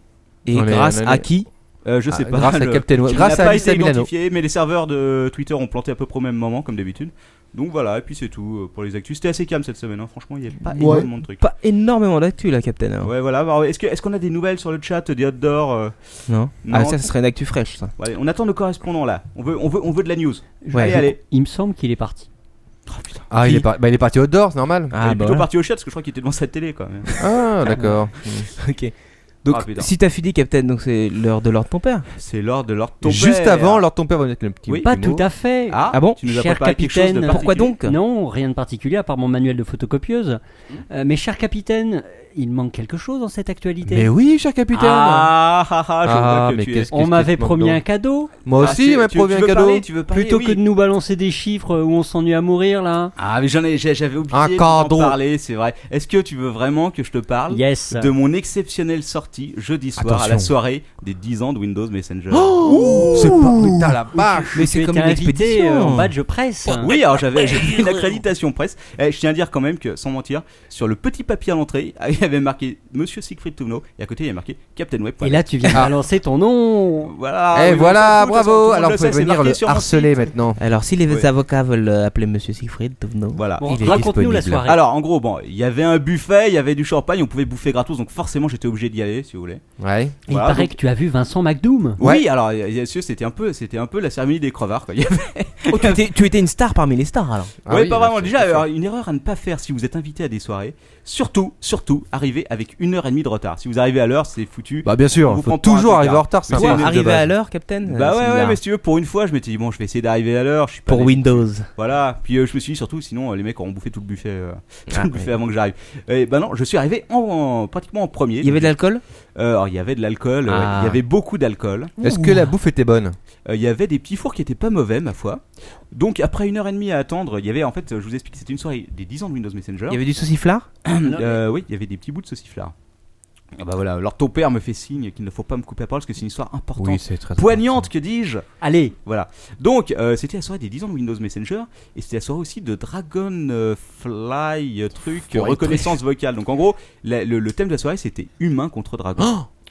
Speaker 5: et
Speaker 3: On est-
Speaker 5: grâce
Speaker 3: on est-
Speaker 5: à qui
Speaker 1: Euh, je sais
Speaker 3: Ah,
Speaker 1: pas.
Speaker 3: grâce à
Speaker 1: le-
Speaker 3: Captain Web.
Speaker 1: il
Speaker 3: Grâce
Speaker 1: n'a
Speaker 3: à
Speaker 1: pas
Speaker 3: Alice
Speaker 1: été
Speaker 3: Milano.
Speaker 1: identifié, mais les serveurs de Twitter ont planté à peu près au même moment, comme d'habitude. Donc voilà, et puis c'est tout euh, pour les actus. C'était assez calme cette semaine, hein. franchement, il n'y a pas
Speaker 5: Ouais.
Speaker 1: énormément de trucs.
Speaker 5: Pas énormément d'actu, là, Captain. hein. alors.
Speaker 1: Ouais, voilà. Alors, Est-ce que- est-ce qu'on a des nouvelles sur le chat des outdoors euh,
Speaker 5: Non,
Speaker 1: Non.
Speaker 5: Ah, ça, ce serait une actu fraîche, ça.
Speaker 1: Bon, allez, on attend nos correspondants là. On veut, on veut, on veut de la news.
Speaker 4: Je-
Speaker 1: allez,
Speaker 4: je-
Speaker 1: allez.
Speaker 4: Il me semble qu'il est parti. Oh,
Speaker 3: Ah, il
Speaker 1: Qui
Speaker 3: est, par- bah, il est parti au dehors, c'est normal.
Speaker 1: il est
Speaker 5: bah
Speaker 1: plutôt
Speaker 5: voilà.
Speaker 1: parti au chat parce que je crois qu'il était devant sa télé quand même.
Speaker 3: Ah, d'accord.
Speaker 5: Ok. Donc,
Speaker 1: Ah, putain.
Speaker 5: si t'as fini Captain, donc c'est l'heure de l'ordre de ton père.
Speaker 1: C'est l'heure de leur ton
Speaker 3: Juste
Speaker 1: père.
Speaker 3: avant, alors ton père va mettre le petit.
Speaker 1: Oui.
Speaker 4: Pas tout à fait.
Speaker 1: Ah,
Speaker 5: Ah bon
Speaker 1: Tu nous as
Speaker 4: Cher
Speaker 1: préparé quelque chose de
Speaker 4: capitaine,
Speaker 1: particulier.
Speaker 5: Pourquoi donc
Speaker 4: Non, rien de particulier à part mon manuel de photocopieuse.
Speaker 3: Mmh.
Speaker 4: Euh, mais cher capitaine, il manque quelque chose dans cette actualité.
Speaker 3: Mais oui, cher capitaine.
Speaker 1: Ah, ah, ah, je
Speaker 3: Ah,
Speaker 1: vois que
Speaker 3: mais
Speaker 1: tu es-
Speaker 3: qu'est-ce
Speaker 4: On
Speaker 3: qu'est-ce
Speaker 4: m'avait
Speaker 3: qui te
Speaker 4: promis
Speaker 3: manque
Speaker 4: un
Speaker 3: donc
Speaker 4: cadeau.
Speaker 3: Moi
Speaker 1: Ah,
Speaker 3: aussi,
Speaker 1: c'est-
Speaker 3: il m'a
Speaker 1: tu veux- tu
Speaker 3: promis un
Speaker 1: veux
Speaker 3: cadeau.
Speaker 1: parler, tu veux
Speaker 3: Eh
Speaker 1: parler,
Speaker 4: Plutôt
Speaker 1: oui.
Speaker 4: que de nous balancer des chiffres où on s'ennuie à mourir là.
Speaker 1: Ah, mais j'en ai- j'ai- j'avais oublié
Speaker 3: Un
Speaker 1: de
Speaker 3: cadeau.
Speaker 1: t'en parler, c'est vrai. Est-ce que tu veux vraiment que je te parle
Speaker 4: Yes.
Speaker 1: de mon exceptionnelle sortie jeudi soir à la
Speaker 3: Attention. Oh
Speaker 1: soirée des 10 ans de Windows Messenger
Speaker 3: C'est pas. Putain, la vache.
Speaker 5: Mais
Speaker 4: Tu
Speaker 5: c'est comme
Speaker 4: étais
Speaker 5: une
Speaker 4: invité, euh,
Speaker 5: expédition.
Speaker 4: en badge presse.
Speaker 1: Oui, alors j'avais j'ai pris une accréditation presse. Eh, je tiens à dire quand même que, sans mentir, sur le petit papier à l'entrée, il y avait marqué Monsieur Siegfried Touvenot et à côté il y avait marqué Captain Web.
Speaker 4: Et là, tu viens de
Speaker 1: Ah.
Speaker 4: balancer ton nom.
Speaker 1: voilà.
Speaker 3: Eh
Speaker 1: oui, on
Speaker 3: voilà,
Speaker 1: s'en fout, de toute façon, tout
Speaker 3: bravo.
Speaker 1: le monde
Speaker 3: Alors
Speaker 1: le
Speaker 3: vous pouvez
Speaker 1: sait, c'est
Speaker 3: venir
Speaker 1: marqué
Speaker 3: le
Speaker 1: sur mon
Speaker 3: harceler
Speaker 1: site.
Speaker 3: maintenant.
Speaker 5: Alors, si les
Speaker 1: Ouais.
Speaker 5: avocats veulent euh, appeler Monsieur Siegfried, nous.
Speaker 1: Voilà.
Speaker 4: Bon,
Speaker 3: Il est
Speaker 4: raconte-nous la
Speaker 3: disponible.
Speaker 4: soirée.
Speaker 1: Alors en gros, bon, il y avait un buffet, il y avait du champagne, on pouvait bouffer gratos, donc forcément j'étais obligé d'y aller, si vous voulez.
Speaker 3: Ouais.
Speaker 4: il
Speaker 1: voilà,
Speaker 4: paraît
Speaker 1: donc-
Speaker 4: que tu as vu Vincent McDoom.
Speaker 3: Ouais.
Speaker 1: Oui, alors euh, bien sûr, c'était un peu, c'était un peu la cérémonie des crevards. Quoi. Il y avait-
Speaker 5: Oh, tu, étais, tu étais une star parmi les stars alors.
Speaker 3: Ah
Speaker 1: ouais,
Speaker 3: oui,
Speaker 1: pas
Speaker 3: bah,
Speaker 1: vraiment.
Speaker 3: c'est-
Speaker 1: Déjà,
Speaker 3: c'est-
Speaker 1: alors, une erreur à ne pas faire si vous êtes invité à des soirées. Surtout, surtout, arrivez avec une heure et demie de retard. Si vous arrivez à l'heure, c'est foutu.
Speaker 3: Bah bien
Speaker 1: On
Speaker 3: sûr,
Speaker 1: vous
Speaker 3: faut
Speaker 1: prend pour un
Speaker 3: toujours
Speaker 1: tocard.
Speaker 3: arriver en retard, c'est
Speaker 1: Mais
Speaker 3: un
Speaker 1: c'est
Speaker 3: principe de
Speaker 5: Arrivé
Speaker 3: base.
Speaker 5: à l'heure, Captain euh,
Speaker 1: Bah
Speaker 5: c'est
Speaker 1: ouais, ouais,
Speaker 5: bizarre.
Speaker 1: mais si tu veux, pour une fois, je m'étais dit, bon, je vais essayer d'arriver à l'heure. Je suis pas
Speaker 5: Pour
Speaker 1: allé-
Speaker 5: Windows.
Speaker 1: Voilà. Puis euh, je me suis dit, surtout, sinon, euh, les mecs auront bouffé tout le buffet, euh, tout
Speaker 5: Ah,
Speaker 1: le buffet avant que j'arrive. Et bah non, je suis arrivé en, en- pratiquement en premier.
Speaker 5: Il y avait de l'alcool
Speaker 1: Euh, alors, il y avait de l'alcool, euh,
Speaker 5: Ah.
Speaker 1: il y avait beaucoup d'alcool.
Speaker 3: Est-ce que la bouffe était bonne
Speaker 1: Euh, Il y avait des petits fours qui étaient pas mauvais, ma foi. Donc, après une heure et demie à attendre, il y avait, en fait, euh, je vous explique, c'était une soirée des 10 ans de Windows Messenger.
Speaker 5: Il y avait du sauciflard
Speaker 1: Euh, oui, il y avait des petits bouts de sauciflard. Ah bah voilà, alors ton père me fait signe qu'il ne faut pas me couper la parole parce que c'est une histoire importante.
Speaker 3: c'est très
Speaker 1: Poignante, que dis-je
Speaker 4: Allez,
Speaker 1: Voilà. Donc, euh, c'était la soirée des 10 ans de Windows Messenger et c'était la soirée aussi de Dragon euh, Fly euh, truc euh,
Speaker 3: Fly
Speaker 1: reconnaissance vocale. Donc, en gros, la- le, le thème de la soirée c'était humain contre dragon.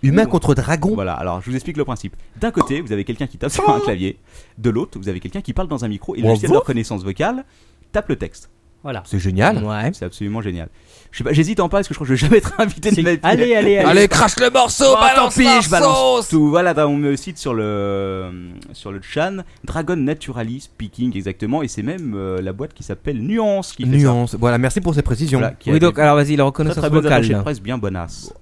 Speaker 3: Humain contre dragon.
Speaker 1: voilà, alors je vous explique le principe. D'un côté, vous avez quelqu'un qui tape sur un clavier, de l'autre, vous avez quelqu'un qui parle dans un micro et le
Speaker 3: Bravo.
Speaker 1: logiciel de reconnaissance vocale tape le texte.
Speaker 4: Voilà.
Speaker 3: C'est
Speaker 1: Ah
Speaker 3: génial.
Speaker 5: Ouais.
Speaker 1: C'est absolument génial. Je sais pas, j'hésite à en parler parce que je crois que je vais jamais être invité de
Speaker 4: C'est-
Speaker 1: ma vie.
Speaker 4: Allez, allez, allez.
Speaker 3: Allez, crache le morceau,
Speaker 1: Oh,
Speaker 3: balance
Speaker 1: tant pis,
Speaker 3: la
Speaker 1: je balance
Speaker 3: sauce.
Speaker 1: tout. Voilà, bah, on me cite sur le euh, sur le chan Dragon Naturally Speaking exactement, et c'est même euh, la boîte qui s'appelle Nuance qui fait ça.
Speaker 3: Nuance. Voilà, merci pour ces précisions.
Speaker 1: Voilà, qui a
Speaker 5: Oui, donc,
Speaker 1: des
Speaker 5: alors vas-y, la
Speaker 1: très,
Speaker 5: reconnaissance
Speaker 1: très bonnes
Speaker 5: vocale.
Speaker 1: attachés de presse bien bonasse.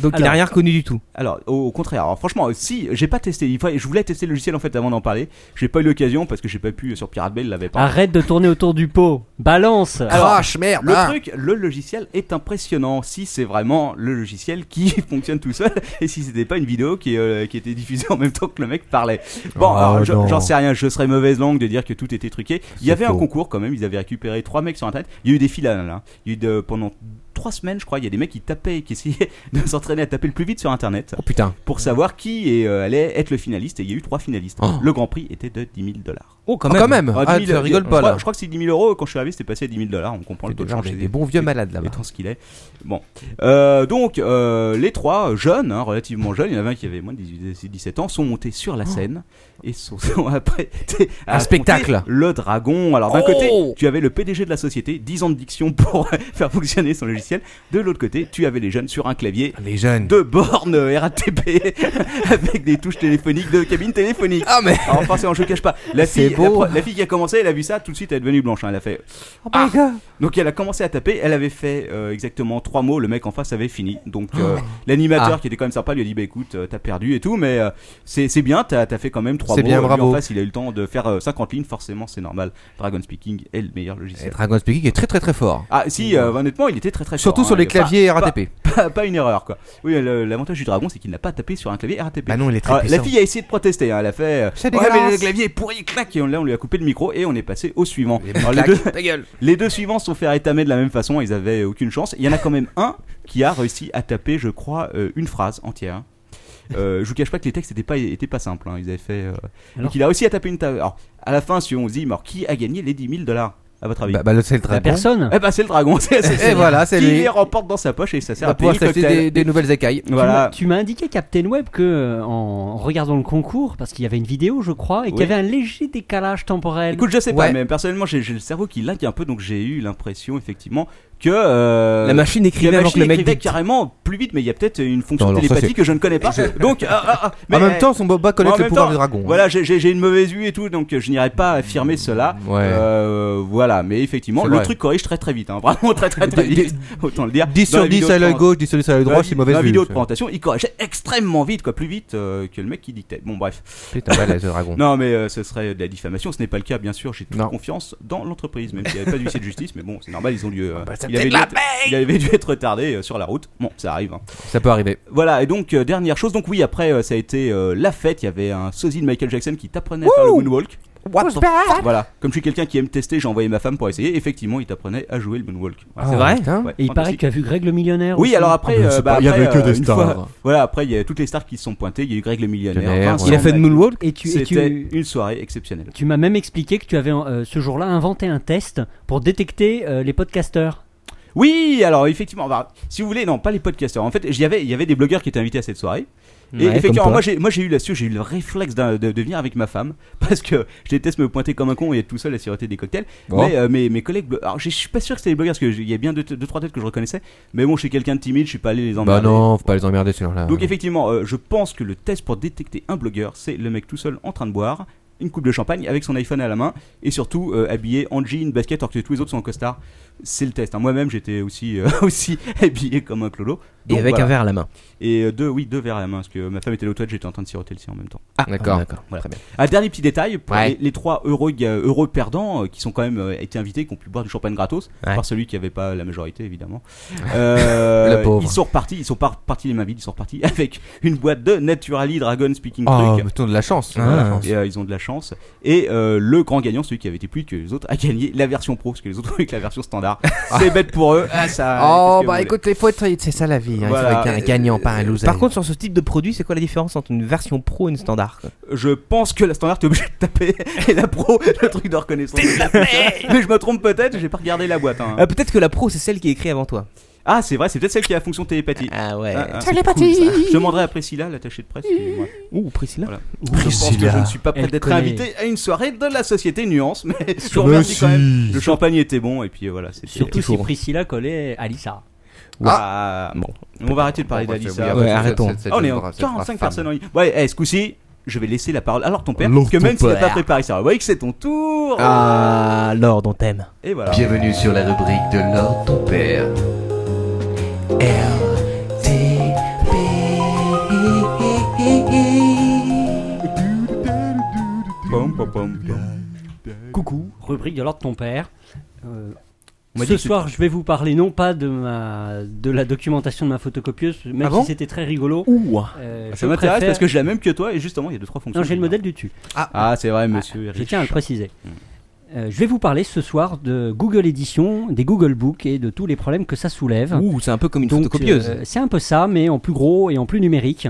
Speaker 5: Donc, il
Speaker 4: Alors.
Speaker 5: a rien reconnu du tout.
Speaker 1: Alors, au, au contraire, alors, franchement, si j'ai pas testé, il fallait- je voulais tester le logiciel en fait avant d'en parler, j'ai pas eu l'occasion parce que j'ai pas pu sur Pirate Bay, il l'avait pas.
Speaker 4: Arrête de tourner autour du pot. Balance.
Speaker 1: Alors,
Speaker 3: Crache, merde.
Speaker 1: Le
Speaker 3: ah.
Speaker 1: truc, le logiciel est impressionnant si c'est vraiment le logiciel qui fonctionne tout seul et si c'était pas une vidéo qui, euh, qui était diffusée en même temps que le mec parlait. Bon,
Speaker 3: Oh,
Speaker 1: alors, je-
Speaker 3: non.
Speaker 1: j'en sais rien, je serais mauvaise langue de dire que tout était truqué. Il y
Speaker 3: C'est
Speaker 1: avait un
Speaker 3: faux.
Speaker 1: concours quand même, ils avaient récupéré trois mecs sur internet. Il y a eu des filales là. Il y a eu de- pendant trois semaines, je crois, il y a des mecs qui tapaient, qui essayaient de s'entraîner à taper le plus vite sur internet
Speaker 3: Oh putain.
Speaker 1: pour savoir qui est, euh, allait être le finaliste et il y a eu trois finalistes.
Speaker 3: Oh.
Speaker 1: Le grand prix était de 10 000 dollars.
Speaker 3: Oh, quand
Speaker 5: même.
Speaker 3: Ah, tu rigoles
Speaker 1: je
Speaker 3: pas
Speaker 1: crois,
Speaker 3: là.
Speaker 1: je crois que c'est 10 000 euros. Quand je suis arrivé, c'était passé à 10 000 dollars. On comprend le taux de
Speaker 3: Genre,
Speaker 1: change.
Speaker 3: J'ai
Speaker 1: c'est-
Speaker 3: des bons vieux
Speaker 1: c'est-
Speaker 3: malades là-bas.
Speaker 1: étant ce qu'il est. Bon. Euh, donc, euh, les trois jeunes, hein, relativement jeunes, il y en avait un qui avait moins de 18, 17 ans, sont montés sur la scène et sont, sont après. à raconter
Speaker 3: spectacle.
Speaker 1: Le dragon. Alors, d'un côté, tu avais le PDG de la société, 10 ans de diction pour faire fonctionner son logiciel. De l'autre côté, tu avais les jeunes sur un clavier.
Speaker 3: Les jeunes.
Speaker 1: Deux bornes RATP avec des touches téléphoniques, de cabine téléphonique.
Speaker 3: Ah, mais.
Speaker 1: Alors forcément, je le cache pas. La
Speaker 3: C'est
Speaker 1: fille, la,
Speaker 3: beau.
Speaker 1: pre- la fille qui a commencé, elle a vu ça, tout de suite, elle est devenue blanche. hein, elle a fait.
Speaker 3: Ah.
Speaker 1: Donc elle a commencé à taper. Elle avait fait euh, exactement trois mots. Le mec en face avait fini. Donc euh,
Speaker 3: Oh.
Speaker 1: l'animateur
Speaker 3: Ah.
Speaker 1: qui était quand même sympa lui a dit bah écoute, euh, t'as perdu et tout, mais euh, c'est c'est bien. T'as as fait quand même trois mots.
Speaker 3: C'est bien,
Speaker 1: Lui,
Speaker 3: bravo.
Speaker 1: en face, il a eu le temps de faire euh, 50 lignes. Forcément, c'est normal. Dragon Speaking est le meilleur
Speaker 3: Et
Speaker 1: logiciel.
Speaker 3: Dragon Speaking est très très très fort.
Speaker 1: Ah si, euh, honnêtement, il était très très fort,
Speaker 3: Surtout
Speaker 1: hein.
Speaker 3: sur les
Speaker 1: Pas-
Speaker 3: claviers
Speaker 1: pas-
Speaker 3: RATP.
Speaker 1: pas, pas une erreur quoi. Oui, le- l'avantage du dragon c'est qu'il n'a pas tapé sur un clavier RATP.
Speaker 3: Bah non, il est très
Speaker 1: Alors, la
Speaker 3: puissant.
Speaker 1: fille a essayé de protester, hein, elle a fait euh,
Speaker 3: C'est
Speaker 1: Ouais,
Speaker 3: dégueulasse.
Speaker 1: mais le clavier est pourri, clac et on, là on lui a coupé le micro et on est passé au suivant. Alors, les,
Speaker 3: Clac,
Speaker 1: deux,
Speaker 3: ta gueule.
Speaker 1: les deux suivants se sont fait rétamer de la même façon, ils avaient aucune chance. Il y en a quand même un qui a réussi à taper, je crois, euh, une phrase entière. Euh, je vous cache pas que les textes n'étaient pas, étaient pas simples. hein, Ils avaient fait. euh,
Speaker 4: Alors
Speaker 1: Donc il a réussi à taper une table. Alors à la fin, si on se dit, mais alors, qui a gagné les 10 000 dollars à votre avis
Speaker 3: Bah, bah, le- c'est le
Speaker 4: La
Speaker 3: dragon.
Speaker 4: personne.
Speaker 1: Eh ben c'est le dragon. C'est, c'est-
Speaker 3: Et voilà, c'est
Speaker 1: qui
Speaker 3: lui.
Speaker 1: les remporte dans sa poche et ça
Speaker 3: On
Speaker 1: sert
Speaker 3: va
Speaker 1: à payer
Speaker 3: pouvoir
Speaker 1: le
Speaker 3: s'acheter
Speaker 1: cocktail.
Speaker 3: des, des nouvelles écailles.
Speaker 4: Tu m'as-
Speaker 1: Voilà.
Speaker 4: Tu m'as indiqué Captain Web que euh, en regardant le concours, parce qu'il y avait une vidéo, je crois, et qu'il y
Speaker 1: Oui.
Speaker 4: avait un léger décalage temporel.
Speaker 1: Écoute, je sais
Speaker 3: Ouais.
Speaker 1: pas, mais personnellement, j'ai j'ai le cerveau qui lag un peu, donc j'ai eu l'impression, effectivement, que. euh,
Speaker 5: La machine
Speaker 1: que la
Speaker 5: écrivait avant que
Speaker 1: machine
Speaker 5: le mec
Speaker 1: écrivait
Speaker 5: dicte.
Speaker 1: carrément plus vite, mais il y a peut-être une fonction
Speaker 3: Non, alors ça,
Speaker 1: télépathie
Speaker 3: c'est-
Speaker 1: que je ne connais pas. Donc, ah, ah, ah, mais,
Speaker 3: en même temps, son boba
Speaker 1: en
Speaker 3: connaît le
Speaker 1: même
Speaker 3: pouvoir
Speaker 1: temps,
Speaker 3: du dragon.
Speaker 1: Voilà, j'ai- j'ai j'ai une mauvaise vue et tout, donc euh, je n'irai pas affirmer cela.
Speaker 3: Ouais.
Speaker 1: Euh, voilà, mais effectivement,
Speaker 3: C'est
Speaker 1: le
Speaker 3: vrai.
Speaker 1: truc corrige très très vite, hein, vraiment très très très vite, autant le dire.
Speaker 3: 10
Speaker 1: Dans la
Speaker 3: sur 10
Speaker 1: vidéo
Speaker 3: à l'œil
Speaker 1: de-
Speaker 3: gauche, 10 sur 10 à l'œil
Speaker 1: dans
Speaker 3: droit,
Speaker 1: vi-
Speaker 3: c'est mauvaise
Speaker 1: dans la
Speaker 3: vue.
Speaker 1: vidéo de présentation, il corrigeait extrêmement vite, quoi, plus vite euh, que le mec qui dictait. Bon, bref.
Speaker 3: Putain, balèze le dragon.
Speaker 1: Non, mais euh, ce serait de la diffamation. Ce n'est pas le cas, bien sûr. J'ai toute
Speaker 3: Non.
Speaker 1: confiance dans l'entreprise, même s'il n'y avait pas d'huissier de justice. Mais bon, c'est normal, ils ont dû. euh,
Speaker 3: Bah, ça
Speaker 1: il,
Speaker 3: peut
Speaker 1: avait
Speaker 3: être
Speaker 1: dû
Speaker 3: la
Speaker 1: être, il avait dû être retardé euh, sur la route. Bon, ça arrive. hein.
Speaker 3: Ça peut arriver.
Speaker 1: Voilà, et donc, euh, dernière chose. Donc, oui, après, euh, ça a été euh, la fête. Il y avait un sosie de Michael Jackson qui t'apprenait à faire le moonwalk.
Speaker 3: Ah.
Speaker 1: Voilà, comme je suis quelqu'un qui aime tester, j'ai envoyé ma femme pour essayer. Effectivement, il t'apprenait à jouer le moonwalk. Voilà.
Speaker 3: Ah,
Speaker 5: C'est vrai
Speaker 3: putain.
Speaker 1: Ouais,
Speaker 4: Et il paraît
Speaker 1: fantastique.
Speaker 4: que tu as vu Greg le millionnaire.
Speaker 1: Oui,
Speaker 4: aussi.
Speaker 1: alors après,
Speaker 3: Ah, ben,
Speaker 1: euh,
Speaker 3: c'est
Speaker 1: bah,
Speaker 3: pas- il y
Speaker 1: après,
Speaker 3: avait que
Speaker 1: euh,
Speaker 3: des
Speaker 1: une
Speaker 3: stars.
Speaker 1: fois- voilà, après, il y a toutes les stars qui se sont pointées. Il y a eu Greg le millionnaire.
Speaker 3: Millionnaire,
Speaker 1: Vincent
Speaker 5: Il a fait de
Speaker 1: Lagaffe.
Speaker 5: moonwalk
Speaker 4: Et tu, et
Speaker 1: C'était
Speaker 4: tu,
Speaker 1: une soirée exceptionnelle.
Speaker 4: tu m'as même expliqué que tu avais euh, ce jour-là inventé un test pour détecter euh, les podcasteurs.
Speaker 1: Oui, alors effectivement, bah, si vous voulez, non, pas les podcasteurs. En fait, j'y avais- il y avait des blogueurs qui étaient invités à cette soirée. Et
Speaker 5: Ouais, comme
Speaker 1: effectivement,
Speaker 5: toi.
Speaker 1: moi j'ai, moi j'ai eu là-dessus, j'ai eu le réflexe d'un- de, de venir avec ma femme parce que je déteste me pointer comme un con et être tout seul à siroter des cocktails.
Speaker 3: Bon.
Speaker 1: Mais euh, mes, mes collègues, blo- alors je suis pas sûr que c'était des blogueurs parce qu'il y a bien deux, deux, trois têtes que je reconnaissais. Mais bon, je suis quelqu'un de timide, je suis pas allé les
Speaker 3: Bah
Speaker 1: emmerder.
Speaker 3: non, faut pas les emmerder ces gens-là.
Speaker 1: Donc effectivement, euh, je pense que le test pour détecter un blogueur, c'est le mec tout seul en train de boire une coupe de champagne avec son iPhone à la main et surtout euh, habillé en jean, basket, alors que tous les autres sont en costard. C'est le test. hein. Moi-même, j'étais aussi euh, aussi habillé comme un clodo.
Speaker 5: et
Speaker 1: Donc,
Speaker 5: avec
Speaker 1: voilà.
Speaker 5: un verre à la main.
Speaker 1: Et euh, deux, oui, deux verres à la main, parce que ma femme était à l'autre, j'étais en train de siroter le sien en même temps.
Speaker 5: Ah,
Speaker 3: D'accord.
Speaker 1: Un Ah, dernier petit détail, pour
Speaker 3: Ouais.
Speaker 1: les, les trois heureux, ga- heureux perdants euh, qui sont quand même euh, été invités, qui ont pu boire du champagne gratos,
Speaker 5: Ouais.
Speaker 1: par celui qui n'avait pas la majorité évidemment. Euh,
Speaker 3: Le pauvre.
Speaker 1: Ils sont repartis, ils sont par- partis les mains vides, ils sont repartis avec une boîte de Naturally Dragon Speaking
Speaker 3: Oh,
Speaker 1: Truc.
Speaker 3: mais t'as de la chance.
Speaker 5: Ah.
Speaker 3: t'as de la chance.
Speaker 1: Et, euh, ils ont de la chance. Et euh, le grand gagnant, celui qui avait été plus que les autres, a gagné la version pro, parce que les autres ont eu que la version standard. C'est bête pour eux. Ah, ça, qu'est-ce
Speaker 3: Oh,
Speaker 1: que vous
Speaker 3: bah
Speaker 1: voulez.
Speaker 3: écoute, il faut être. C'est ça la vie. hein, Il faut
Speaker 1: Voilà.
Speaker 3: être un gagnant, pas un loser.
Speaker 5: Euh, Par contre, sur ce type de produit, c'est quoi la différence entre une version pro et une standard quoi
Speaker 1: Je pense que la standard t'es obligé de taper et la pro, le truc de reconnaissance. Mais je me trompe peut-être, j'ai pas regardé la boîte. hein.
Speaker 3: Ah,
Speaker 5: Euh, Peut-être que la pro, c'est celle qui est écrite avant toi.
Speaker 1: Ah, c'est vrai, c'est peut-être celle qui a la fonction télépathie.
Speaker 5: Ah ouais.
Speaker 1: Ah, ah, c'est cool, ça. je demanderai à Priscilla, l'attachée de presse. mais moi,
Speaker 5: Ouh, Priscilla.
Speaker 1: voilà. Je pense que je ne suis pas prêt
Speaker 4: Elle
Speaker 1: d'être
Speaker 4: connaît.
Speaker 1: invité à une soirée de la société Nuance, mais je vous remercie quand même. Le champagne était bon, et puis euh, voilà, c'était.
Speaker 4: Surtout si
Speaker 3: toujours.
Speaker 4: Priscilla collait Alissa.
Speaker 1: Ah,
Speaker 3: Bon.
Speaker 1: on va arrêter de parler
Speaker 3: Bon, bah,
Speaker 1: d'Alissa.
Speaker 3: c'est-
Speaker 5: Ouais,
Speaker 3: c'est-
Speaker 5: arrêtons.
Speaker 3: c'est- c'est-
Speaker 1: Ah, on est en
Speaker 3: c'est- c'est-
Speaker 1: 45
Speaker 3: femme.
Speaker 1: personnes en ligne. Ouais, eh, ce coup-ci, je vais laisser la parole. Alors ton père,
Speaker 5: Alors,
Speaker 1: parce que
Speaker 5: ton
Speaker 1: même si t'as
Speaker 5: père.
Speaker 1: pas préparé ça, vous voyez que c'est ton tour.
Speaker 5: Ah, Lord, on t'aime.
Speaker 1: Et voilà.
Speaker 2: Bienvenue sur la rubrique de Lord ton père.
Speaker 1: Pom, pom, pom, pom.
Speaker 4: Coucou, rubrique de l'ordre de ton père. Euh,
Speaker 1: On m'a dit
Speaker 4: ce
Speaker 1: que c'est-
Speaker 4: soir, je vais vous parler non pas de, ma, de la documentation de ma photocopieuse, même
Speaker 3: Ah bon
Speaker 4: si c'était très rigolo.
Speaker 5: Ouh.
Speaker 4: euh, je
Speaker 1: Ah, Ça m'intéresse
Speaker 4: préfère-
Speaker 1: parce que j'ai la même que toi et justement il y a deux trois fonctions.
Speaker 4: Non, j'ai le modèle du dessus.
Speaker 1: Ah c'est vrai monsieur.
Speaker 4: Je tiens à le préciser. Euh, je vais vous parler ce soir de Google Edition, des Google Books et de tous les problèmes que ça soulève.
Speaker 5: Ouh, c'est un peu comme une
Speaker 4: Donc,
Speaker 5: photocopieuse.
Speaker 4: euh, c'est un peu ça, mais en plus gros et en plus numérique.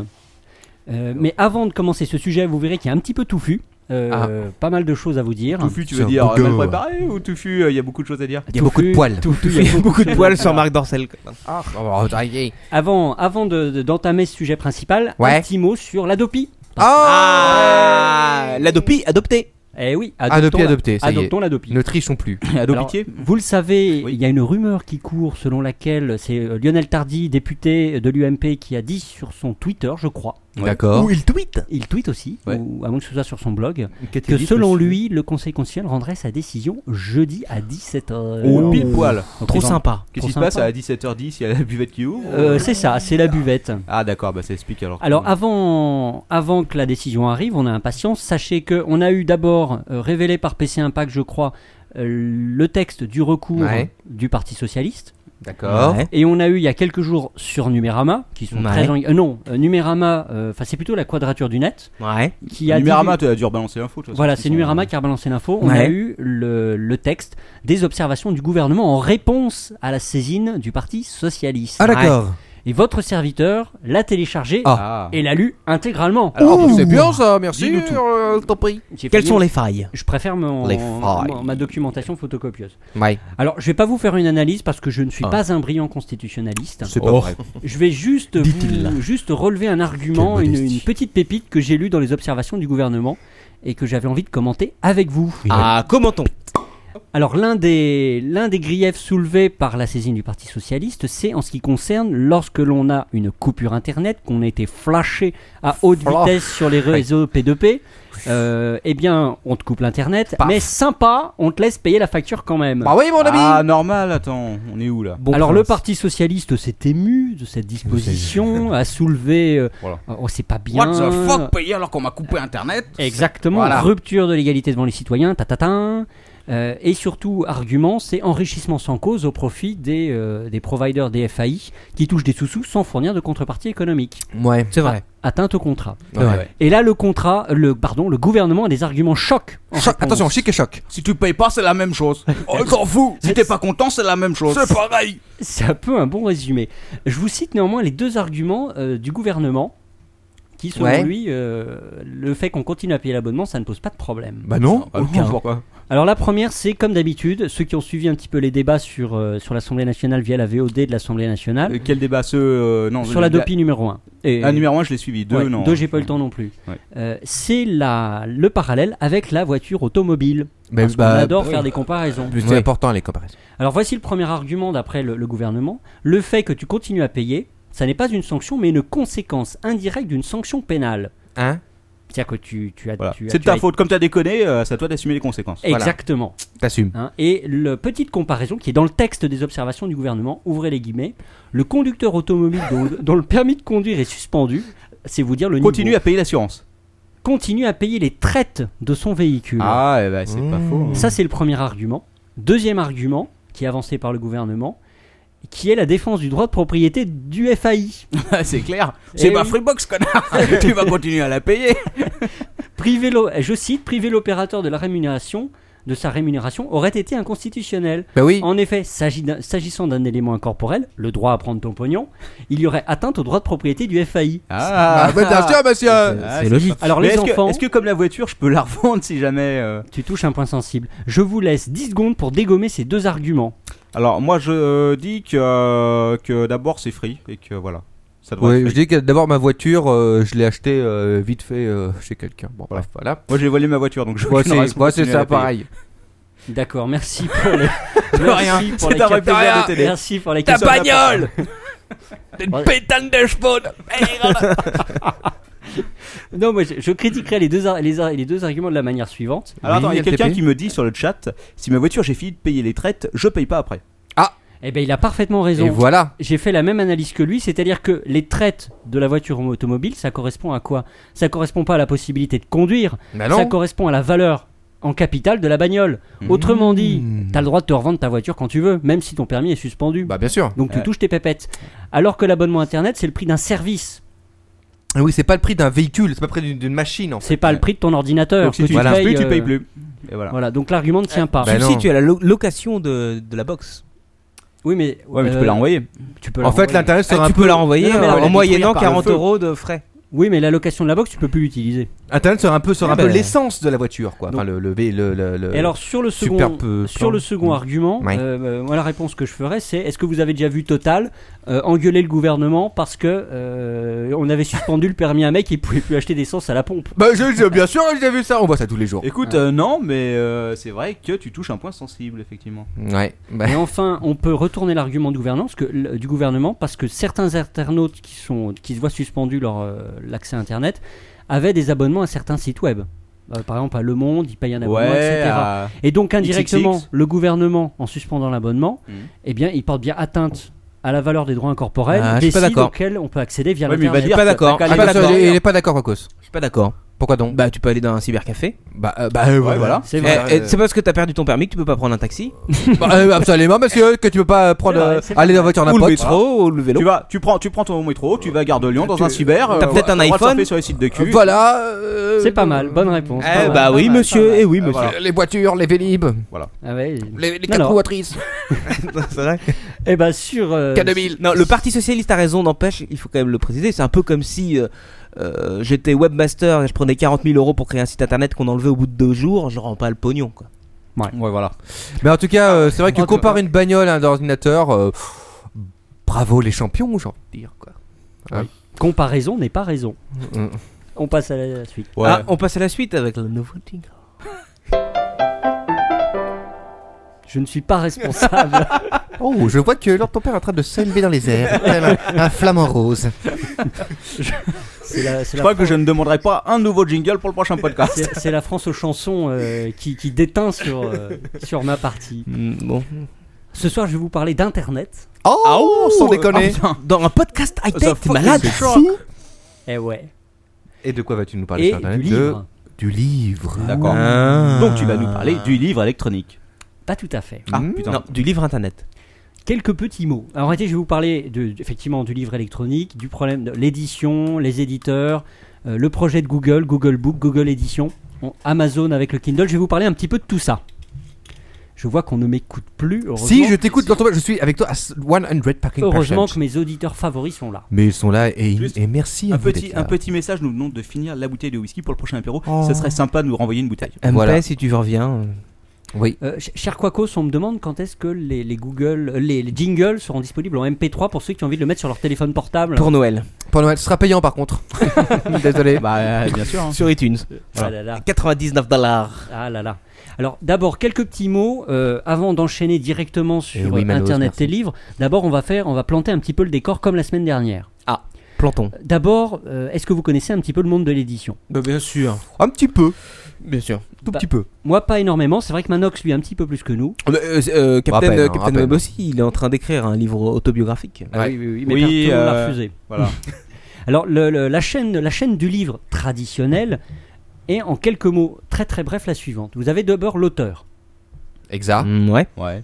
Speaker 4: Euh, mais avant de commencer ce sujet, vous verrez qu'il y a un petit peu touffu. Euh, Pas mal de choses à vous dire.
Speaker 1: Touffu tu
Speaker 3: C'est
Speaker 1: veux
Speaker 3: un
Speaker 1: dire euh,
Speaker 3: Google,
Speaker 1: mal
Speaker 3: ouais.
Speaker 1: préparé ou Touffu euh, il y a beaucoup de choses à dire.
Speaker 3: Il y a beaucoup de
Speaker 4: Touffu,
Speaker 3: poils.
Speaker 4: touffu,
Speaker 5: Il y a beaucoup de poils sur
Speaker 4: Voilà.
Speaker 5: Marc Dorcel.
Speaker 4: Avant, avant de- de- d'entamer ce sujet principal, un
Speaker 3: Ouais.
Speaker 4: petit mot sur l'Adopi.
Speaker 5: Ah L'Adopi, adopté.
Speaker 4: Eh oui,
Speaker 3: Adopi,
Speaker 4: la-
Speaker 3: adopté, ça y est.
Speaker 4: adoptons l'Adopi.
Speaker 3: Ne trichons plus.
Speaker 4: Alors,
Speaker 1: Adopitié.
Speaker 4: vous le savez,
Speaker 1: Oui.
Speaker 4: il y a une rumeur qui court selon laquelle c'est euh, Lionel Tardy, député de l'UMP, qui a dit sur son Twitter, je crois,
Speaker 3: D'accord.
Speaker 5: il tweet.
Speaker 4: il tweet aussi,
Speaker 1: Ouais.
Speaker 4: ou à moins que ce soit sur son blog, que selon lui, le Conseil constitutionnel rendrait sa décision jeudi à 17h.
Speaker 1: Ou Oh, pile poil.
Speaker 5: Trop sympa.
Speaker 1: Qu'est-ce qui se
Speaker 4: sympa.
Speaker 1: passe à 17h10 il y a la buvette qui ouvre
Speaker 4: Euh, c'est ça, c'est la buvette.
Speaker 1: Ah d'accord bah ça explique alors.
Speaker 4: Alors ah, avant, avant que la décision arrive, on a impatience. Sachez que on a eu d'abord euh, révélé par PC Impact, je crois, euh, le texte du recours
Speaker 3: Ouais.
Speaker 4: du Parti socialiste.
Speaker 3: D'accord.
Speaker 5: Ouais.
Speaker 4: Et on a eu il y a quelques jours sur Numérama, qui sont
Speaker 5: Ouais.
Speaker 4: très en... euh, non euh, Numérama, euh, enfin c'est plutôt la quadrature du net
Speaker 5: Ouais.
Speaker 4: qui a
Speaker 1: Numérama
Speaker 4: divulgué-
Speaker 1: tu as dû rebalancer l'info. de toute façon.
Speaker 4: Voilà,
Speaker 1: Ils
Speaker 4: c'est
Speaker 1: sont-
Speaker 4: Numérama qui a balancé l'info. On
Speaker 5: Ouais.
Speaker 4: a eu le, le texte des observations du gouvernement en réponse à la saisine du Parti socialiste.
Speaker 3: Ah d'accord.
Speaker 4: Et votre serviteur l'a téléchargé
Speaker 1: Ah.
Speaker 4: et l'a lu intégralement.
Speaker 3: Alors c'est bien ça, merci.
Speaker 1: Dis-nous tout.
Speaker 3: euh, Tant pis.
Speaker 4: J'ai
Speaker 5: Quelles
Speaker 4: failli-
Speaker 5: sont les failles
Speaker 4: Je préfère mon,
Speaker 3: Les
Speaker 4: mon-
Speaker 3: failles.
Speaker 4: ma documentation photocopieuse.
Speaker 3: Ouais.
Speaker 4: Alors, je vais pas vous faire une analyse parce que je ne suis
Speaker 3: Ah.
Speaker 4: pas un brillant constitutionnaliste.
Speaker 3: C'est pas vrai.
Speaker 4: Je vais juste, vous-
Speaker 5: Dit-il.
Speaker 4: juste relever un argument,
Speaker 3: Quelle
Speaker 4: une,
Speaker 3: modestie.
Speaker 4: une petite pépite que j'ai lue dans les observations du gouvernement et que j'avais envie de commenter avec vous.
Speaker 5: Ah, commentons.
Speaker 4: Alors l'un des, l'un des griefs soulevés par la saisine du Parti Socialiste, c'est en ce qui concerne lorsque l'on a une coupure Internet, qu'on a été flashé à haute
Speaker 3: Flash.
Speaker 4: vitesse sur les réseaux P2P, euh, eh bien on te coupe l'Internet,
Speaker 3: Paf.
Speaker 4: mais sympa, on te laisse payer la facture quand même.
Speaker 3: Bah oui mon ami.
Speaker 1: Ah normal attends on est où là
Speaker 5: Bon
Speaker 4: Alors le
Speaker 5: prince.
Speaker 4: Parti socialiste s'est ému de cette disposition, a soulevé, euh,
Speaker 1: Voilà.
Speaker 4: oh c'est pas bien. Eh,
Speaker 2: payer alors qu'on m'a coupé internet
Speaker 4: Exactement,
Speaker 2: Voilà.
Speaker 4: rupture de l'égalité devant les citoyens, tatatin. Euh, et surtout, argument, c'est enrichissement sans cause au profit des, euh, des providers des FAI qui touchent des sous-sous sans fournir de contrepartie économique.
Speaker 3: Ouais.
Speaker 5: C'est vrai.
Speaker 4: Atteinte au contrat.
Speaker 3: Ouais, ouais.
Speaker 4: Et là, le contrat, le, pardon, le gouvernement a des arguments chocs. en
Speaker 3: Choc.
Speaker 4: réponse.
Speaker 3: Attention, chic et choc.
Speaker 2: Si tu payes pas, c'est la même chose.
Speaker 1: Oh,
Speaker 2: On s'en fout. Si t'es pas content, c'est la même chose. C'est pareil.
Speaker 4: C'est un peu un bon résumé. Je vous cite néanmoins les deux arguments euh, du gouvernement qui, selon
Speaker 3: Ouais.
Speaker 4: lui, euh, le fait qu'on continue à payer l'abonnement, ça ne pose pas de problème.
Speaker 3: Bah non.
Speaker 1: Ah,
Speaker 3: Aucun.
Speaker 1: pourquoi
Speaker 4: Alors la première, c'est comme d'habitude, ceux qui ont suivi un petit peu les débats sur, euh, sur l'Assemblée nationale via la VOD de l'Assemblée nationale,
Speaker 1: Euh, Quel débat ce euh, non
Speaker 4: sur la DOPI numéro 1. Et,
Speaker 1: Ah numéro 1 je l'ai suivi deux
Speaker 4: ouais,
Speaker 1: non.
Speaker 4: Deux, j'ai pas eu le temps non plus.
Speaker 1: Ouais.
Speaker 4: Euh, c'est la, le parallèle avec la voiture automobile.
Speaker 1: Eh
Speaker 3: Mais
Speaker 4: parce
Speaker 1: bah,
Speaker 4: qu'on adore faire des comparaisons.
Speaker 3: Bah, C'est
Speaker 5: Ouais.
Speaker 3: important les comparaisons.
Speaker 4: Alors voici le premier argument d'après le, le gouvernement. Le fait que tu continues à payer, ça n'est pas une sanction, mais une conséquence indirecte d'une sanction pénale.
Speaker 3: Hein
Speaker 4: C'est-à-dire que tu, tu as...
Speaker 1: Voilà.
Speaker 4: tu as-
Speaker 1: C'est de
Speaker 4: tu
Speaker 1: ta
Speaker 4: as-
Speaker 1: faute comme t'as déconné euh, c'est à toi d'assumer les conséquences.
Speaker 3: Voilà.
Speaker 4: Exactement.
Speaker 3: T'assumes.
Speaker 4: Hein, et la petite comparaison qui est dans le texte des observations du gouvernement, ouvrez les guillemets, le conducteur automobile dont, dont le permis de conduire est suspendu, c'est vous dire le niveau,
Speaker 1: Continue à payer l'assurance.
Speaker 4: continue à payer les traites de son véhicule.
Speaker 1: Ah eh ben, c'est pas
Speaker 3: Mmh.
Speaker 1: faux. hein.
Speaker 4: Ça c'est le premier argument. Deuxième argument qui est avancé par le gouvernement, qui est la défense du droit de propriété du FAI.
Speaker 1: c'est clair.
Speaker 4: Eh
Speaker 2: C'est ma
Speaker 4: oui.
Speaker 2: Freebox, connard. tu vas continuer à la payer.
Speaker 4: Priver l'o- je cite, priver l'opérateur de la rémunération de sa rémunération aurait été inconstitutionnel.
Speaker 3: Bah oui.
Speaker 4: En effet, s'agit d'un- s'agissant d'un élément incorporel, le droit à prendre ton pognon, il y aurait atteinte au droit de propriété du FAI.
Speaker 1: Ah,
Speaker 4: Bah,
Speaker 3: monsieur.
Speaker 1: Ah,
Speaker 5: C'est logique.
Speaker 4: Alors
Speaker 1: Mais
Speaker 4: les
Speaker 1: est-ce que-
Speaker 4: enfants,
Speaker 1: Est-ce que comme la voiture, je peux la revendre si jamais euh,
Speaker 4: tu touches un point sensible. Je vous laisse 10 secondes pour dégommer ces deux arguments.
Speaker 1: Alors moi je euh, dis que, euh, que d'abord c'est free et que voilà. Ça devrait
Speaker 3: Ouais,
Speaker 1: être
Speaker 3: je
Speaker 1: free.
Speaker 3: dis que d'abord ma voiture, euh, je l'ai achetée euh, vite fait euh, chez quelqu'un. Bon,
Speaker 1: Voilà.
Speaker 3: bref, voilà.
Speaker 1: Moi j'ai volé ma voiture donc je
Speaker 3: Moi,
Speaker 1: aucune raison
Speaker 3: c'est
Speaker 1: de
Speaker 3: moi, c'est
Speaker 1: continuer à
Speaker 3: ça,
Speaker 1: la payer.
Speaker 3: pareil.
Speaker 4: D'accord, merci pour les. merci pour
Speaker 1: c'est
Speaker 4: les
Speaker 1: un vrai
Speaker 4: capteurs.
Speaker 1: plaisir de t'aider.
Speaker 4: Merci pour les
Speaker 1: Ta
Speaker 4: capteurs.
Speaker 1: bagnole
Speaker 5: Ah.
Speaker 2: Une pétane de chevaux
Speaker 5: Bah
Speaker 4: Non, moi je, je critiquerai les deux, ar- les, ar- les deux arguments de la manière suivante.
Speaker 1: Alors attends, il y a
Speaker 3: Oui,
Speaker 1: quelqu'un
Speaker 3: LTP.
Speaker 1: qui me dit sur le chat si ma voiture j'ai fini de payer les traites, je paye pas après.
Speaker 4: Eh ben, il a parfaitement raison.
Speaker 3: Et voilà.
Speaker 4: J'ai fait la même analyse que lui, c'est-à-dire que les traites de la voiture automobile, ça correspond à quoi Ça correspond pas à la possibilité de conduire,
Speaker 1: Ah
Speaker 3: Bah
Speaker 4: ça
Speaker 3: non.
Speaker 4: correspond à la valeur en capital de la bagnole.
Speaker 1: Mmh.
Speaker 4: Autrement dit,
Speaker 3: Hmm.
Speaker 4: t'as le droit de te revendre ta voiture quand tu veux, même si ton permis est suspendu.
Speaker 3: Bah bien sûr.
Speaker 4: Donc tu
Speaker 1: Ouais.
Speaker 4: touches tes pépettes. Alors que l'abonnement internet, c'est le prix d'un service.
Speaker 3: Et Ah oui, c'est pas le prix d'un véhicule, c'est pas le prix d'une- d'une machine en fait.
Speaker 4: C'est pas le prix de ton ordinateur.
Speaker 1: donc si
Speaker 4: que
Speaker 1: tu ne plus, tu
Speaker 4: euh,
Speaker 1: payes plus. Et voilà.
Speaker 4: Voilà, donc l'argument ne tient pas.
Speaker 3: Bah non.
Speaker 5: Substitue à la lo- location de, de la box.
Speaker 4: Oui, mais,
Speaker 1: Ouais, mais tu
Speaker 4: euh,
Speaker 1: peux la renvoyer.
Speaker 4: tu peux la
Speaker 3: En fait,
Speaker 4: renvoyer.
Speaker 3: l'intérêt
Speaker 5: Ah,
Speaker 3: sera un
Speaker 5: tu
Speaker 3: peu
Speaker 5: peux la renvoyer
Speaker 4: Non, non, mais
Speaker 5: euh,
Speaker 4: la- la
Speaker 5: en moyennant
Speaker 1: détruire par le
Speaker 5: 40
Speaker 1: feu.
Speaker 5: euros de frais.
Speaker 4: Oui, mais la location de la box, tu peux plus l'utiliser.
Speaker 3: Internet sera un peu sera
Speaker 5: Ah
Speaker 3: un peu
Speaker 5: bah.
Speaker 3: l'essence de la voiture quoi. Enfin le le vé- le, le, le-
Speaker 4: Et alors sur le second,
Speaker 3: Euh, superbe, euh,
Speaker 4: sur le
Speaker 3: plan.
Speaker 4: second
Speaker 3: Mm.
Speaker 4: argument,
Speaker 3: Ouais.
Speaker 4: euh, euh, moi la réponse que je ferais c'est est-ce que vous avez déjà vu Total euh, engueuler le gouvernement parce que euh, on avait suspendu le permis à un mec qui pouvait plus acheter d'essence à la pompe
Speaker 3: Bah je- je- bien sûr, j'ai vu ça, on voit ça tous les jours.
Speaker 1: Écoute, euh, non, mais euh, c'est vrai que tu touches un point sensible, effectivement.
Speaker 3: Ouais. Bah,
Speaker 4: Et enfin, on peut retourner l'argument du gouvernement parce que l- du gouvernement parce que certains internautes qui sont qui se voient suspendus leur euh, l'accès à internet avaient des abonnements à certains sites web. Euh, par exemple à Le Monde, ils payent un abonnement, etc.
Speaker 1: ah,
Speaker 4: Et donc indirectement,
Speaker 1: XXX.
Speaker 4: le gouvernement, en suspendant l'abonnement,
Speaker 1: Mhm.
Speaker 4: eh bien, il porte bien atteinte à la valeur des droits incorporels,
Speaker 5: Ah, je suis
Speaker 4: des
Speaker 5: pas
Speaker 4: sites
Speaker 5: d'accord.
Speaker 4: auxquels on peut accéder via
Speaker 1: Ouais, mais il va
Speaker 4: l'internet.
Speaker 1: dire
Speaker 5: pas
Speaker 1: que
Speaker 5: d'accord.
Speaker 1: t'as qu'à
Speaker 3: Ah,
Speaker 5: pas
Speaker 1: aller
Speaker 3: parce
Speaker 5: d'accord.
Speaker 3: que
Speaker 1: voir.
Speaker 3: il est pas d'accord Rocos.
Speaker 5: Je suis pas d'accord.
Speaker 3: Pourquoi donc
Speaker 5: Bah, tu peux aller dans un cybercafé.
Speaker 3: Bah euh, bah euh,
Speaker 1: Ouais, voilà.
Speaker 4: C'est
Speaker 5: Eh,
Speaker 4: vrai.
Speaker 5: eh, C'est parce que t'as perdu ton permis que tu peux pas prendre un taxi.
Speaker 3: Bah, euh, absolument parce que, que tu peux pas prendre
Speaker 4: C'est vrai,
Speaker 3: euh,
Speaker 4: c'est
Speaker 3: aller dans la voiture d'un
Speaker 5: ou le
Speaker 3: pote.
Speaker 5: métro, ou le vélo.
Speaker 1: Tu vas, tu prends, tu prends ton métro, tu vas à Gare de Lyon dans un cyber.
Speaker 5: t'as
Speaker 1: euh,
Speaker 5: peut-être
Speaker 1: t'as
Speaker 5: un
Speaker 1: le droit de
Speaker 5: iPhone.
Speaker 1: surfer sur les sites de cul.
Speaker 3: Voilà. euh,
Speaker 4: C'est pas mal, bonne réponse.
Speaker 5: Eh
Speaker 4: pas mal.
Speaker 5: bah oui,
Speaker 4: Pas mal, pas
Speaker 5: monsieur.
Speaker 4: mal.
Speaker 5: Eh oui, monsieur.
Speaker 1: voilà.
Speaker 3: Les voitures, les vélib,
Speaker 4: Ah ouais.
Speaker 3: les, les
Speaker 4: Non,
Speaker 3: quatre
Speaker 4: non.
Speaker 3: roues motrices,
Speaker 5: C'est vrai.
Speaker 4: Eh bah sur. euh,
Speaker 3: K2000.
Speaker 5: Non, le Parti Socialiste a raison, n'empêche, il faut quand même le préciser. C'est un peu comme si euh, euh, j'étais webmaster et je prenais 40 000 euros pour créer un site internet qu'on enlevait au bout de deux jours. Je rends pas le pognon, quoi.
Speaker 1: Ouais, voilà.
Speaker 3: Mais en tout cas, euh, c'est vrai
Speaker 5: Ah,
Speaker 3: que
Speaker 4: En tout
Speaker 3: comparer une bagnole à un ordinateur, euh, pff, bravo les champions, j'ai envie de dire quoi.
Speaker 4: Comparaison n'est pas raison.
Speaker 3: Mm.
Speaker 4: On passe à la suite.
Speaker 1: Ouais.
Speaker 5: Ah, on passe à la suite avec le nouveau Tinker.
Speaker 4: Je ne suis pas responsable.
Speaker 3: Oh, je vois que Lord ton père est en train de s'élever dans les airs, tel un, un flamant rose.
Speaker 4: c'est la, c'est
Speaker 1: Je
Speaker 4: la
Speaker 1: crois que
Speaker 4: France-
Speaker 1: je ne demanderai pas un nouveau jingle pour le prochain podcast.
Speaker 4: c'est- c'est la France aux chansons euh, qui, qui déteint sur, euh, sur ma partie.
Speaker 5: bon.
Speaker 4: Ce soir, je vais vous parler d'Internet.
Speaker 3: Oh, sans
Speaker 1: Ah,
Speaker 3: déconner.
Speaker 1: putain.
Speaker 5: Dans un podcast
Speaker 1: The
Speaker 5: high-tech, t'es
Speaker 1: fuck
Speaker 5: malade.
Speaker 1: is it?
Speaker 5: fou
Speaker 4: Eh ouais.
Speaker 3: Et de quoi vas-tu nous parler
Speaker 4: Et
Speaker 3: sur Internet
Speaker 4: du livre.
Speaker 3: du livre.
Speaker 1: D'accord.
Speaker 5: Ah.
Speaker 1: Donc tu vas nous parler du livre électronique.
Speaker 4: Pas tout à fait.
Speaker 1: Ah
Speaker 3: Mmh.
Speaker 1: putain.
Speaker 5: Non, du livre internet.
Speaker 4: Quelques petits mots. Alors, En réalité, je vais vous parler de, de- effectivement du livre électronique, du problème de l'édition, les éditeurs, euh, le projet de Google, Google Book, Google Édition, on- Amazon avec le Kindle. Je vais vous parler un petit peu de tout ça. Je vois qu'on ne m'écoute plus. Heureusement,
Speaker 3: Si je t'écoute, Lord ton père, je suis avec toi à 100 packing
Speaker 4: heureusement que mes auditeurs favoris sont là.
Speaker 3: Mais ils sont là et,
Speaker 1: Juste
Speaker 3: et merci. à
Speaker 1: Un
Speaker 3: vous
Speaker 1: petit,
Speaker 3: d'être
Speaker 1: un
Speaker 3: là.
Speaker 1: petit message, nous venons de finir la bouteille de whisky pour le prochain apéro.
Speaker 5: Oh.
Speaker 1: Ça serait sympa de nous renvoyer une bouteille.
Speaker 5: MP,
Speaker 3: Voilà.
Speaker 5: si tu reviens.
Speaker 3: Oui.
Speaker 4: Euh, ch- cher Quacos, on me demande quand est-ce que les, les Google, euh, les, les jingles seront disponibles en MP3 pour ceux qui ont envie de le mettre sur leur téléphone portable.
Speaker 5: Pour Noël.
Speaker 3: Pour Noël, ce sera payant par contre. Désolé.
Speaker 1: Bah bien sûr.
Speaker 5: Sur iTunes.
Speaker 4: Ah là là.
Speaker 5: 99 dollars.
Speaker 4: Ah là là. Alors d'abord quelques petits mots euh, avant d'enchaîner
Speaker 1: Eh
Speaker 4: directement sur
Speaker 3: oui,
Speaker 4: euh,
Speaker 3: Manos,
Speaker 4: Internet
Speaker 3: merci.
Speaker 4: et livres. D'abord on va faire, on va planter un petit peu le décor comme la semaine dernière.
Speaker 5: Planton.
Speaker 4: D'abord, euh, est-ce que vous connaissez un petit peu le monde de l'édition
Speaker 5: bien sûr.
Speaker 3: Un petit peu,
Speaker 5: Bien sûr.
Speaker 3: tout
Speaker 4: Bah,
Speaker 3: petit peu.
Speaker 4: Moi pas énormément. C'est vrai que Manox lui un petit peu plus que nous.
Speaker 5: Captain,
Speaker 3: À peine,
Speaker 5: euh,
Speaker 3: hein,
Speaker 5: Captain
Speaker 3: à peine.
Speaker 5: Web aussi, il est en train d'écrire un livre autobiographique.
Speaker 3: Ouais.
Speaker 4: oui, oui,
Speaker 1: mais
Speaker 4: oui,
Speaker 1: Oui,
Speaker 4: tout le monde l'a
Speaker 1: euh,
Speaker 4: refusé.
Speaker 1: Voilà.
Speaker 4: Alors le- le- la chaîne, la chaîne du livre traditionnel est en quelques mots très très bref la suivante. Vous avez d'abord l'auteur,
Speaker 3: Exact.
Speaker 5: Mm, ouais.
Speaker 1: Ouais.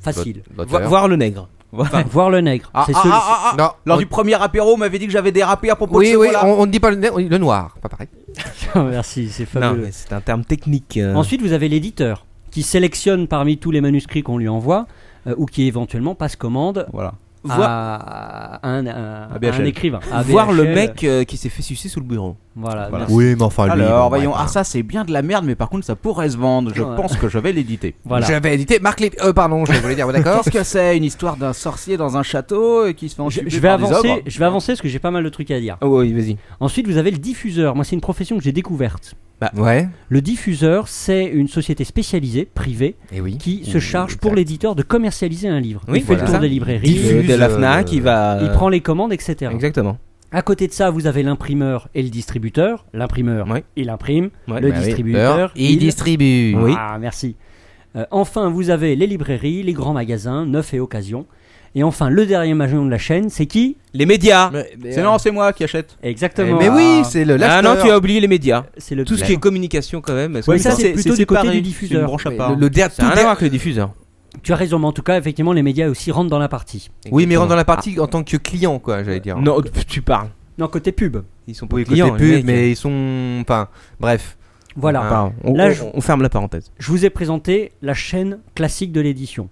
Speaker 4: facile.
Speaker 5: Vo- voir le nègre.
Speaker 4: Enfin, voir le nègre.
Speaker 1: Ah,
Speaker 4: C'est
Speaker 1: ah,
Speaker 4: celui-
Speaker 1: ah, ah, ah.
Speaker 3: Non.
Speaker 1: Lors
Speaker 3: on-
Speaker 1: du premier apéro, on m'avait dit que j'avais dérapé à propos de
Speaker 3: Oui,
Speaker 1: ce
Speaker 3: oui,
Speaker 1: mot-là.
Speaker 3: on, on ne dit pas le, ne- le noir, pas pareil.
Speaker 1: ah.
Speaker 4: Merci, c'est
Speaker 5: Non,
Speaker 4: fabuleux.
Speaker 5: mais c'est un terme technique. euh.
Speaker 4: Ensuite, vous avez l'éditeur qui sélectionne parmi tous les manuscrits qu'on lui envoie euh, ou qui éventuellement passe commande
Speaker 1: Voilà.
Speaker 5: Voir-
Speaker 4: à, à un, à-
Speaker 1: À BHL.
Speaker 4: à un écrivain. À
Speaker 5: voir le
Speaker 4: BHL,
Speaker 5: mec euh, qui s'est fait sucer sous le bureau.
Speaker 4: Voilà.
Speaker 1: Voilà.
Speaker 4: merci.
Speaker 3: Oui, mais enfin, lui,
Speaker 1: Alors,
Speaker 3: bon,
Speaker 1: voyons,
Speaker 3: bref,
Speaker 1: ah
Speaker 3: hein.
Speaker 1: ça c'est bien de la merde, mais par contre ça pourrait se vendre. Je
Speaker 4: Ouais.
Speaker 1: pense que je vais l'éditer.
Speaker 4: Voilà.
Speaker 3: Je vais éditer Marc Lip. Euh, pardon, je voulais dire, ouais, d'accord.
Speaker 1: Qu'est-ce que c'est Une histoire d'un sorcier dans un château et qui se fait
Speaker 4: Je,
Speaker 1: ensuite
Speaker 4: je vais avancer, je vais avancer parce que j'ai pas mal de trucs à dire.
Speaker 5: oui, vas-y.
Speaker 4: Ensuite, vous avez le diffuseur. Moi, c'est une profession que j'ai découverte.
Speaker 3: Bah, Ouais.
Speaker 4: Le diffuseur, c'est une société spécialisée, privée,
Speaker 3: Et Eh oui.
Speaker 4: qui se charge pour l'éditeur de commercialiser un livre.
Speaker 5: Oui,
Speaker 4: il fait
Speaker 5: voilà.
Speaker 4: le tour
Speaker 5: Ça.
Speaker 4: des librairies,
Speaker 3: Diffuse,
Speaker 5: de la
Speaker 3: euh,
Speaker 5: Fnac, il va.
Speaker 4: il prend les commandes, etc.
Speaker 5: Exactement.
Speaker 4: À côté de ça, vous avez l'imprimeur et le distributeur. L'imprimeur,
Speaker 5: Ouais.
Speaker 4: il imprime.
Speaker 5: Ouais,
Speaker 4: le
Speaker 5: bah oui.
Speaker 4: distributeur,
Speaker 3: Il distribue.
Speaker 5: Oui.
Speaker 4: Ah, merci. Euh, enfin, vous avez les librairies, les grands magasins, neuf et occasion. Et enfin, le dernier maillon de la chaîne, c'est qui
Speaker 5: Les médias.
Speaker 1: C'est non, c'est moi qui achète.
Speaker 4: Exactement.
Speaker 3: Mais oui, c'est le.
Speaker 5: Ah non, tu as oublié les médias.
Speaker 4: Ah, c'est le
Speaker 5: Eh Tout ce qui est communication quand même. parce que
Speaker 4: Ouais,
Speaker 5: je
Speaker 4: ça,
Speaker 5: pense-
Speaker 4: c'est plutôt du côté
Speaker 1: séparé,
Speaker 4: du diffuseur.
Speaker 1: c'est une branche à
Speaker 5: Oui,
Speaker 1: part.
Speaker 3: Le, le der- tout
Speaker 5: ça a rien à
Speaker 3: der-
Speaker 5: voir avec le diffuseur.
Speaker 4: Tu as raison, mais en tout cas, effectivement, les médias aussi rentrent dans la partie.
Speaker 3: Oui, mais rentre dans la partie en tant que client, quoi, j'allais dire.
Speaker 5: Non, tu- tu parles.
Speaker 4: Non, côté pub.
Speaker 5: Ils sont pas
Speaker 3: Oui,
Speaker 5: clients.
Speaker 3: côté
Speaker 5: les
Speaker 3: pub,
Speaker 5: mecs.
Speaker 3: mais ils sont. Enfin, bref.
Speaker 4: Voilà.
Speaker 5: Pardon, Ah. on,
Speaker 4: Là,
Speaker 5: on-
Speaker 4: je-
Speaker 5: on ferme la parenthèse.
Speaker 4: Je vous ai présenté la chaîne classique de l'édition.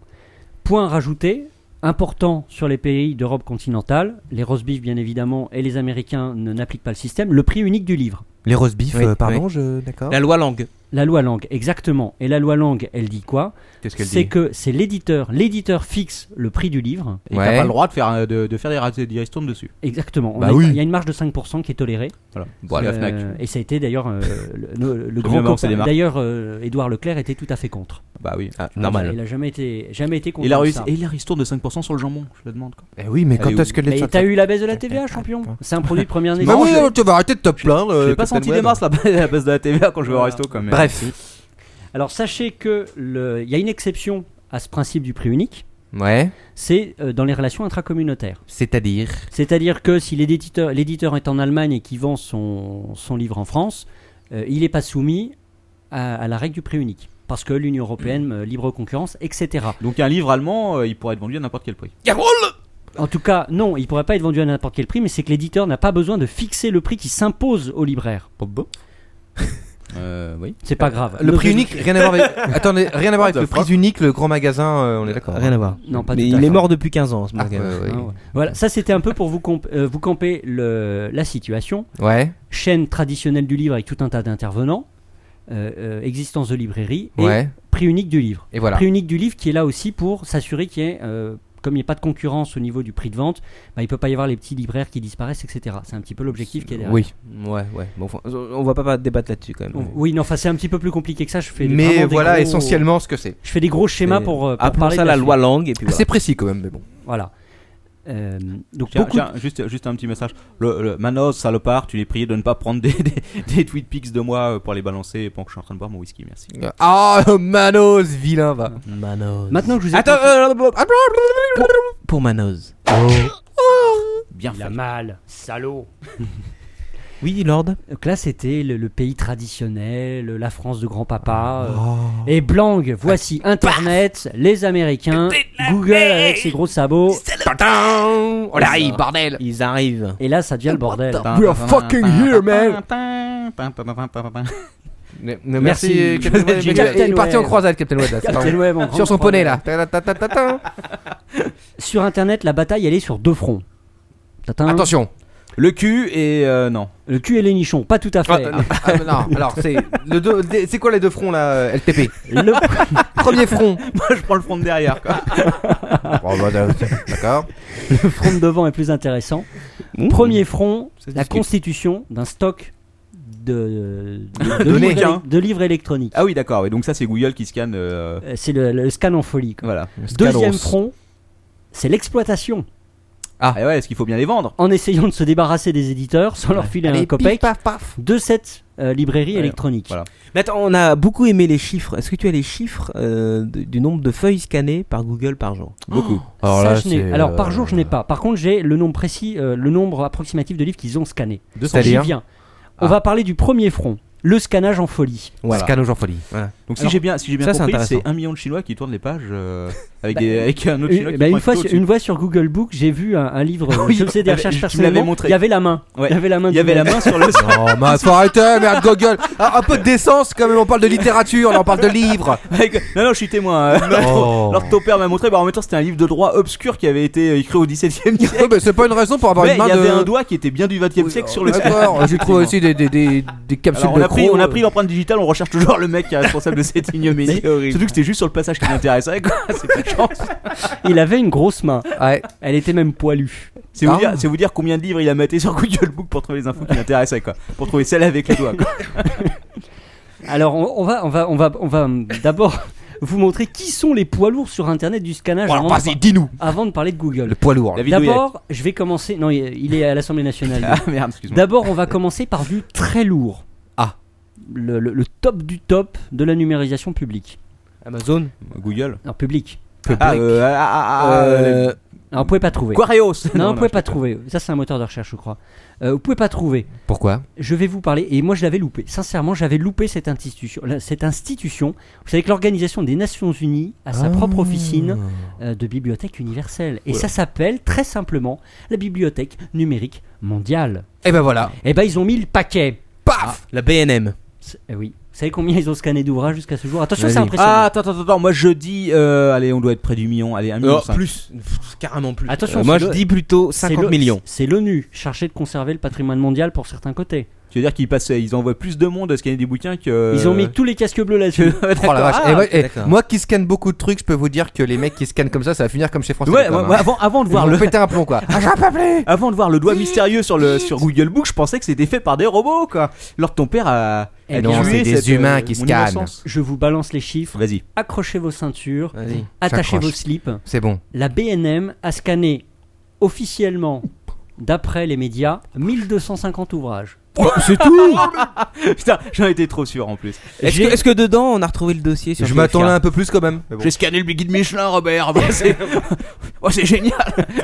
Speaker 4: Point rajouté, important sur les pays d'Europe continentale, les roast beef bien évidemment et les Américains ne n'appliquent pas le système, le prix unique du livre.
Speaker 3: Les roast beef,
Speaker 5: Oui,
Speaker 3: euh, pardon, je. D'accord.
Speaker 5: La loi langue.
Speaker 4: La loi langue, exactement. Et la loi langue, elle dit quoi
Speaker 3: Qu'est-ce qu'elle
Speaker 4: C'est
Speaker 3: dit
Speaker 4: que c'est l'éditeur, l'éditeur fixe le prix du livre.
Speaker 1: Et t'as
Speaker 3: Ouais.
Speaker 1: pas le droit de faire, euh, de, de faire des, ra- des ristournes dessus.
Speaker 4: Exactement. On
Speaker 3: Bah
Speaker 4: a-
Speaker 3: oui.
Speaker 4: Il y a une marge de 5% qui est tolérée.
Speaker 1: Voilà.
Speaker 3: Voilà.
Speaker 1: Voilà. La Fnac.
Speaker 4: Euh, et ça a été d'ailleurs euh, le, le- le grand
Speaker 1: bien avancé, les
Speaker 4: copain.
Speaker 1: marques.
Speaker 4: D'ailleurs, euh, Édouard Leclerc était tout à fait contre.
Speaker 1: Bah oui.
Speaker 5: Ah,
Speaker 4: Il
Speaker 5: normal.
Speaker 4: a jamais été, jamais été contre
Speaker 1: Et la,
Speaker 4: de
Speaker 1: réussi-
Speaker 4: ça.
Speaker 1: et la ristourne de 5% sur le jambon, je le demande. Quoi.
Speaker 3: Eh oui, mais quand
Speaker 1: Allez,
Speaker 3: est-ce que les.
Speaker 4: Mais t'as eu la baisse de la TVA, champion C'est un produit de première
Speaker 3: Bah oui,
Speaker 4: nécessité.
Speaker 3: tu vas arrêter de te plaindre.
Speaker 1: Je
Speaker 3: euh,
Speaker 1: pas
Speaker 3: Captain
Speaker 1: senti
Speaker 3: Web.
Speaker 1: des masses là-bas à la base de la TVA quand je vais au
Speaker 4: Voilà.
Speaker 1: resto quand même.
Speaker 3: Bref.
Speaker 4: Alors sachez que le- il y a une exception à ce principe du prix unique,
Speaker 3: Ouais.
Speaker 4: c'est euh, dans les relations intracommunautaires.
Speaker 3: C'est-à-dire.
Speaker 4: C'est-à-dire que si l'éditeur l'éditeur est en Allemagne et qu'il vend son, son livre en France, euh, il n'est pas soumis à, à la règle du prix unique. Parce que l'Union Européenne, euh, libre concurrence, etc.
Speaker 1: Donc un livre allemand, euh, il pourrait être vendu à n'importe quel prix.
Speaker 4: En tout cas, non, il ne pourrait pas être vendu à n'importe quel prix, mais c'est que l'éditeur n'a pas besoin de fixer le prix qui s'impose au libraire.
Speaker 1: Euh, oui.
Speaker 4: C'est pas grave.
Speaker 3: Le
Speaker 4: Nos
Speaker 3: prix unique, rien à voir avec. Attendez, rien à voir avec
Speaker 1: What
Speaker 3: le
Speaker 1: the fuck
Speaker 3: prix unique, le grand magasin, euh, on est d'accord.
Speaker 5: Rien à voir.
Speaker 4: Non, pas
Speaker 5: mais
Speaker 4: tout à
Speaker 5: il
Speaker 4: fait.
Speaker 5: est mort depuis 15 ans, ce
Speaker 3: Ah,
Speaker 5: mec.
Speaker 3: euh,
Speaker 4: Ah ouais. Voilà, ça c'était un peu pour vous, comp- euh, vous camper le- la situation.
Speaker 3: oui. Ouais.
Speaker 4: Chaîne traditionnelle du livre avec tout un tas d'intervenants, euh, euh, existence de librairie et
Speaker 3: Ouais.
Speaker 4: prix unique du livre.
Speaker 3: Et voilà.
Speaker 4: Prix unique du livre qui est là aussi pour s'assurer qu'il y ait, euh, comme il n'y a pas de concurrence au niveau du prix de vente, bah, il ne peut pas y avoir les petits libraires qui disparaissent, etc. C'est un petit peu l'objectif qui est derrière.
Speaker 3: Oui.
Speaker 5: Ouais, ouais. Bon, enfin, on va pas débattre là-dessus quand
Speaker 4: On-
Speaker 5: même.
Speaker 4: Oui, non, enfin c'est un petit peu plus compliqué que ça. Je fais vraiment
Speaker 3: Mais
Speaker 4: des
Speaker 3: voilà
Speaker 4: gros-
Speaker 3: essentiellement ce que c'est.
Speaker 4: Je fais des gros schémas
Speaker 5: C'est-
Speaker 4: pour, euh, pour
Speaker 5: Appelons
Speaker 4: parler
Speaker 5: ça
Speaker 4: de
Speaker 5: la
Speaker 4: suite.
Speaker 5: loi langue et puis voilà.
Speaker 3: Assez précis quand même, mais bon.
Speaker 4: Voilà. Euh, donc
Speaker 1: Tiens,
Speaker 4: beaucoup de-
Speaker 1: tiens, juste, juste un petit message. Le, le- Manos, salopard, tu les prié de ne pas prendre des, des, des tweet pics de moi euh, pour les balancer pendant que je suis en train de boire mon whisky. Merci.
Speaker 3: Ah, Manos, vilain, va.
Speaker 5: Manos.
Speaker 4: Maintenant que je vous ai
Speaker 5: Attends,
Speaker 4: présenté-
Speaker 5: euh, pour- pour Manos.
Speaker 1: Bien
Speaker 4: Il
Speaker 1: fait.
Speaker 4: a mal, salaud.
Speaker 5: Oui, Lord.
Speaker 4: Donc là, c'était le, le pays traditionnel, la France de grand-papa. euh, Et Blanc, voici Internet, les Américains, Google avec ses gros sabots.
Speaker 3: Tintin On arrive, bordel
Speaker 5: Ils arrivent.
Speaker 4: Et là, ça devient le bordel.
Speaker 3: We are fucking here, man. Mais- mais Merci,
Speaker 4: Merci.
Speaker 3: Captain Web.
Speaker 4: Captain
Speaker 3: Il est parti
Speaker 4: Web.
Speaker 3: en croisade, Captain Web. là, c'est pas
Speaker 4: Captain
Speaker 3: vrai.
Speaker 4: Web en grande
Speaker 3: Sur son poney,
Speaker 4: croisade.
Speaker 3: là. Ta-ta-ta-ta-ta.
Speaker 4: Sur Internet, la bataille, elle est sur deux fronts. Tatin,
Speaker 3: Attention
Speaker 1: Le cul et euh, non.
Speaker 4: Le cul et les nichons, pas tout à
Speaker 3: Ah,
Speaker 4: fait.
Speaker 3: euh, ah, Non, alors, c'est le deux- des- c'est quoi les deux fronts, là, euh, LTP
Speaker 4: Le-
Speaker 3: Premier front
Speaker 1: Moi, je prends le front de derrière. Quoi.
Speaker 3: Bon, bah, D'accord.
Speaker 4: le front de devant est plus intéressant. Premier front, la constitution d'un stock de, de- de
Speaker 3: Données.
Speaker 4: livres, éle- de livres électroniques.
Speaker 1: Ah oui, d'accord. Et donc ça, c'est Google qui scanne. euh,
Speaker 4: Euh, C'est le, le scan en folie. quoi.
Speaker 1: voilà.
Speaker 4: Deuxième front, c'est l'exploitation.
Speaker 1: Ah et ouais, est-ce qu'il faut bien les vendre
Speaker 4: en essayant de se débarrasser des éditeurs sans leur filer un copec de cette euh, librairie
Speaker 1: Ouais,
Speaker 4: électronique.
Speaker 1: voilà.
Speaker 5: Mais attends, on a beaucoup aimé les chiffres. Est-ce que tu as les chiffres euh, de- du nombre de feuilles scannées par Google par jour
Speaker 1: Beaucoup.
Speaker 4: Alors, Ça, je n'ai- Alors,
Speaker 3: euh,
Speaker 4: par jour, je n'ai pas. Par contre, j'ai le nombre précis, euh, le nombre approximatif de livres qu'ils ont scannés.
Speaker 3: C'est-à-dire
Speaker 4: J'y viens. On
Speaker 3: Ah.
Speaker 4: va parler du premier front, le scannage en folie.
Speaker 3: Scan aux gens folie.
Speaker 1: Donc si
Speaker 4: Alors,
Speaker 1: j'ai bien, si j'ai bien
Speaker 5: ça, c'est
Speaker 1: compris,
Speaker 5: intéressant.
Speaker 1: c'est un million de Chinois qui tournent les pages euh, avec,
Speaker 4: Bah,
Speaker 1: des, avec un autre Chinois
Speaker 4: Une,
Speaker 1: qui
Speaker 4: bah,
Speaker 1: prend
Speaker 4: une, fois,
Speaker 1: photo
Speaker 4: sur-
Speaker 1: dessus.
Speaker 4: une fois sur Google Book, j'ai vu un, un livre, euh,
Speaker 1: Oui,
Speaker 4: je faisais des
Speaker 1: bah,
Speaker 4: recherches
Speaker 1: tu me l'avais
Speaker 4: personnellement,
Speaker 1: montré.
Speaker 4: il y avait la main,
Speaker 1: Ouais.
Speaker 4: il y avait la main,
Speaker 1: Il y avait la main sur le.
Speaker 3: Oh, mais faut arrêter, merde, Google Ah, Un peu de décence quand même, on parle de littérature, là, on parle de livres
Speaker 1: non non, je suis témoin. euh,
Speaker 3: Oh.
Speaker 1: Alors ton père m'a montré, bah en même temps c'était un livre de droit obscur qui avait été écrit au 17e siècle.
Speaker 3: Ouais, mais c'est pas une raison pour avoir
Speaker 1: Mais
Speaker 3: une
Speaker 1: il y
Speaker 3: main de.
Speaker 1: avait un doigt qui était bien du 20e siècle sur le.
Speaker 3: D'accord, j'ai trouvé aussi des, des, des, des capsules
Speaker 1: Alors, on
Speaker 3: de
Speaker 1: a pris,
Speaker 3: crocs,
Speaker 1: on a
Speaker 3: euh.
Speaker 1: pris l'empreinte digitale, on recherche toujours le mec qui est responsable de cette ignominie. Surtout que c'était juste sur le passage qui m'intéressait, quoi. C'est pas de chance.
Speaker 4: il avait une grosse main,
Speaker 3: Ouais.
Speaker 4: elle était même poilue.
Speaker 1: C'est vous,
Speaker 3: Ah.
Speaker 1: dire- c'est vous dire combien de livres il a maté sur Google Book pour trouver les infos qui l'intéressaient, quoi. Pour trouver celle avec le doigt, quoi.
Speaker 4: Alors on, on va, on va, on va, on va hum, d'abord vous montrer qui sont les poids lourds sur internet du scannage
Speaker 3: Bon, alors,
Speaker 4: avant, de,
Speaker 3: vas-y, Oh, dis-nous
Speaker 4: avant de parler de Google.
Speaker 3: Le poids lourd.
Speaker 1: La vidéo est-
Speaker 4: D'abord, je vais commencer, non, il il est à l'Assemblée nationale. lui.
Speaker 1: Ah merde, excuse-moi.
Speaker 4: D'abord, on va commencer par du très lourd.
Speaker 3: Ah.
Speaker 4: Le, le- le top du top de la numérisation publique.
Speaker 5: Amazon
Speaker 1: Google.
Speaker 4: Non, public.
Speaker 1: Ah, euh, ah, ah, ah, euh,
Speaker 4: Alors, vous pouvez pas trouver.
Speaker 1: Quarios.
Speaker 4: non, vous pouvez pas trouver. Ça, c'est un moteur de recherche, je crois. Euh, vous pouvez pas trouver.
Speaker 3: Pourquoi
Speaker 4: Je vais vous parler. Et moi, je l'avais loupé. Sincèrement, j'avais loupé cette institution. la- Cette institution. Vous savez que l'Organisation des Nations Unies a sa propre officine euh, de bibliothèque universelle. Et ça s'appelle très simplement la Bibliothèque numérique mondiale.
Speaker 3: Et ben voilà
Speaker 4: Et ben, ils ont mis le paquet.
Speaker 3: Paf
Speaker 5: La BNM.
Speaker 4: C'est- eh oui. Vous savez combien ils ont scanné d'ouvrages jusqu'à ce jour Attention,
Speaker 3: Vas-y.
Speaker 4: c'est impressionnant.
Speaker 1: Ah, attends, attends, attends. Moi, je dis, euh, allez, on doit être près du million. Allez, un
Speaker 5: Euh,
Speaker 1: million. cinq.
Speaker 5: plus. Pff, Carrément plus.
Speaker 4: Attention,
Speaker 5: Euh, moi
Speaker 4: c'est
Speaker 5: je
Speaker 4: le-
Speaker 5: dis plutôt
Speaker 4: C'est
Speaker 5: 50
Speaker 4: l'O-
Speaker 5: millions.
Speaker 4: C'est l'ONU, chargé de conserver le patrimoine mondial pour certains côtés.
Speaker 1: Tu veux dire qu'ils passent, ils envoient plus de monde à scanner des bouquins que.
Speaker 4: Ils ont mis tous les casques bleus là-dessus.
Speaker 1: Ouais,
Speaker 3: Oh la
Speaker 1: d'accord.
Speaker 3: vache.
Speaker 1: Ah,
Speaker 3: Eh ouais, eh,
Speaker 5: d'accord.
Speaker 3: moi qui scanne beaucoup de trucs, je peux vous dire que les mecs qui scannent comme ça, ça va finir comme chez France
Speaker 1: Ouais,
Speaker 3: Télécom,
Speaker 1: moi,
Speaker 3: hein.
Speaker 1: moi, avant, avant de
Speaker 3: Ils
Speaker 1: voir
Speaker 3: vont
Speaker 1: le,
Speaker 3: péter un plomb quoi. Ah, j'en peux plus
Speaker 1: avant de voir le doigt mystérieux sur le sur Google Book, je pensais que c'était fait par des robots quoi. Alors que ton père a,
Speaker 4: Eh
Speaker 1: a
Speaker 4: non,
Speaker 1: tué
Speaker 3: c'est des
Speaker 1: cette, euh,
Speaker 3: humains qui
Speaker 1: mon
Speaker 3: scannent.
Speaker 1: innocence.
Speaker 4: Je vous balance les chiffres.
Speaker 1: Vas-y.
Speaker 4: Accrochez vos ceintures,
Speaker 1: Mmh.
Speaker 5: Vas-y.
Speaker 4: attachez
Speaker 3: J'accroche.
Speaker 4: vos slips.
Speaker 3: C'est bon.
Speaker 4: La BNM a scanné officiellement, d'après les médias, 1250 ouvrages.
Speaker 3: C'est tout
Speaker 1: Oh, Putain, j'en étais trop sûr en plus.
Speaker 5: Est-ce
Speaker 4: J'ai-
Speaker 5: que, est-ce que dedans on a retrouvé le dossier sur
Speaker 3: Je
Speaker 5: GFK?
Speaker 3: m'attends là un peu plus quand même.
Speaker 1: J'ai scanné le Biggie de Michelin, Robert. Bah, c'est oh, c'est génial.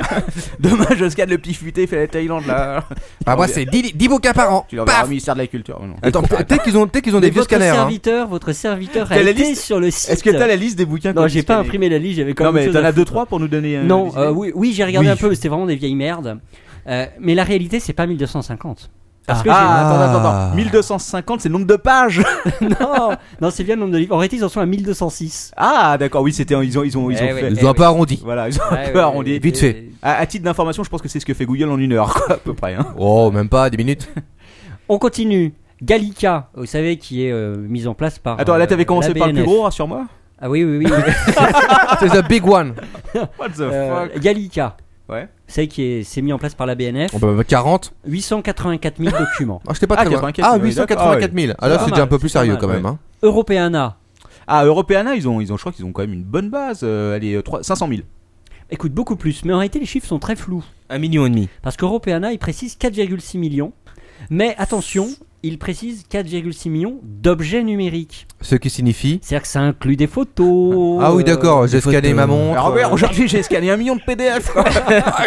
Speaker 1: Dommage, je scanne le petit futé fait à la Thaïlande là.
Speaker 3: Ah, moi c'est 10 10 bouquins par an.
Speaker 1: Tu l'enverras
Speaker 3: Paf
Speaker 1: au ministère de la Culture. Oh, non.
Speaker 3: Attends, peut-être qu'ils ont, peut-être qu'ils ont des
Speaker 4: Mais
Speaker 3: vieux
Speaker 4: votre
Speaker 3: scanners. hein.
Speaker 4: serviteur, votre serviteur a
Speaker 1: T'as la
Speaker 4: été
Speaker 1: liste
Speaker 4: sur le site.
Speaker 1: Est-ce que t'as la liste des bouquins qu'on
Speaker 4: Non, j'ai
Speaker 1: peut
Speaker 4: pas
Speaker 1: scanner
Speaker 4: imprimé la liste, j'avais quand
Speaker 1: Non
Speaker 4: même
Speaker 1: mais
Speaker 4: autre
Speaker 1: t'en
Speaker 4: chose à
Speaker 1: as deux
Speaker 4: foutre.
Speaker 1: trois pour nous donner. euh,
Speaker 4: Non,
Speaker 1: des
Speaker 4: euh,
Speaker 1: idées
Speaker 4: oui, oui j'ai regardé
Speaker 1: Oui.
Speaker 4: un peu, mais c'était vraiment des vieilles merdes. Euh, mais la réalité, c'est pas 1250. Parce que j'ai-
Speaker 1: Ah, attends, attends,
Speaker 3: Ah.
Speaker 1: attends. 1250, c'est le nombre de pages.
Speaker 4: non, non, c'est bien le nombre de livres. En réalité, ils en sont à 1206.
Speaker 1: Ah, d'accord, oui, c'était ils ont ils ont ils ont
Speaker 5: Eh ouais.
Speaker 1: fait.
Speaker 3: Ils ont un peu arrondi.
Speaker 1: Voilà, ils ont
Speaker 5: Ouais,
Speaker 1: un peu
Speaker 5: ouais,
Speaker 1: arrondi.
Speaker 5: ouais,
Speaker 3: Vite
Speaker 5: ouais,
Speaker 3: fait.
Speaker 5: ouais.
Speaker 1: À, à titre d'information, je pense que c'est ce que fait Google en une heure, quoi, à peu près. Hein.
Speaker 3: Oh, même pas, 10 minutes.
Speaker 4: On continue. Gallica, vous savez, qui est euh, mise en place par.
Speaker 1: Attends, là,
Speaker 4: euh,
Speaker 1: t'avais commencé
Speaker 4: la
Speaker 1: par le hein plus
Speaker 4: BNF.
Speaker 1: gros, rassure-moi.
Speaker 4: Ah oui, oui, oui.
Speaker 3: C'est the big one.
Speaker 1: What the
Speaker 4: Euh,
Speaker 1: fuck
Speaker 4: Gallica.
Speaker 1: Ouais.
Speaker 4: Vous savez, qui est- s'est mis en place par la BNF.
Speaker 3: Oh, bah, 40.
Speaker 4: 884 000 documents.
Speaker 3: Ah, j'étais pas
Speaker 1: Ah,
Speaker 3: très loin.
Speaker 1: 84 000,
Speaker 3: Ah,
Speaker 1: oui,
Speaker 3: 884 000. Ah,
Speaker 4: C'est
Speaker 3: là,
Speaker 4: pas
Speaker 3: c'est déjà
Speaker 4: mal,
Speaker 3: un peu plus
Speaker 4: c'est pas
Speaker 3: sérieux
Speaker 4: mal,
Speaker 3: quand même.
Speaker 4: ouais.
Speaker 3: hein.
Speaker 4: Europeana.
Speaker 1: Ah, Europeana, ils ont, ils ont, je crois qu'ils ont quand même une bonne base. Euh, allez, euh, trois- 500 000.
Speaker 4: Écoute, beaucoup plus. Mais en réalité, les chiffres sont très flous.
Speaker 5: Un million et demi.
Speaker 4: Parce qu'Europeana, il précise 4,6 millions. Mais attention, il précise 4,6 millions d'objets numériques.
Speaker 3: Ce qui signifie.
Speaker 4: C'est-à-dire que ça inclut des photos.
Speaker 3: Ah, oui,
Speaker 4: euh,
Speaker 3: d'accord, j'ai
Speaker 5: photos.
Speaker 3: scanné ma montre.
Speaker 1: Alors, Ah, Robert, aujourd'hui, j'ai scanné un million de PDF. quoi.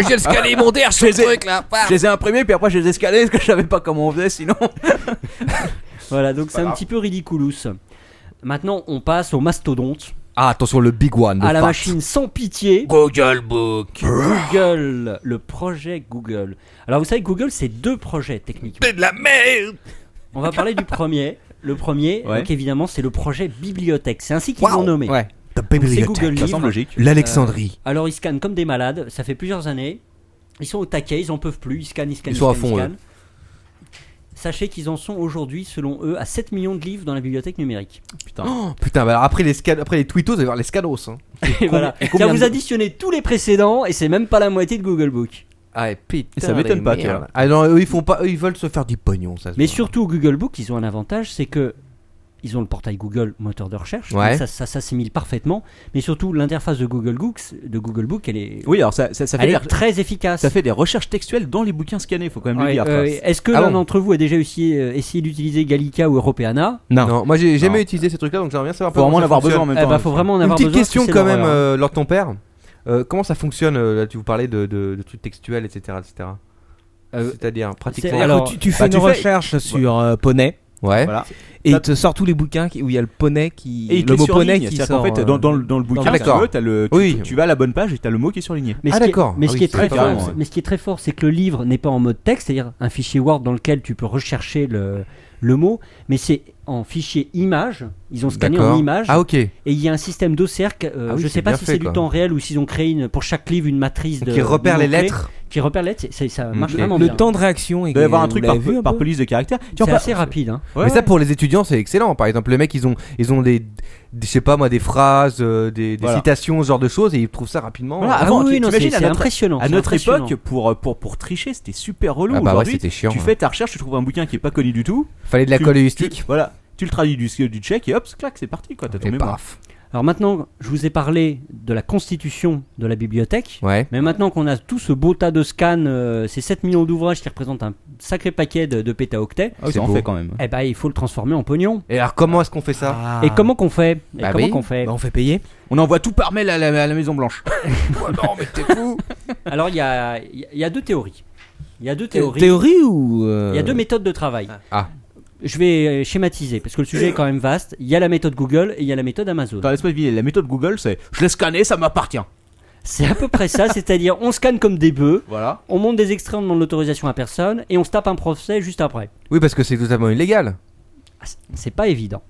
Speaker 3: j'ai scanné mon DR, ce truc là.
Speaker 1: je les ai imprimés, puis après, je les ai scannés parce que je savais pas comment on faisait sinon.
Speaker 4: Voilà, donc c'est un
Speaker 1: grave.
Speaker 4: petit peu ridiculous. Maintenant, on passe au mastodonte,
Speaker 3: Ah, attention, le big one. le
Speaker 4: à la
Speaker 3: fat.
Speaker 4: machine sans pitié,
Speaker 5: Google Book.
Speaker 4: Google, le projet Google. Alors vous savez, Google, c'est deux projets techniquement.
Speaker 5: C'est de la merde.
Speaker 4: On va parler du premier. Le premier,
Speaker 1: Ouais.
Speaker 4: donc évidemment, c'est le projet bibliothèque. C'est ainsi qu'ils l'ont nommé.
Speaker 5: Ouais.
Speaker 3: The
Speaker 4: Donc, C'est
Speaker 3: bibliothèque.
Speaker 4: Google
Speaker 1: Ça
Speaker 4: Livre.
Speaker 1: semble logique.
Speaker 3: L'Alexandrie.
Speaker 4: Alors ils scannent comme des malades, ça fait plusieurs années. Ils sont au taquet, ils en peuvent plus, ils scannent, ils scannent,
Speaker 3: Ils sont à
Speaker 4: scannent,
Speaker 3: fond,
Speaker 4: scannent. Sachez qu'ils en sont aujourd'hui, selon eux, à 7 millions de livres dans la bibliothèque numérique.
Speaker 1: Putain.
Speaker 3: Oh, putain, bah alors après les, scan... après les twittos, vous allez voir les scanos. Hein.
Speaker 4: Et voilà. Ça
Speaker 5: combien
Speaker 4: vous
Speaker 5: de-
Speaker 4: additionnez tous les précédents et c'est même pas la moitié de Google Book.
Speaker 3: Ah, et putain.
Speaker 1: Ça m'étonne
Speaker 3: les
Speaker 1: pas, tu
Speaker 3: merdes.
Speaker 1: vois.
Speaker 3: Ah non, eux ils font pas, eux ils veulent se faire du pognon, ça. se
Speaker 4: Mais
Speaker 3: voit.
Speaker 4: surtout Google Book, ils ont un avantage, c'est que ils ont le portail Google moteur de recherche, donc
Speaker 3: Ouais.
Speaker 4: ça, ça s'assimile parfaitement. Mais surtout l'interface de Google Books, de Google Book, elle est,
Speaker 1: Oui, alors ça, ça, ça fait
Speaker 4: elle est
Speaker 1: des,
Speaker 4: très efficace.
Speaker 1: ça fait des recherches textuelles dans les bouquins scannés, faut quand même le
Speaker 4: Ouais,
Speaker 1: dire.
Speaker 4: euh,
Speaker 1: quoi.
Speaker 4: Est-ce que
Speaker 3: Ah
Speaker 4: l'un
Speaker 3: bon
Speaker 4: d'entre vous a déjà essayé, euh, essayé d'utiliser Gallica ou Europeana
Speaker 5: Non.
Speaker 3: Non, moi j'ai jamais utilisé ces trucs là, donc j'aimerais bien savoir.
Speaker 1: faut
Speaker 3: comment
Speaker 1: vraiment en
Speaker 3: ça
Speaker 1: avoir besoin en
Speaker 3: fonctionne.
Speaker 1: même
Speaker 4: Eh
Speaker 1: temps.
Speaker 4: ben, faut vraiment en
Speaker 3: Une
Speaker 4: avoir
Speaker 3: petite
Speaker 4: besoin, parce que
Speaker 3: question
Speaker 4: c'est
Speaker 3: quand même,
Speaker 4: l'horreur. hein.
Speaker 3: euh, Lord ton père. Euh, comment ça fonctionne euh, Là, tu vous parlais de, de- de trucs textuels, etc. etc.
Speaker 4: Euh,
Speaker 3: C'est-à-dire, pratiquement.
Speaker 4: alors-
Speaker 5: tu, tu fais
Speaker 1: Ah,
Speaker 5: une
Speaker 1: tu fais-
Speaker 5: recherche sur euh, poney
Speaker 3: Ouais.
Speaker 1: Voilà.
Speaker 5: Et
Speaker 1: T'as-
Speaker 5: il te sort tous les bouquins qui- où il y a le poney qui.
Speaker 1: Et il
Speaker 5: le
Speaker 1: te
Speaker 5: mot poney
Speaker 1: surligne,
Speaker 5: qui
Speaker 1: c'est-à-dire
Speaker 5: sort.
Speaker 1: qu'en fait,
Speaker 5: euh,
Speaker 1: dans, dans le, dans le bouquin,
Speaker 3: Ah,
Speaker 1: si
Speaker 3: d'accord.
Speaker 1: tu veux, t'as le, tu,
Speaker 3: Oui.
Speaker 1: tu- tu vas à la bonne page et t'as le mot qui est surligné.
Speaker 4: Mais
Speaker 3: Ah,
Speaker 4: ce qui est-
Speaker 3: d'accord.
Speaker 4: Mais
Speaker 3: Ah
Speaker 4: ce
Speaker 3: oui,
Speaker 4: qui est
Speaker 3: c'est
Speaker 4: très
Speaker 1: très
Speaker 4: fort,
Speaker 1: carrément,
Speaker 4: c'est-
Speaker 1: ouais.
Speaker 4: mais ce qui est très fort, c'est que le livre n'est pas en mode texte, c'est-à-dire un fichier Word dans lequel tu peux rechercher le, le mot, mais c'est en fichier image. Ils ont scanné en
Speaker 3: D'accord.
Speaker 4: image.
Speaker 3: Ah, ok.
Speaker 4: Et il y a un système d'OCR, que, euh,
Speaker 3: Ah oui,
Speaker 4: je
Speaker 3: c'est
Speaker 4: sais pas
Speaker 3: bien
Speaker 4: si
Speaker 3: fait,
Speaker 4: c'est du
Speaker 3: quoi.
Speaker 4: temps réel ou s'ils ont créé une, pour chaque livre une matrice de,
Speaker 3: Qui repère
Speaker 4: de
Speaker 3: les
Speaker 4: mots-clés.
Speaker 3: lettres.
Speaker 4: Qui repère les lettres, c'est- c'est- ça marche
Speaker 3: Ok.
Speaker 4: vraiment
Speaker 5: Le
Speaker 4: bien.
Speaker 5: temps de réaction.
Speaker 1: Il doit y avoir un truc par, par police de caractère. Tiens,
Speaker 4: c'est
Speaker 1: pas- Ah,
Speaker 4: assez rapide. hein.
Speaker 1: Ouais,
Speaker 3: mais ça
Speaker 1: ouais.
Speaker 3: pour les étudiants c'est excellent. Par exemple, les mecs ils ont ils ont des, des- je sais pas moi des phrases, euh, des, des
Speaker 1: Voilà.
Speaker 3: citations, ce genre de choses et ils trouvent ça rapidement.
Speaker 1: Voilà,
Speaker 3: Ah,
Speaker 1: avant,
Speaker 4: ah oui,
Speaker 1: tu-
Speaker 4: non, c'est
Speaker 1: t'imagines, à
Speaker 4: c'est
Speaker 1: notre-
Speaker 4: impressionnant.
Speaker 1: À
Speaker 4: c'est
Speaker 1: notre
Speaker 4: impressionnant.
Speaker 1: époque, pour, euh, pour, pour tricher, c'était super relou.
Speaker 3: Ah bah ouais,
Speaker 1: Aujourd'hui,
Speaker 3: c'était chiant.
Speaker 1: tu
Speaker 3: hein.
Speaker 1: fais ta recherche, tu trouves un bouquin qui est pas connu du tout.
Speaker 3: Fallait de la
Speaker 1: tu-
Speaker 3: colle
Speaker 1: tu-
Speaker 3: heuristique.
Speaker 1: Voilà. Tu le traduis du, du tchèque et hop, clac, c'est parti quoi. T'as ton
Speaker 3: Et bah.
Speaker 1: mémoire.
Speaker 3: paf.
Speaker 4: Alors maintenant, je vous ai parlé de la constitution de la bibliothèque.
Speaker 3: Ouais.
Speaker 4: Mais maintenant qu'on a tout ce beau tas de scans, euh, ces 7 millions d'ouvrages qui représentent un sacré paquet de, de pétaoctets,
Speaker 1: Ah, ça
Speaker 3: C'est
Speaker 1: en
Speaker 3: beau.
Speaker 1: fait quand même.
Speaker 4: eh ben, il faut le transformer en pognon.
Speaker 3: Et alors comment est-ce qu'on fait ça
Speaker 5: Ah.
Speaker 4: Et comment qu'on fait Et
Speaker 3: Bah
Speaker 4: comment
Speaker 3: oui.
Speaker 4: qu'on
Speaker 1: Ah.
Speaker 4: fait
Speaker 5: on fait payer.
Speaker 1: On envoie tout par mail à la, à la Maison Blanche.
Speaker 3: Oh
Speaker 4: Alors il y a, il y a deux théories. Il y a deux théories.
Speaker 5: Théorie ou. euh,
Speaker 4: Il y a deux méthodes de travail.
Speaker 3: Euh. Ah.
Speaker 4: Je vais euh, schématiser parce que le sujet est quand même vaste. Il y a la méthode Google et il y a la méthode Amazon.
Speaker 3: Bah.
Speaker 1: Dans l'espace vide, la méthode Google, c'est je l'ai scanné, ça m'appartient.
Speaker 4: C'est à peu près ça, c'est-à-dire on scanne comme des bœufs,
Speaker 1: Voilà.
Speaker 4: on monte des extraits, on demande l'autorisation à personne et on se tape un procès juste après.
Speaker 3: Oui parce que c'est totalement illégal.
Speaker 4: Ah, c'est- C'est pas évident.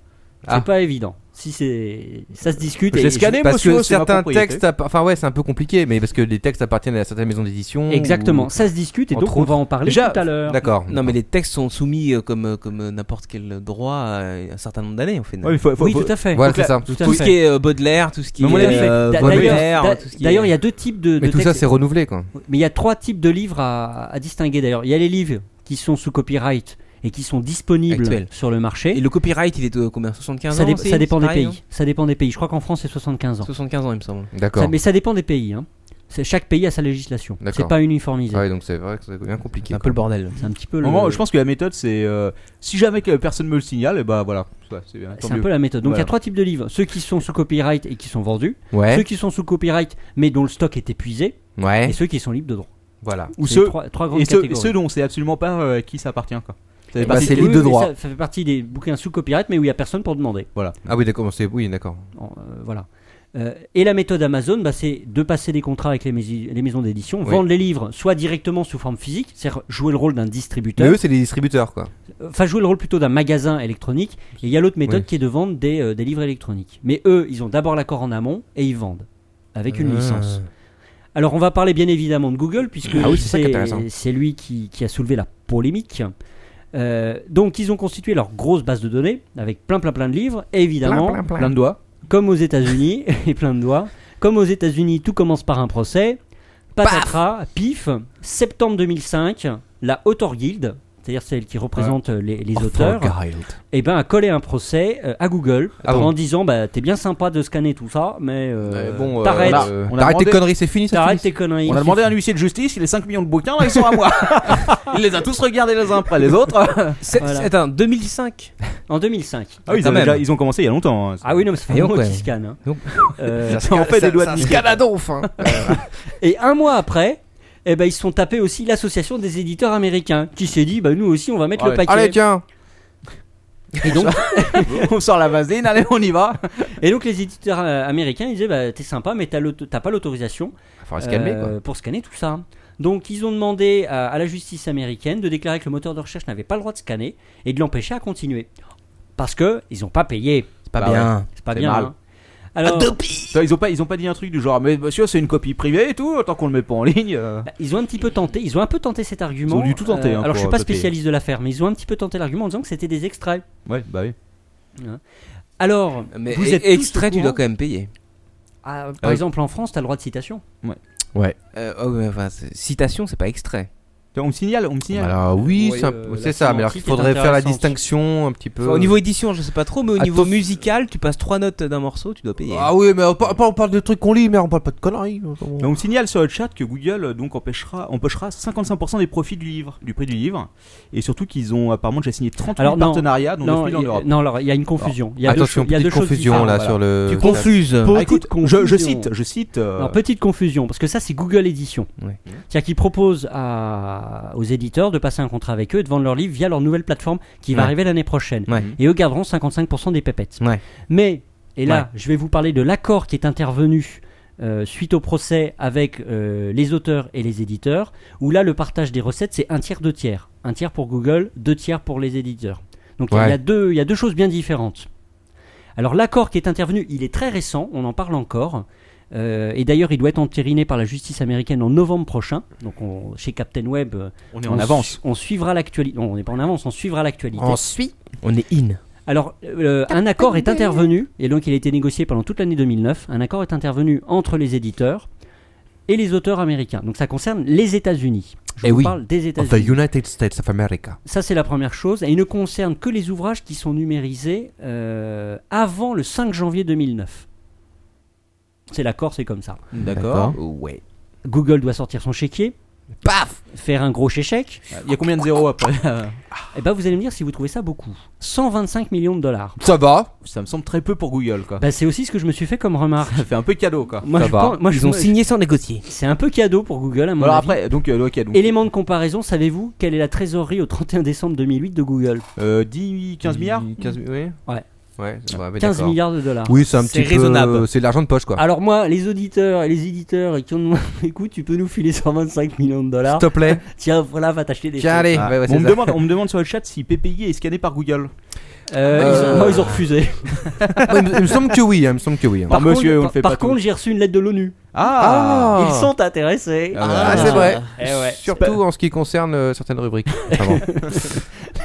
Speaker 4: C'est
Speaker 3: Ah.
Speaker 4: pas évident. Si c'est ça se discute.
Speaker 1: Je
Speaker 4: et
Speaker 1: l'ai scanné,
Speaker 3: Parce
Speaker 1: monsieur,
Speaker 3: que
Speaker 1: c'est ma
Speaker 3: certains
Speaker 1: propriété.
Speaker 3: textes, app- enfin ouais c'est un peu compliqué, mais parce que les textes appartiennent à certaines maisons d'édition.
Speaker 4: Exactement,
Speaker 3: ou-
Speaker 4: ça se discute et
Speaker 3: Mmh. Entre
Speaker 4: donc on va en parler
Speaker 1: Déjà,
Speaker 4: tout à l'heure.
Speaker 3: D'accord.
Speaker 5: Non mais les textes sont soumis euh, comme euh, comme euh, n'importe quel droit à un certain nombre d'années en fait.
Speaker 1: Ouais, il faut- faut-
Speaker 4: Oui,
Speaker 1: faut-
Speaker 4: tout à fait.
Speaker 3: Voilà
Speaker 1: Donc là-
Speaker 3: c'est ça.
Speaker 4: Tout à
Speaker 5: Tout ce
Speaker 4: fait.
Speaker 5: qui est euh, Baudelaire, tout ce qui
Speaker 1: Mais à mon avis,
Speaker 5: est euh,
Speaker 4: D'a-
Speaker 5: Baudelaire,
Speaker 4: D'ailleurs, d'a-
Speaker 5: tout ce qui est-
Speaker 4: d'ailleurs, il y a deux types de, de
Speaker 3: Mais tout ça
Speaker 4: textes.
Speaker 3: c'est renouvelé quoi.
Speaker 4: Mais il y a trois types de livres à, à distinguer d'ailleurs. Il y a les livres qui sont sous copyright et qui sont disponibles
Speaker 5: Actuels.
Speaker 4: sur le marché.
Speaker 5: Et le copyright, il est de combien 75
Speaker 4: ça,
Speaker 5: ans
Speaker 4: dé-
Speaker 5: c'est-
Speaker 4: ça dépend
Speaker 5: c'est
Speaker 4: des
Speaker 5: pareil,
Speaker 4: pays. Ça dépend des pays. Je crois qu'en France c'est 75
Speaker 5: hein
Speaker 4: ans.
Speaker 5: 75 ans, il me semble.
Speaker 4: Ça-
Speaker 3: D'accord.
Speaker 4: mais ça dépend des pays. hein. C'est- Chaque pays a sa législation.
Speaker 3: D'accord.
Speaker 4: C'est pas uniformisé.
Speaker 3: Ah ouais, donc c'est vrai que c'est bien compliqué.
Speaker 5: C'est un peu le bordel.
Speaker 4: C'est un petit peu le.
Speaker 1: Au moment, je pense que la méthode, c'est euh, si jamais que personne me le signale, et bah voilà. Ouais, c'est bien, tant
Speaker 4: C'est un
Speaker 1: mieux.
Speaker 4: peu la méthode. Donc il y a
Speaker 1: Voilà.
Speaker 4: trois types de livres. Ceux qui sont sous copyright et qui sont vendus.
Speaker 3: quoi. Ouais.
Speaker 4: Ceux qui sont sous copyright mais dont le stock est épuisé. Et
Speaker 3: Ouais.
Speaker 4: ceux qui sont libres de droit.
Speaker 3: Voilà.
Speaker 1: Ou
Speaker 4: C'est
Speaker 1: ceux,
Speaker 4: trois, trois grandes
Speaker 1: et ceux,
Speaker 4: catégories.
Speaker 1: ceux dont on sait absolument pas euh, à qui ça appartient. Quoi. Ça fait
Speaker 3: Bah,
Speaker 1: partie
Speaker 3: c'est
Speaker 1: des-
Speaker 3: libre de
Speaker 4: mais
Speaker 3: droit.
Speaker 4: Ça, ça fait partie des bouquins sous copyright mais où il n'y a personne pour demander.
Speaker 3: Ah oui d'accord. c'est- Oui d'accord.
Speaker 4: En- euh, voilà. Euh, et la méthode Amazon, bah, c'est de passer des contrats avec les, maisi- les maisons d'édition,
Speaker 3: Oui.
Speaker 4: vendre les livres soit directement sous forme physique, c'est-à-dire jouer le rôle d'un
Speaker 3: Mais
Speaker 4: distributeur,
Speaker 3: eux c'est les distributeurs quoi.
Speaker 4: euh, enfin jouer le rôle plutôt d'un magasin électronique, et il y a l'autre méthode
Speaker 3: Oui.
Speaker 4: qui est de vendre des, euh, des livres électroniques. Mais eux, ils ont d'abord l'accord en amont et ils vendent avec une
Speaker 3: Ah.
Speaker 4: licence. Alors on va parler bien évidemment de Google, puisque
Speaker 3: Ah oui, c'est ça qui est intéressant.
Speaker 4: c'est c'est lui qui, qui a soulevé la polémique. Euh, donc ils ont constitué leur grosse base de données avec plein plein plein de livres, et évidemment,
Speaker 1: plein de doigts.
Speaker 4: comme aux États-Unis, et plein de doigts, comme aux États-Unis, tout commence par un procès. Patatras, pif, septembre 2005, la Autor Guild, c'est-à-dire celle qui représente euh, les, les auteurs, eh ben, a collé un procès euh, à Google
Speaker 3: Ah
Speaker 4: en
Speaker 3: bon
Speaker 4: disant bah, T'es bien sympa de scanner tout ça, mais euh,
Speaker 3: Euh, bon, euh,
Speaker 4: t'arrêtes,
Speaker 3: on a- euh,
Speaker 1: on a
Speaker 3: t'arrêtes tes
Speaker 1: demandé-
Speaker 3: conneries, c'est fini, ça
Speaker 4: t'arrêtes
Speaker 3: finit.
Speaker 4: tes conneries.
Speaker 1: On a demandé à un huissier de justice, les 5 millions de bouquins, là, ils sont à moi. Il les a tous regardés les uns après les autres.
Speaker 5: C'est
Speaker 4: Voilà.
Speaker 5: c'est un 2005.
Speaker 4: En 2005.
Speaker 1: Ah oui, ils,
Speaker 5: Quand
Speaker 1: avaient
Speaker 5: même.
Speaker 1: déjà- ils ont commencé il y a longtemps. hein.
Speaker 4: Ah oui, non, mais ça fait un
Speaker 5: Et donc,
Speaker 4: mois
Speaker 5: ouais.
Speaker 4: qu'ils scannent, hein.
Speaker 5: Donc-
Speaker 4: Euh,
Speaker 1: Ça en fait des doigts de
Speaker 3: C'est
Speaker 1: nez.
Speaker 3: Canadon, enfin.
Speaker 4: Et un mois après, eh ben, ils se sont tapés aussi l'association des éditeurs américains qui s'est dit bah, Nous aussi, on va mettre le
Speaker 1: Ouais.
Speaker 4: paquet.
Speaker 3: Allez, tiens.
Speaker 4: Et donc,
Speaker 1: On sort la vaseline, allez, on y va.
Speaker 4: Et donc les éditeurs euh, américains ils disaient bah, t'es sympa mais t'as l'auto- t'as pas l'autorisation
Speaker 3: Faut se calmer, quoi.
Speaker 4: euh, pour scanner tout ça. Donc ils ont demandé à, à la justice américaine de déclarer que le moteur de recherche n'avait pas le droit de scanner et de l'empêcher à continuer parce que ils ont pas payé.
Speaker 5: C'est pas
Speaker 1: Bah
Speaker 5: bien.
Speaker 4: C'est pas
Speaker 1: C'est
Speaker 4: bien.
Speaker 1: mal.
Speaker 4: hein. Alors
Speaker 1: Attends, Bah, Ils ont, pas, ils ont pas dit un truc du genre, mais monsieur, c'est une copie privée et tout, tant qu'on le met pas en ligne. euh.
Speaker 4: bah, ils ont un petit peu tenté, ils ont un peu tenté cet argument.
Speaker 1: Ils ont dû tout tenter, hein,
Speaker 4: alors je suis
Speaker 1: pour, euh,
Speaker 4: pas
Speaker 1: papier.
Speaker 4: spécialiste de l'affaire, mais ils ont un petit peu tenté l'argument en disant que c'était des extraits.
Speaker 1: Ouais, bah oui.
Speaker 4: Alors
Speaker 5: Mais
Speaker 4: vous
Speaker 5: et-
Speaker 4: êtes tous
Speaker 5: extrait,
Speaker 4: au
Speaker 5: tu
Speaker 4: courant
Speaker 5: dois quand même payer.
Speaker 4: Ah, par
Speaker 1: Euh,
Speaker 4: exemple en France t'as le droit de citation.
Speaker 5: Euh, oh, mais enfin, c'est- citation, c'est pas extrait.
Speaker 1: Tiens, On me signale, on me signale.
Speaker 3: Alors, Bah oui,
Speaker 4: Ouais,
Speaker 3: c'est un-
Speaker 4: euh, la
Speaker 3: c'est ça, mais alors qu'il
Speaker 4: sémantique est
Speaker 3: faudrait faire la
Speaker 4: intéressante.
Speaker 3: distinction un petit peu.
Speaker 5: Enfin, au niveau édition, je sais pas trop, mais au niveau
Speaker 3: Attention.
Speaker 5: musical, tu passes trois notes d'un morceau, tu dois payer.
Speaker 3: Ah oui, mais on, par- on parle de trucs qu'on lit, mais on parle pas de conneries. Enfin, bon.
Speaker 1: On me signale sur le chat que Google euh, donc empêchera, empochera 55% des profits du livre, du prix du livre, et surtout qu'ils ont apparemment déjà signé 30 000
Speaker 4: Alors, non.
Speaker 1: partenariats, dont 9 000
Speaker 4: Non,
Speaker 1: en
Speaker 4: il-
Speaker 1: Europe.
Speaker 4: non, alors il y a une confusion. Il y a deux
Speaker 3: Attention,
Speaker 4: cho- il y a
Speaker 3: petite
Speaker 4: deux choses
Speaker 3: confusion
Speaker 4: différentes.
Speaker 3: là
Speaker 1: voilà.
Speaker 3: sur le.
Speaker 5: Tu confuses.
Speaker 1: Ah,
Speaker 4: Beaucoup
Speaker 1: écoute, je,
Speaker 4: de
Speaker 1: je
Speaker 4: confusion.
Speaker 1: cite, je cite. euh,
Speaker 4: Alors, petite confusion, parce que ça c'est Google Edition.
Speaker 5: Ouais.
Speaker 4: C'est-à-dire qu'ils proposent à, à- aux éditeurs de passer un contrat avec eux et de vendre leurs livres via leur nouvelle plateforme qui va
Speaker 5: Ouais.
Speaker 4: arriver l'année prochaine.
Speaker 5: Ouais.
Speaker 4: Et eux garderont 55% des pépettes.
Speaker 5: Ouais.
Speaker 4: Mais, et là,
Speaker 5: Ouais.
Speaker 4: je vais vous parler de l'accord qui est intervenu euh, suite au procès avec euh, les auteurs et les éditeurs, où là, le partage des recettes, c'est un tiers, deux tiers. Un tiers pour Google, deux tiers pour les éditeurs. Donc il y a- il y a deux- il y a deux choses bien différentes. Alors l'accord qui est intervenu, il est très récent, on en parle encore. Euh, et d'ailleurs, il doit être entériné par la justice américaine en novembre prochain. Donc on- chez Captain Web, euh,
Speaker 8: On est
Speaker 4: on
Speaker 8: en avance.
Speaker 4: su- on suivra l'actualité. Non, on n'est pas en avance, on suivra l'actualité.
Speaker 5: Ensuite, on est in.
Speaker 4: Alors, euh, un accord est intervenu, et donc il a été négocié pendant toute l'année 2009. Un accord est intervenu entre les éditeurs et les auteurs américains. Donc ça concerne les États-Unis. Je
Speaker 3: Eh
Speaker 4: vous
Speaker 3: oui.
Speaker 4: parle des
Speaker 3: Of the
Speaker 4: États-Unis.
Speaker 3: United States of America.
Speaker 4: Ça, c'est la première chose. Et il ne concerne que les ouvrages qui sont numérisés euh, avant le 5 janvier 2009. C'est l'accord, c'est comme ça.
Speaker 3: D'accord.
Speaker 5: Ouais.
Speaker 4: Google doit sortir son chéquier,
Speaker 5: Paf
Speaker 4: faire un gros échec.
Speaker 1: Il y a combien de zéros après
Speaker 4: Et ben, vous allez me dire si vous trouvez ça beaucoup. 125 millions de dollars.
Speaker 3: Ça va
Speaker 1: Ça me semble très peu pour Google, quoi.
Speaker 4: Bah, c'est aussi ce que je me suis fait comme remarque.
Speaker 1: Ah. Ça fait un peu cadeau, quoi.
Speaker 4: Moi,
Speaker 3: Ça
Speaker 4: je
Speaker 3: va.
Speaker 4: pense- moi, je-
Speaker 5: Ils ont
Speaker 4: moi, je-
Speaker 5: signé sans négocier.
Speaker 4: C'est un peu cadeau pour Google, à mon
Speaker 1: Alors
Speaker 4: avis.
Speaker 1: après, donc, euh, ok, donc.
Speaker 4: Élément de comparaison, savez-vous quelle est la trésorerie au 31 décembre 2008 de Google
Speaker 1: euh, 10, 15 milliards
Speaker 3: 15, oui.
Speaker 4: Ouais.
Speaker 3: Ouais, ça va, mais Eh,
Speaker 4: 15
Speaker 3: d'accord.
Speaker 4: milliards de dollars.
Speaker 3: Oui, bah. c'est un
Speaker 5: C'est
Speaker 3: petit
Speaker 5: raisonnable.
Speaker 3: peu. C'est de l'argent de poche, quoi.
Speaker 4: Alors moi, les auditeurs et les éditeurs qui ont demandé, écoute, tu peux nous filer 125 millions de dollars.
Speaker 3: S'il te plaît.
Speaker 4: Tiens, voilà, va t'acheter des
Speaker 3: Tiens,
Speaker 4: trucs.
Speaker 3: allez.
Speaker 1: Ah.
Speaker 3: Ouais, ouais,
Speaker 1: on,
Speaker 3: c'est
Speaker 1: me
Speaker 3: ça.
Speaker 1: demande, on me demande sur le chat si PPI est scanné par Google.
Speaker 4: Euh,
Speaker 3: Euh,
Speaker 4: Ils, ont, non, ils ont refusé.
Speaker 3: Ouais, il me- il me semble que oui, hein, il me semble que oui. hein.
Speaker 1: Par monsieur,
Speaker 4: contre,
Speaker 1: on le fait
Speaker 4: par
Speaker 1: pas
Speaker 4: contre, j'ai reçu une lettre de l'ONU.
Speaker 1: Ah,
Speaker 4: Ils sont intéressés.
Speaker 1: Ah,
Speaker 3: Ah, c'est vrai.
Speaker 4: Eh ouais.
Speaker 3: Surtout en ce qui concerne euh, certaines rubriques. Ah bon,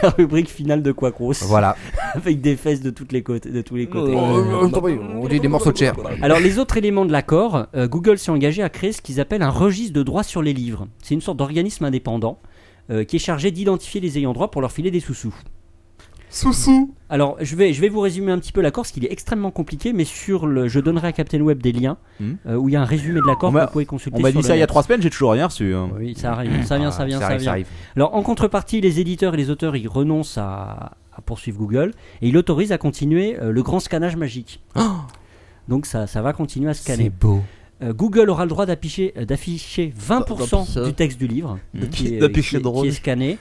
Speaker 4: La rubrique finale de quoi grosse
Speaker 3: voilà.
Speaker 4: avec des fesses de toutes les côtés, de tous les
Speaker 3: Oh, euh,
Speaker 4: côtés.
Speaker 3: on dit des morceaux de chair.
Speaker 4: Alors les autres éléments de l'accord, euh, Google s'est engagé à créer ce qu'ils appellent un registre de droits sur les livres. C'est une sorte d'organisme indépendant euh, qui est chargé d'identifier les ayants droit pour leur filer des sous-sous.
Speaker 9: Soussou.
Speaker 4: Alors, je vais, je vais vous résumer un petit peu l'accord, parce qu'il est extrêmement compliqué, mais sur le, je donnerai à Captain Web des liens
Speaker 1: Hmm.
Speaker 4: euh, où il y a un résumé de l'accord
Speaker 1: On
Speaker 4: que
Speaker 1: m'a-
Speaker 4: vous pouvez consulter.
Speaker 1: On m'a
Speaker 4: sur
Speaker 1: dit
Speaker 4: le
Speaker 1: ça il y a
Speaker 4: net.
Speaker 1: 3 semaines, j'ai toujours rien reçu. hein.
Speaker 4: Oui, ça arrive, ça vient, ça vient,
Speaker 3: Ah,
Speaker 4: ça,
Speaker 3: arrive,
Speaker 4: vient.
Speaker 3: arrive.
Speaker 4: Alors, en contrepartie, les éditeurs et les auteurs, ils renoncent à, à poursuivre Google et ils autorisent à continuer euh, le grand scannage magique. Donc, ça, ça va continuer à scanner.
Speaker 5: beau.
Speaker 4: Euh, Google aura le droit d'afficher, euh, d'afficher 20%
Speaker 5: D'afficher.
Speaker 4: du texte du livre qui, est,
Speaker 5: D'afficher
Speaker 4: qui-
Speaker 5: drôle.
Speaker 4: qui est scanné.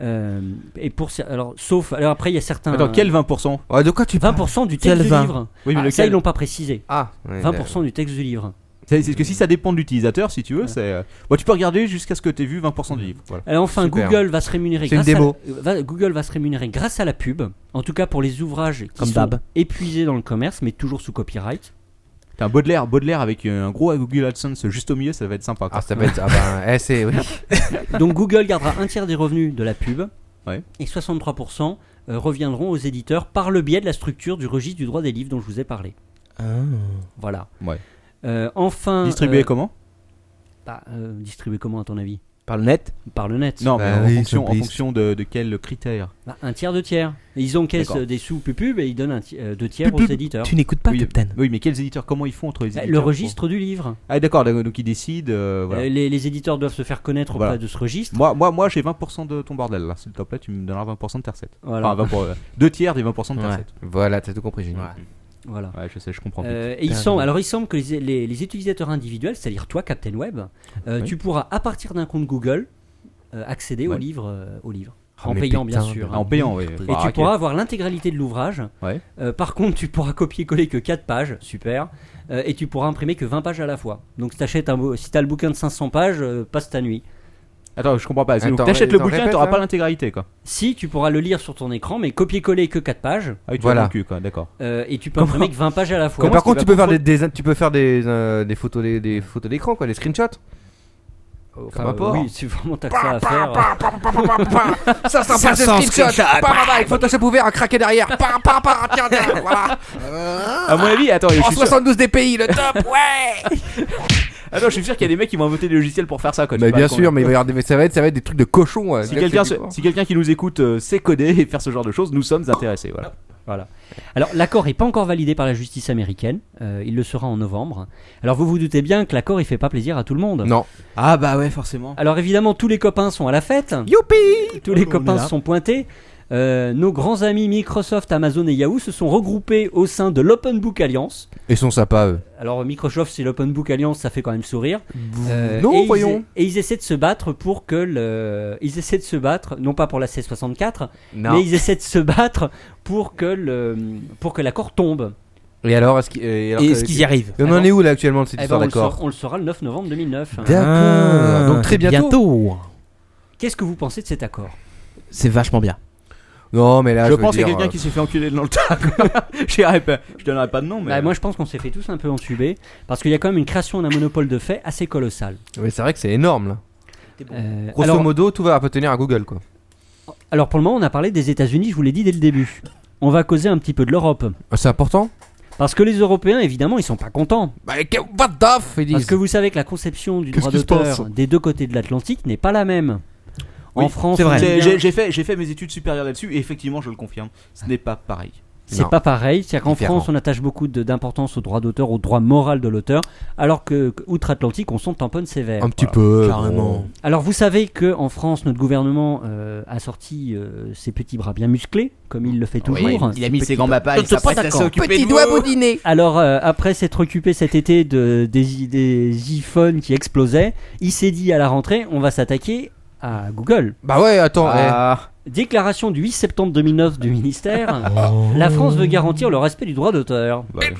Speaker 4: Euh, et pour ce- alors sauf alors après il y a certains
Speaker 1: Attends, quel 20%
Speaker 3: Ouais, de quoi tu parles
Speaker 4: 20% du texte
Speaker 5: Quel
Speaker 4: du
Speaker 5: 20?
Speaker 4: livre.
Speaker 1: Oui,
Speaker 4: Ah,
Speaker 1: mais
Speaker 4: ça, ils
Speaker 1: lequel
Speaker 4: l'ont pas précisé.
Speaker 3: Ah, ouais,
Speaker 4: 20% du texte du livre.
Speaker 1: C'est c'est que si ça dépend de l'utilisateur, si tu veux, c'est. euh, Bah, tu peux regarder jusqu'à ce que tu aies vu 20% du livre. Voilà.
Speaker 4: Alors enfin,
Speaker 3: Super.
Speaker 4: Google va se rémunérer
Speaker 3: C'est une
Speaker 4: grâce à la-
Speaker 3: démo.
Speaker 4: va- Google va se rémunérer grâce à la pub. En tout cas pour les ouvrages qui
Speaker 5: Comme
Speaker 4: sont
Speaker 5: d'hab.
Speaker 4: épuisés dans le commerce, mais toujours sous copyright.
Speaker 1: T'as un Baudelaire, Baudelaire avec euh, un gros Google AdSense juste au milieu, ça va être sympa. quoi.
Speaker 3: Ah, ça va être. Ah, ben, eh, c'est. oui.
Speaker 4: Donc Google gardera un tiers des revenus de la pub
Speaker 1: Ouais.
Speaker 4: et 63% euh, reviendront aux éditeurs par le biais de la structure du registre du droit des livres dont je vous ai parlé.
Speaker 5: Ah.
Speaker 4: Voilà.
Speaker 1: Ouais.
Speaker 4: Euh, enfin,
Speaker 1: Distribué
Speaker 4: euh,
Speaker 1: comment
Speaker 4: bah, euh, distribué comment à ton avis
Speaker 5: Par le net
Speaker 4: Par le net.
Speaker 1: Non, mais
Speaker 3: Bah
Speaker 1: en,
Speaker 3: oui,
Speaker 1: fonction, en
Speaker 3: simpliste.
Speaker 1: fonction de, de quel critère
Speaker 4: Bah, un tiers, deux tiers. Ils encaissent
Speaker 1: D'accord.
Speaker 4: euh, des sous pub et ils donnent un ti- euh, deux tiers aux éditeurs.
Speaker 5: Tu n'écoutes pas,
Speaker 1: oui,
Speaker 5: Captain.
Speaker 1: oui, mais quels éditeurs Comment ils font entre les
Speaker 4: Bah,
Speaker 1: éditeurs
Speaker 4: Le
Speaker 1: pour-
Speaker 4: registre du livre.
Speaker 1: Ah, d'accord, d'accord, donc ils décident. euh, voilà.
Speaker 4: Euh, les, les éditeurs doivent se faire connaître auprès
Speaker 1: Voilà.
Speaker 4: de ce registre.
Speaker 1: Moi, moi, moi j'ai 20% de ton bordel là, s'il te plaît, tu me donneras 20% de ta recette.
Speaker 4: Voilà.
Speaker 1: Enfin,
Speaker 3: bah,
Speaker 1: 20 pour- euh, deux tiers des 20% de ta
Speaker 5: Ouais.
Speaker 1: recette.
Speaker 3: Voilà, t'as tout compris, Génie.
Speaker 4: voilà.
Speaker 1: Ouais, je sais, je comprends.
Speaker 4: Euh, et il
Speaker 5: Putain,
Speaker 4: semble,
Speaker 5: mais-
Speaker 4: alors il semble que les, les- les utilisateurs individuels, c'est-à-dire toi, Captain Web, euh,
Speaker 1: Oui.
Speaker 4: tu pourras à partir d'un compte Google euh, accéder au
Speaker 1: Ouais.
Speaker 4: livre, euh, au livre,
Speaker 3: Ah,
Speaker 4: en
Speaker 3: mais
Speaker 4: payant
Speaker 3: putain,
Speaker 4: bien sûr.
Speaker 3: mais-
Speaker 4: hein.
Speaker 1: en payant, oui. Bah,
Speaker 4: Et tu pourras avoir l'intégralité de l'ouvrage.
Speaker 1: Ouais.
Speaker 4: Euh, par contre, tu pourras copier-coller que 4 pages, super. Euh, et tu pourras imprimer que 20 pages à la fois. Donc t'achètes un beau- si t'as le bouquin de 500 pages, euh, passe ta nuit.
Speaker 1: Attends, je comprends pas. Donc,
Speaker 3: Attends,
Speaker 1: T'achètes le
Speaker 3: attends,
Speaker 1: bouquin,
Speaker 3: répète,
Speaker 1: t'auras
Speaker 3: hein.
Speaker 1: pas l'intégralité quoi.
Speaker 4: Si, tu pourras le lire sur ton écran, mais copier-coller que 4 pages.
Speaker 1: Ah oui, tu
Speaker 3: Voilà.
Speaker 1: as le cul quoi, d'accord.
Speaker 4: euh, et tu peux
Speaker 3: Comment-
Speaker 4: imprimer que 20 pages à la fois.
Speaker 3: Mais par contre,
Speaker 1: est-ce
Speaker 3: tu
Speaker 1: qu'il
Speaker 3: peux,
Speaker 1: va
Speaker 3: faire des, des- tu peux faire des, euh, des photos des, des photos d'écran, quoi, des screenshots.
Speaker 4: Enfin,
Speaker 3: Comme rapport.
Speaker 4: oui, c'est vraiment t'as que ça à faire.
Speaker 3: Ça, ça, ça, screenshots. Bah, bah, bah, avec Photoshop ouvert, un craqué derrière. Par, par, par, tiens, tiens, voilà.
Speaker 1: À mon avis, attends, je
Speaker 3: En
Speaker 1: suis sûr,
Speaker 3: 72 DPI, le top, ouais.
Speaker 1: attends, je suis sûr qu'il y a des mecs qui vont inventer des logiciels pour faire ça quoi. tu
Speaker 3: Mais
Speaker 1: sais pas
Speaker 3: bien
Speaker 1: Bah, con-
Speaker 3: sûr, mais il va y avoir des, mais ça va être, ça va être des trucs de cochon. ouais.
Speaker 1: Si
Speaker 3: Là,
Speaker 1: quelqu'un
Speaker 3: c'est-
Speaker 1: se- si quelqu'un qui nous écoute euh, sait coder et faire ce genre de choses, nous sommes intéressés. Voilà.
Speaker 4: Voilà. Alors, l'accord n'est pas encore validé par la justice américaine. Euh, il le sera en novembre. Alors, vous vous doutez bien que l'accord, il fait pas plaisir à tout le monde.
Speaker 3: Non.
Speaker 1: Ah bah ouais, forcément.
Speaker 4: Alors, évidemment, tous les copains sont à la fête.
Speaker 3: Youpi. Oh,
Speaker 4: Tous les
Speaker 1: On est
Speaker 4: copains
Speaker 1: là.
Speaker 4: se sont pointés. euh, nos grands amis Microsoft, Amazon et Yahoo se sont regroupés au sein de l'Open Book Alliance.
Speaker 3: Ils sont sympas, eux.
Speaker 4: Alors Microsoft, c'est l'Open Book Alliance, ça fait quand même sourire. Euh,
Speaker 3: non,
Speaker 4: et ils-
Speaker 3: voyons.
Speaker 4: et ils essaient de se battre pour que le, ils essaient de se battre, non pas pour la C64, mais ils essaient de se battre pour que le, pour que l'accord tombe.
Speaker 3: Et alors, est-ce qu'ils et alors
Speaker 5: Et
Speaker 3: que- Ah
Speaker 5: Est-ce qu'ils y arrivent
Speaker 3: Et on en est où là actuellement de cette
Speaker 4: Eh
Speaker 3: histoire
Speaker 4: ben, on, le
Speaker 3: d'accord
Speaker 4: saura, on le saura le 9 novembre 2009.
Speaker 3: D'accord. Donc très bientôt.
Speaker 4: Qu'est-ce que vous pensez de cet accord
Speaker 5: C'est vachement bien.
Speaker 3: Non, mais là, je,
Speaker 1: je
Speaker 3: veux
Speaker 1: pense qu'il y
Speaker 3: dire,
Speaker 1: a quelqu'un
Speaker 3: euh,
Speaker 1: qui s'est fait enculer dans le tas. quoi. Je dirais pas- je donnerai pas de nom, mais.
Speaker 4: Bah, Moi, je pense qu'on s'est fait tous un peu entuber parce qu'il y a quand même une création d'un monopole de fait assez colossal.
Speaker 3: euh, Mais c'est vrai que c'est énorme là.
Speaker 4: Euh,
Speaker 3: Grosso
Speaker 4: alors,
Speaker 3: modo, tout va appartenir à Google quoi.
Speaker 4: alors, pour le moment, on a parlé des États-Unis, je vous l'ai dit dès le début. On va causer un petit peu de l'Europe.
Speaker 3: Ah, C'est important
Speaker 4: Parce que les Européens, évidemment, ils sont pas contents.
Speaker 3: Bah, que- what the f, ils
Speaker 4: Parce
Speaker 3: disent.
Speaker 4: que vous savez que la conception du
Speaker 6: Qu'est-ce
Speaker 4: droit
Speaker 6: qui se
Speaker 4: d'auteur
Speaker 6: passe
Speaker 4: des deux côtés de l'Atlantique n'est pas la même. en
Speaker 1: Oui,
Speaker 4: France,
Speaker 5: c'est
Speaker 4: on
Speaker 5: vrai.
Speaker 4: aime
Speaker 1: C'est-
Speaker 4: bien-
Speaker 1: J'ai j'ai fait, j'ai fait mes études supérieures là-dessus et effectivement, je le confirme, ce n'est pas pareil.
Speaker 4: C'est
Speaker 3: Non.
Speaker 4: pas pareil. C'est-à-dire qu'en
Speaker 3: Différent.
Speaker 4: France, on attache beaucoup de- d'importance au droit d'auteur, au droit moral de l'auteur, alors que que outre-Atlantique, on s'en tamponne sévère.
Speaker 3: Un petit peu.
Speaker 5: Carrément.
Speaker 3: bon.
Speaker 4: Alors vous savez que en France, notre gouvernement euh, a sorti euh, ses petits bras bien musclés, comme il le fait toujours.
Speaker 7: il a mis ses grands papas,
Speaker 5: Je
Speaker 7: il
Speaker 5: te
Speaker 7: s'apprête
Speaker 5: prends
Speaker 7: à
Speaker 5: d'accord.
Speaker 7: s'occuper de vous.
Speaker 5: boudiner.
Speaker 4: Alors euh, après s'être occupé cet été de, des, i- des iPhones qui explosaient, il s'est dit à la rentrée, on va s'attaquer à Google.
Speaker 3: Bah ouais, attends.
Speaker 7: Ah,
Speaker 4: Déclaration du 8 septembre 2009 du ministère. La France veut garantir le respect du droit d'auteur. Voilà,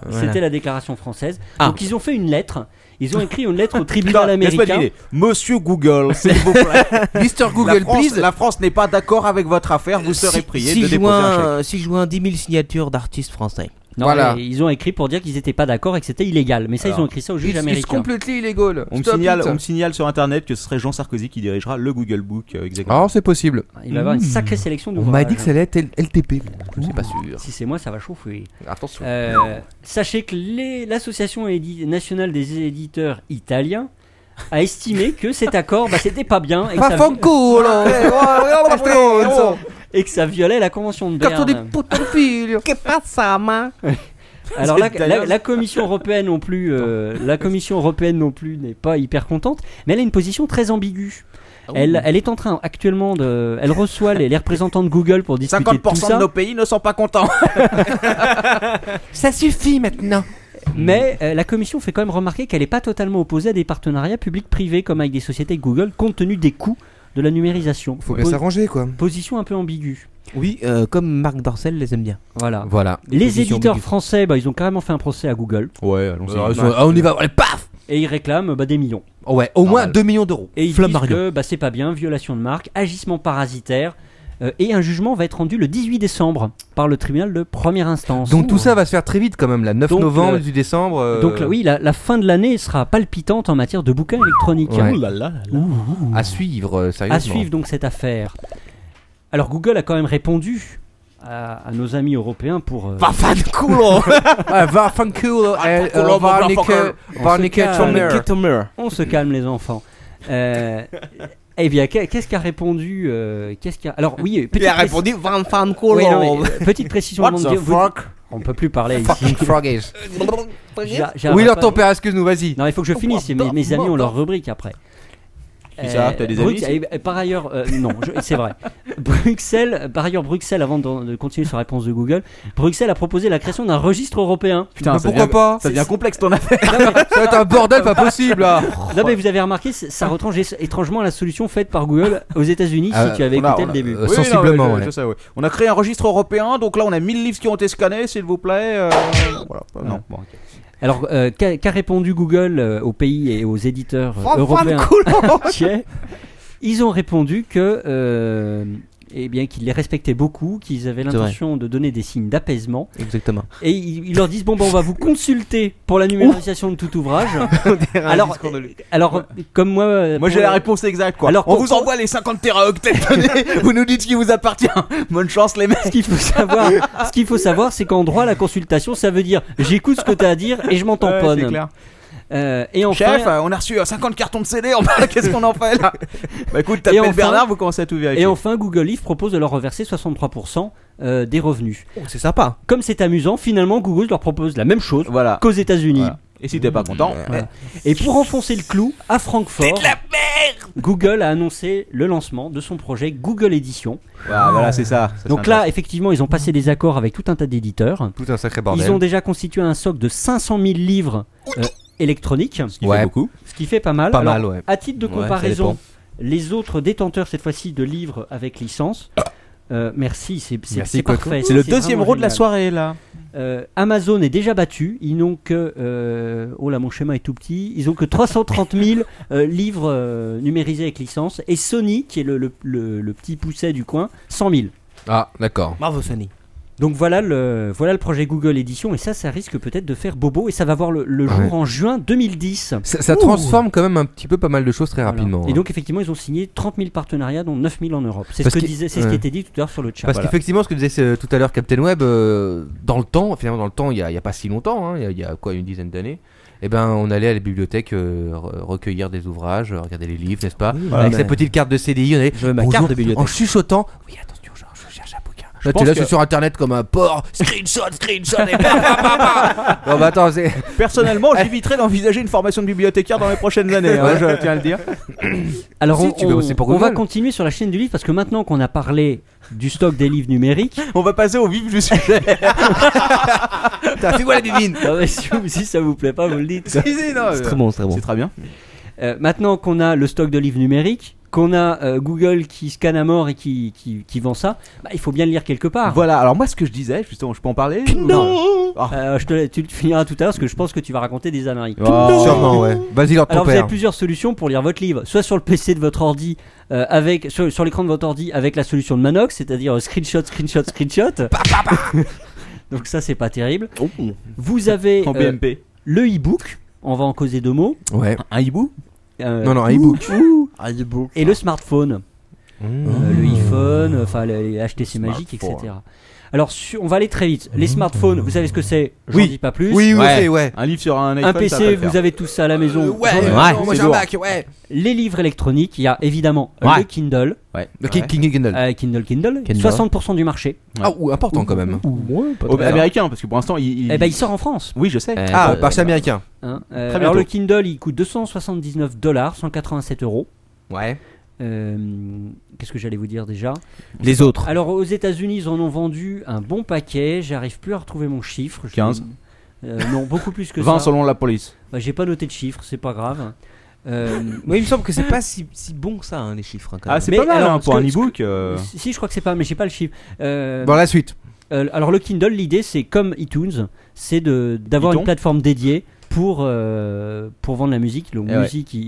Speaker 5: Voilà.
Speaker 4: c'était la déclaration française.
Speaker 5: Ah.
Speaker 4: Donc ils ont fait une lettre. Ils ont écrit une lettre au
Speaker 1: Non,
Speaker 4: tribunal
Speaker 1: laisse-moi
Speaker 4: américain.
Speaker 1: deviner. Monsieur Google, s'il vous plaît.
Speaker 3: eh, Mr.
Speaker 1: la,
Speaker 3: Google,
Speaker 1: France,
Speaker 3: please.
Speaker 1: la France n'est pas d'accord avec votre affaire,
Speaker 5: Euh,
Speaker 1: vous serez prié de déposer un chèque.
Speaker 5: juin, 6 juin, 10 000 signatures d'artistes français.
Speaker 4: Non,
Speaker 3: Voilà.
Speaker 4: mais ils ont écrit pour dire qu'ils n'étaient pas d'accord et que c'était illégal. Mais ça, ils ont écrit ça au juge
Speaker 3: It's, it's
Speaker 4: américain.
Speaker 3: completely illegal.
Speaker 1: On me,
Speaker 3: Stop
Speaker 1: signale,
Speaker 3: it.
Speaker 1: on me signale sur internet que ce serait Jean Sarkozy qui dirigera le Google Book. euh, exactement.
Speaker 3: Alors Ah, c'est possible.
Speaker 4: Il va y avoir une sacrée sélection
Speaker 3: On
Speaker 4: d'ouvrages.
Speaker 3: m'a dit que ça allait être L- LTP. Bon, je suis pas sûr.
Speaker 4: Si c'est moi, ça va chauffer.
Speaker 3: Attention.
Speaker 4: Euh, sachez que les- l'association édi- nationale des éditeurs italiens a estimé que cet accord, bah, c'était pas bien et que,
Speaker 3: Fa
Speaker 4: ça,
Speaker 3: fanculo!
Speaker 4: Ah, eh, oh,
Speaker 3: Eh, oh, Stronzo.
Speaker 4: et que ça violait la convention de
Speaker 3: Cazzo di
Speaker 4: Berne.
Speaker 3: puttana figlio.
Speaker 4: Alors la,
Speaker 1: C'est italien.
Speaker 4: la- la Commission européenne non plus, euh, la Commission européenne non plus n'est pas hyper contente, mais elle a une position très ambiguë.
Speaker 1: Ah
Speaker 4: Elle, elle est en train actuellement de, elle reçoit les, les représentants de Google pour discuter de tout
Speaker 1: 50% de
Speaker 4: ça.
Speaker 1: nos pays ne sont pas contents.
Speaker 3: Ça suffit maintenant.
Speaker 4: Mais euh, la commission fait quand même remarquer qu'elle n'est pas totalement opposée à des partenariats publics-privés comme avec des sociétés Google compte tenu des coûts de la numérisation.
Speaker 3: Faut bien s'arranger quoi.
Speaker 4: Position un peu ambiguë.
Speaker 5: Oui, euh, comme Marc Dorcel les aime bien.
Speaker 4: Voilà.
Speaker 3: Voilà.
Speaker 4: Les
Speaker 5: positions
Speaker 4: éditeurs
Speaker 5: ambiguës.
Speaker 4: français, bah, ils ont carrément fait un procès à Google
Speaker 1: Oh.
Speaker 3: Ouais, Euh, allons-y.
Speaker 1: Ouais,
Speaker 3: Ouais, on y va. Allez, paf.
Speaker 4: et ils réclament bah, des millions.
Speaker 3: Oh ouais, au moins
Speaker 5: Normal.
Speaker 3: 2 millions d'euros.
Speaker 4: Et ils
Speaker 5: Flamme
Speaker 4: disent
Speaker 5: Marion.
Speaker 4: que bah, c'est pas bien, violation de marque, agissement parasitaire. euh, et un jugement va être rendu le 18 décembre par le tribunal de première instance.
Speaker 3: Donc tout ça va se faire très vite quand même, là. 9
Speaker 4: hein. Donc,
Speaker 3: novembre,
Speaker 4: le-
Speaker 3: 10 décembre. euh,
Speaker 4: Donc là, oui, la, la fin de l'année sera palpitante en matière de bouquins électroniques.
Speaker 3: Ouais.
Speaker 1: Ouh là là là là.
Speaker 3: À suivre, euh, sérieusement.
Speaker 4: À suivre donc cette affaire. Alors Google a quand même répondu à, à nos amis européens pour... euh,
Speaker 3: Ouais, Ah, va fanculo,
Speaker 4: Ah,
Speaker 3: eh, euh, va niquer- va niquer
Speaker 4: cas,
Speaker 3: ton
Speaker 4: euh,
Speaker 3: mère.
Speaker 4: on se calme les enfants. Euh, eh bien, qu'est- qu'est-ce qu'a répondu... euh, qu'est-ce qu'a... Alors oui, petite,
Speaker 5: Il a
Speaker 4: pré-
Speaker 5: répondu Van Van
Speaker 4: oui, non, mais, euh, petite précision. avant de dire- vous- on peut plus parler ici.
Speaker 3: Fucking froggies.
Speaker 4: J'ai- j'ai un
Speaker 3: Oui, leur
Speaker 4: rapport-
Speaker 3: ton père, excuse-nous, vas-y.
Speaker 4: Non, il faut que je finisse. Mes, mes amis ont leur rubrique après. Euh,
Speaker 1: Qui ça T'as des amis,
Speaker 4: Brux-
Speaker 1: ici
Speaker 4: et- et Par ailleurs, euh, non, je- c'est vrai. Bruxelles, par ailleurs, Bruxelles, avant de, de continuer sur la réponse de Google, Bruxelles a proposé la création d'un registre européen.
Speaker 1: Putain,
Speaker 3: Mais
Speaker 1: ça
Speaker 3: pourquoi
Speaker 1: devient-
Speaker 3: pas
Speaker 1: Ça devient complexe ton affaire.
Speaker 3: Ça va être un bordel pas possible là.
Speaker 4: Non, mais vous avez remarqué, c- ça retranche étrangement la solution faite par Google aux États-Unis,
Speaker 3: Ah,
Speaker 4: si tu avais
Speaker 1: on a-
Speaker 4: écouté
Speaker 1: on
Speaker 4: le
Speaker 1: a-
Speaker 4: début.
Speaker 3: Euh,
Speaker 1: non,
Speaker 3: sensiblement,
Speaker 1: mais je-
Speaker 3: ouais.
Speaker 1: je sais, ouais. On a créé un registre européen, donc là on a 1000 livres qui ont été scannés, s'il vous plaît. euh, voilà.
Speaker 4: Ah,
Speaker 1: Non, bon, ok.
Speaker 4: Alors, euh, qu'a qu'a répondu Google euh, aux pays et aux éditeurs euh, européens entiers Ils ont répondu que, euh, eh bien, qu'ils les respectaient beaucoup, qu'ils avaient
Speaker 5: C'est vrai.
Speaker 4: l'intention de donner des signes d'apaisement,
Speaker 5: Exactement.
Speaker 4: et ils, ils leur disent bon, ben, on va vous consulter pour la numérisation de tout ouvrage. alors, alors, comme moi, euh,
Speaker 1: Moi
Speaker 4: pour
Speaker 1: j'ai la
Speaker 4: le-
Speaker 1: réponse exacte quoi.
Speaker 4: Alors,
Speaker 1: on
Speaker 4: pour-
Speaker 1: vous envoie les 50 teraoctets, tenez, vous nous dites ce qui vous appartient. Bonne chance les mecs.
Speaker 4: Ce qu'il faut savoir, ce qu'il faut savoir, c'est qu'en droit, la consultation, ça veut dire j'écoute ce que tu as à dire et je m'en
Speaker 1: Ouais, c'est
Speaker 4: tamponne.
Speaker 1: clair.
Speaker 4: Euh, et
Speaker 1: Chef,
Speaker 4: enfin,
Speaker 1: euh, on a reçu euh, 50 cartons de CD, on parle, qu'est-ce qu'on en fait là Bah écoute,
Speaker 4: Et
Speaker 1: t'appelles
Speaker 4: enfin-
Speaker 1: Bernard, vous commencez à tout vérifier.
Speaker 4: et enfin, Google Livre propose de leur reverser 63% euh, des revenus.
Speaker 5: Oh, c'est sympa.
Speaker 4: Comme c'est amusant, finalement, Google leur propose la même chose
Speaker 1: Voilà.
Speaker 4: qu'aux États-Unis.
Speaker 1: Voilà. Et si t'es
Speaker 4: Mmh.
Speaker 1: pas content,
Speaker 4: Et pour enfoncer le clou, à Francfort, Google a annoncé le lancement de son projet Google Edition.
Speaker 1: voilà, bah, voilà, c'est ça. Ça,
Speaker 4: Donc
Speaker 1: c'est
Speaker 4: là, effectivement, ils ont passé des accords avec tout un tas d'éditeurs.
Speaker 3: Tout un sacré bordel.
Speaker 4: Ils ont déjà constitué un socle de 500 000 livres euh, électroniques,
Speaker 1: intéressant. Ce qui fait
Speaker 3: Ouais.
Speaker 1: beaucoup.
Speaker 4: ce qui fait pas mal.
Speaker 3: Pas
Speaker 4: Alors,
Speaker 3: mal, ouais.
Speaker 4: À titre de
Speaker 3: Ouais, ça
Speaker 4: comparaison,
Speaker 3: dépend.
Speaker 4: les autres détenteurs, cette fois-ci, de livres avec licence. euh, merci, c'est c'est-
Speaker 3: Merci,
Speaker 4: c'est
Speaker 3: Quaco.
Speaker 4: parfait.
Speaker 1: Ah. C'est le deuxième
Speaker 4: vraiment
Speaker 1: row de la
Speaker 4: génial.
Speaker 1: soirée là.
Speaker 4: Euh, Amazon est déjà battu. Ils n'ont que. euh, oh là, mon schéma est tout petit. Ils ont que 330 000 euh, livres euh, numérisés avec licence. Et Sony, qui est le, le- le- le petit pousset du coin, 100 000.
Speaker 3: Ah, d'accord.
Speaker 5: Bravo Sony.
Speaker 4: Donc voilà le, voilà le projet Google Edition. Et ça, ça risque peut-être de faire bobo. Et ça va voir le, le jour
Speaker 3: Ouais.
Speaker 4: en juin 2010.
Speaker 3: Ça, ça transforme quand même un petit peu pas mal de choses très rapidement.
Speaker 4: Voilà. Et
Speaker 3: hein.
Speaker 4: donc, effectivement, ils ont signé 30 000 partenariats, dont 9 000 en Europe. C'est ce,
Speaker 3: Parce
Speaker 4: que
Speaker 3: qu'il-
Speaker 4: disait- c'est ce
Speaker 3: ouais.
Speaker 4: qui était dit tout à l'heure sur le chat.
Speaker 3: Parce
Speaker 4: Voilà.
Speaker 3: qu'effectivement, ce que disait euh, tout à l'heure Captain Web, euh, dans le temps, finalement dans le temps, il n'y a, il y a pas si longtemps, hein, il y a- il y, a quoi, une dizaine d'années, eh ben, on allait à la bibliothèque euh, re- recueillir des ouvrages, euh, regarder les livres, n'est-ce pas
Speaker 5: Oui,
Speaker 3: Avec
Speaker 5: mais-
Speaker 3: sa petite carte de CDI, on allait
Speaker 5: Je veux
Speaker 3: Ah,
Speaker 5: ma
Speaker 3: ben. Bonjour,
Speaker 5: carte de bibliothèque.
Speaker 3: en chuchotant. Oui, attention, je, je cherche un bouquin. Là,
Speaker 1: pense
Speaker 3: tu lâches
Speaker 1: que-
Speaker 3: sur internet comme un porc. Screenshot, screenshot, et bam, bam, bam, bam. Bon, bah attends, c'est.
Speaker 1: Personnellement, j'éviterai d'envisager une formation de bibliothécaire dans les prochaines années. hein, je tiens à le dire.
Speaker 4: Alors,
Speaker 3: Si,
Speaker 4: on,
Speaker 3: tu vas bosser pour
Speaker 4: on va
Speaker 3: Google.
Speaker 4: continuer sur la chaîne du livre parce que maintenant qu'on a parlé du stock des livres numériques.
Speaker 1: On va passer au vif du sujet.
Speaker 3: Putain, fais-moi Ah, la divine.
Speaker 4: Non, mais Ah si, vous- si ça vous plaît pas, vous le dites. quoi.
Speaker 5: C'est très bon, c'est très bon.
Speaker 1: C'est très bien.
Speaker 4: Euh, maintenant qu'on a le stock de livres numériques, qu'on a euh, Google qui scanne à mort et qui, qui, qui vend ça, bah, il faut bien le lire quelque part.
Speaker 1: Voilà, alors moi ce que je disais, justement, je peux en parler ou- Ah.
Speaker 4: Euh, je te, la- tu le finiras tout à l'heure parce que je pense que tu vas raconter des âneries.
Speaker 1: Oh.
Speaker 3: Sûrement, ouais. Vas-y, leur ton
Speaker 4: Alors vous avez
Speaker 3: père.
Speaker 4: plusieurs solutions pour lire votre livre, soit sur le PC de votre ordi, euh, avec sur, sur l'écran de votre ordi avec la solution de Manox, c'est-à-dire euh, screenshot, screenshot, screenshot. Donc ça c'est pas terrible. Vous avez
Speaker 1: En
Speaker 4: euh,
Speaker 1: BMP.
Speaker 4: le e-book, on va en causer deux mots.
Speaker 3: Ouais.
Speaker 1: Un hibou
Speaker 4: Euh,
Speaker 3: Non, non, un e-book.
Speaker 4: Et le smartphone.
Speaker 3: Ah.
Speaker 4: Euh, le iPhone, enfin les les HTC Magic, etc. Alors su- on va aller très vite. Les smartphones, vous savez ce que c'est Je
Speaker 1: Oui.
Speaker 4: dis pas plus.
Speaker 3: Mmh. Oui, oui,
Speaker 1: Ouais.
Speaker 3: oui, ouais.
Speaker 1: Un livre sur un iPhone.
Speaker 4: Un
Speaker 1: ça va
Speaker 4: PC,
Speaker 1: pas le
Speaker 4: vous
Speaker 1: faire.
Speaker 4: avez tout ça à la maison. J'en ai-
Speaker 3: Euh, Ouais,
Speaker 1: Ouais,
Speaker 3: moi
Speaker 1: c'est
Speaker 3: j'ai un
Speaker 1: lourd.
Speaker 3: bac, ouais.
Speaker 4: Les livres électroniques, il y a évidemment
Speaker 1: Ouais.
Speaker 4: le Kindle,
Speaker 3: Le King King Kindle.
Speaker 4: euh, Kindle, Kindle,
Speaker 5: Kindle.
Speaker 4: 60% du marché.
Speaker 3: Ah, ou important quand même.
Speaker 1: Oh, mais américain, parce que pour l'instant, il.
Speaker 4: Eh ben, il sort en France.
Speaker 1: Oui, je sais.
Speaker 5: Euh,
Speaker 3: Ah,
Speaker 5: euh,
Speaker 3: marché américain.
Speaker 4: hein. Euh,
Speaker 1: Très
Speaker 4: alors
Speaker 1: bientôt.
Speaker 4: le Kindle, il coûte 279 dollars, 187 euros.
Speaker 3: Ouais.
Speaker 4: Euh, Qu'est-ce que j'allais vous dire déjà
Speaker 5: Les autres.
Speaker 4: Alors aux États-Unis, ils en ont vendu un bon paquet. J'arrive plus à retrouver mon chiffre. Je-
Speaker 1: 15.
Speaker 4: Euh, non, beaucoup plus que
Speaker 1: 20
Speaker 4: ça.
Speaker 1: selon la police.
Speaker 4: Bah, J'ai pas noté de chiffre, c'est pas grave. Euh,
Speaker 5: Moi, il me semble que c'est pas si, si bon que ça, hein, les chiffres. hein, quand
Speaker 1: Ah,
Speaker 5: même.
Speaker 1: c'est
Speaker 4: Mais
Speaker 1: pas mal
Speaker 4: alors,
Speaker 1: hein,
Speaker 4: ce
Speaker 1: pour un
Speaker 4: que-
Speaker 1: e-book. euh,
Speaker 4: Si, je crois que c'est pas, mais j'ai pas le chiffre. Euh,
Speaker 3: Bon, la suite.
Speaker 4: Euh, alors le Kindle, l'idée c'est comme iTunes, c'est de d'avoir
Speaker 1: Iton.
Speaker 4: une plateforme dédiée pour euh, pour vendre la musique, donc
Speaker 1: Eh ouais.
Speaker 4: musique, i- i-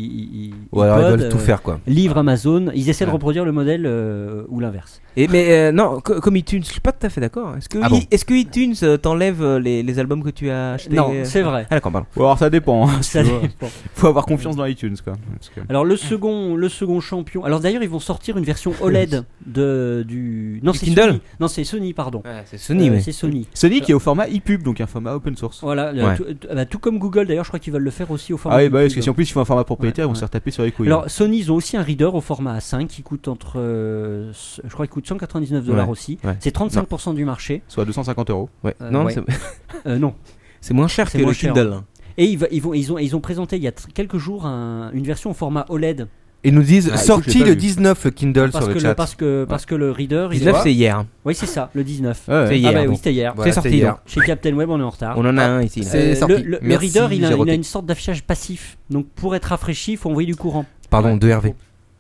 Speaker 4: i-
Speaker 3: Ouais, alors
Speaker 4: iPod,
Speaker 3: ils veulent tout
Speaker 4: euh,
Speaker 3: faire quoi.
Speaker 4: Livre Amazon, ils essaient de
Speaker 3: Ouais.
Speaker 4: reproduire le modèle euh, ou l'inverse.
Speaker 5: Et, mais euh, non, co- comme iTunes, je suis pas tout à fait d'accord. Est-ce que,
Speaker 3: Ah bon
Speaker 5: i- est-ce que iTunes euh, t'enlève euh, les, les albums que tu as achetés
Speaker 4: Non,
Speaker 5: euh,
Speaker 4: c'est vrai.
Speaker 5: Ah d'accord, pardon.
Speaker 1: Ou alors ça dépend. hein,
Speaker 4: Ça
Speaker 1: tu vois.
Speaker 4: dépend.
Speaker 1: Faut avoir confiance dans iTunes quoi. Parce que-
Speaker 4: Alors le second, le second champion. Alors d'ailleurs ils vont sortir une version OLED de du non
Speaker 5: Du
Speaker 4: c'est
Speaker 5: Kindle
Speaker 4: Sony. non c'est Sony pardon.
Speaker 5: Ah, c'est Sony,
Speaker 4: Euh,
Speaker 5: mais.
Speaker 4: c'est Sony.
Speaker 1: Sony qui est au format e-pub, donc un format open source.
Speaker 4: Voilà, euh,
Speaker 3: Ouais.
Speaker 4: tout, euh, bah, tout comme Google d'ailleurs, je crois qu'ils veulent le faire aussi au format.
Speaker 1: Ah oui, bah oui, parce
Speaker 4: YouTube.
Speaker 1: que si en plus ils font un format propriétaire,
Speaker 4: Ouais,
Speaker 1: on se retaper sur les couilles.
Speaker 4: Alors Sony, ils ont aussi un reader au format A5 qui coûte entre, euh, je crois, qu'il coûte 199 dollars
Speaker 3: Ouais,
Speaker 4: aussi.
Speaker 3: ouais.
Speaker 4: C'est 35% du marché.
Speaker 1: hein, Soit 250 euros.
Speaker 3: Ouais.
Speaker 4: Euh,
Speaker 5: non,
Speaker 4: ouais.
Speaker 5: c'est-
Speaker 4: Euh, non.
Speaker 5: c'est moins cher
Speaker 4: C'est
Speaker 5: que
Speaker 4: moins
Speaker 5: le
Speaker 4: cher,
Speaker 5: Kindle. hein.
Speaker 4: Et ils, va- ils vont, ils ont, ils ont présenté il y a tr- quelques jours un- une version au format OLED
Speaker 3: Ils nous disent
Speaker 1: Ah, écoute, je
Speaker 3: sorti
Speaker 1: l'ai pas
Speaker 3: le
Speaker 1: vu.
Speaker 3: 19 le Kindle
Speaker 4: parce
Speaker 3: sur
Speaker 4: que
Speaker 3: le
Speaker 4: le,
Speaker 3: chat.
Speaker 4: parce que parce que le reader. il est-
Speaker 5: 19, c'est hier.
Speaker 4: Oui, c'est ça, le 19.
Speaker 1: Ouais,
Speaker 5: C'est
Speaker 1: ouais.
Speaker 5: hier,
Speaker 4: ah bah oui,
Speaker 5: donc.
Speaker 4: c'était hier.
Speaker 3: Voilà,
Speaker 5: c'est sorti,
Speaker 3: c'était hier.
Speaker 5: donc.
Speaker 4: Chez Captain Web, on est en retard.
Speaker 5: On en a un ici. là.
Speaker 3: C'est
Speaker 4: Euh,
Speaker 3: sorti.
Speaker 4: le, le- le
Speaker 3: Merci,
Speaker 4: reader, il a,
Speaker 3: j'ai
Speaker 4: il a
Speaker 3: roté.
Speaker 4: une sorte d'affichage passif. Donc pour être rafraîchi, il faut envoyer du courant.
Speaker 3: Pardon, de Hervé.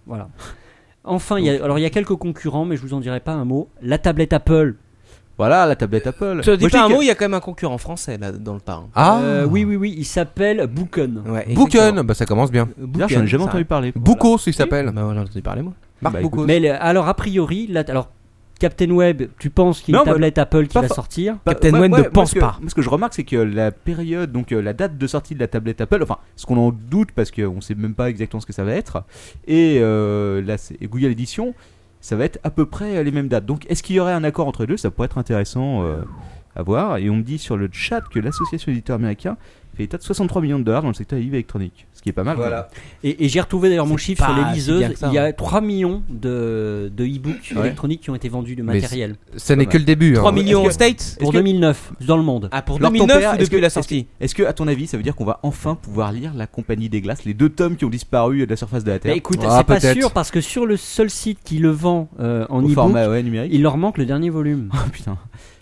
Speaker 4: Voilà. Enfin, il y a, alors il y a quelques concurrents, mais je vous en dirai pas un mot. La tablette Apple.
Speaker 1: Voilà la tablette Apple.
Speaker 5: Tu dis
Speaker 1: Moi, je
Speaker 5: pas un
Speaker 1: dis que-
Speaker 5: mot, il y a quand même un concurrent français là dans le parc.
Speaker 3: Ah
Speaker 4: Euh, oui, oui, oui, il s'appelle Booken.
Speaker 5: Ouais,
Speaker 3: Bouken, bah ça commence bien.
Speaker 1: D'ailleurs, j'en ai
Speaker 4: hein,
Speaker 1: jamais entendu parler.
Speaker 3: Boucos, il s'appelle.
Speaker 5: Bah, on a entendu parler moi.
Speaker 3: Marc
Speaker 1: Bah,
Speaker 3: Boucos.
Speaker 4: Mais le- alors, a priori, là, alors, Captain Web, tu penses qu'il y a une
Speaker 1: Non, bah,
Speaker 4: tablette Apple qui
Speaker 1: pas
Speaker 4: va
Speaker 1: fa-
Speaker 4: sortir
Speaker 1: Pas-
Speaker 5: Captain
Speaker 1: moi-
Speaker 5: Web
Speaker 1: moi-
Speaker 5: ne
Speaker 1: moi,
Speaker 5: pense
Speaker 1: ce que-
Speaker 5: pas.
Speaker 1: Moi, ce que je remarque, c'est que la période, donc euh, la date de sortie de la tablette Apple, enfin, ce qu'on en doute parce qu'on sait même pas exactement ce que ça va être, et euh, la- c'est- Google Edition, ça va être à peu près euh, les mêmes dates. Donc, est-ce qu'il y aurait un accord entre les deux Ça pourrait être intéressant euh, à voir. Et on me dit sur le chat que l'association d'éditeurs américains fait l'état de 63 millions de dollars dans le secteur IV électronique. Ce qui est pas mal.
Speaker 3: Voilà.
Speaker 4: Et, et j'ai retrouvé d'ailleurs mon
Speaker 5: C'est
Speaker 4: chiffre sur
Speaker 5: pas
Speaker 4: les
Speaker 5: si
Speaker 4: liseuses.
Speaker 5: bien que ça,
Speaker 4: il y a 3 millions de, de e-books électroniques qui ont été vendus de
Speaker 3: Mais
Speaker 4: matériel.
Speaker 3: Ça n'est que le début. hein.
Speaker 5: 3 millions
Speaker 1: est-ce
Speaker 5: aux
Speaker 1: que-
Speaker 5: States
Speaker 4: Pour
Speaker 1: que-
Speaker 4: 2009, dans le monde.
Speaker 5: Ah, pour
Speaker 1: Alors, ton
Speaker 5: 2009
Speaker 1: père,
Speaker 5: ou
Speaker 1: est-ce
Speaker 5: depuis
Speaker 1: que-
Speaker 5: la
Speaker 1: est-ce que-
Speaker 5: sortie
Speaker 1: Est-ce que, à ton avis, ça veut dire qu'on va enfin pouvoir lire La Compagnie des Glaces, les deux tomes qui ont disparu de la surface de la
Speaker 4: Bah,
Speaker 1: Terre
Speaker 4: écoute,
Speaker 3: Ah,
Speaker 4: c'est pas
Speaker 3: peut-être.
Speaker 4: sûr parce que sur le seul site qui le vend euh, en
Speaker 1: au
Speaker 4: e-book,
Speaker 1: format ouais, numérique
Speaker 4: il leur manque le dernier volume.
Speaker 1: Ah, putain.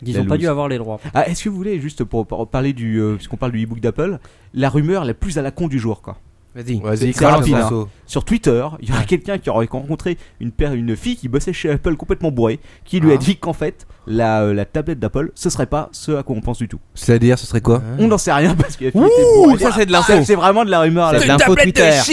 Speaker 4: Ils
Speaker 1: La
Speaker 4: ont pas dû
Speaker 1: loose.
Speaker 4: avoir les droits.
Speaker 1: Ah, est-ce que vous voulez, juste pour, pour parler du. euh, Puisqu'on parle du e-book d'Apple, la rumeur la plus à la con du jour, quoi.
Speaker 3: Vas-y.
Speaker 1: C'est
Speaker 3: Vas-y,
Speaker 1: rapide,
Speaker 3: Clara
Speaker 1: hein.
Speaker 3: Faso.
Speaker 1: Sur Twitter, il y aurait quelqu'un qui aurait rencontré une, paire, une fille qui bossait chez Apple complètement bourrée, qui lui a
Speaker 3: Ah.
Speaker 1: dit qu'en fait, la, euh, la tablette d'Apple, ce serait pas ce à quoi on pense du tout.
Speaker 3: C'est-à-dire, ce serait
Speaker 5: Ah.
Speaker 3: quoi
Speaker 1: On n'en sait rien parce que.
Speaker 5: Ouh, ça c'est de l'info.
Speaker 1: c'est vraiment de la rumeur là.
Speaker 5: C'est de l'info Twitter.
Speaker 4: Alors,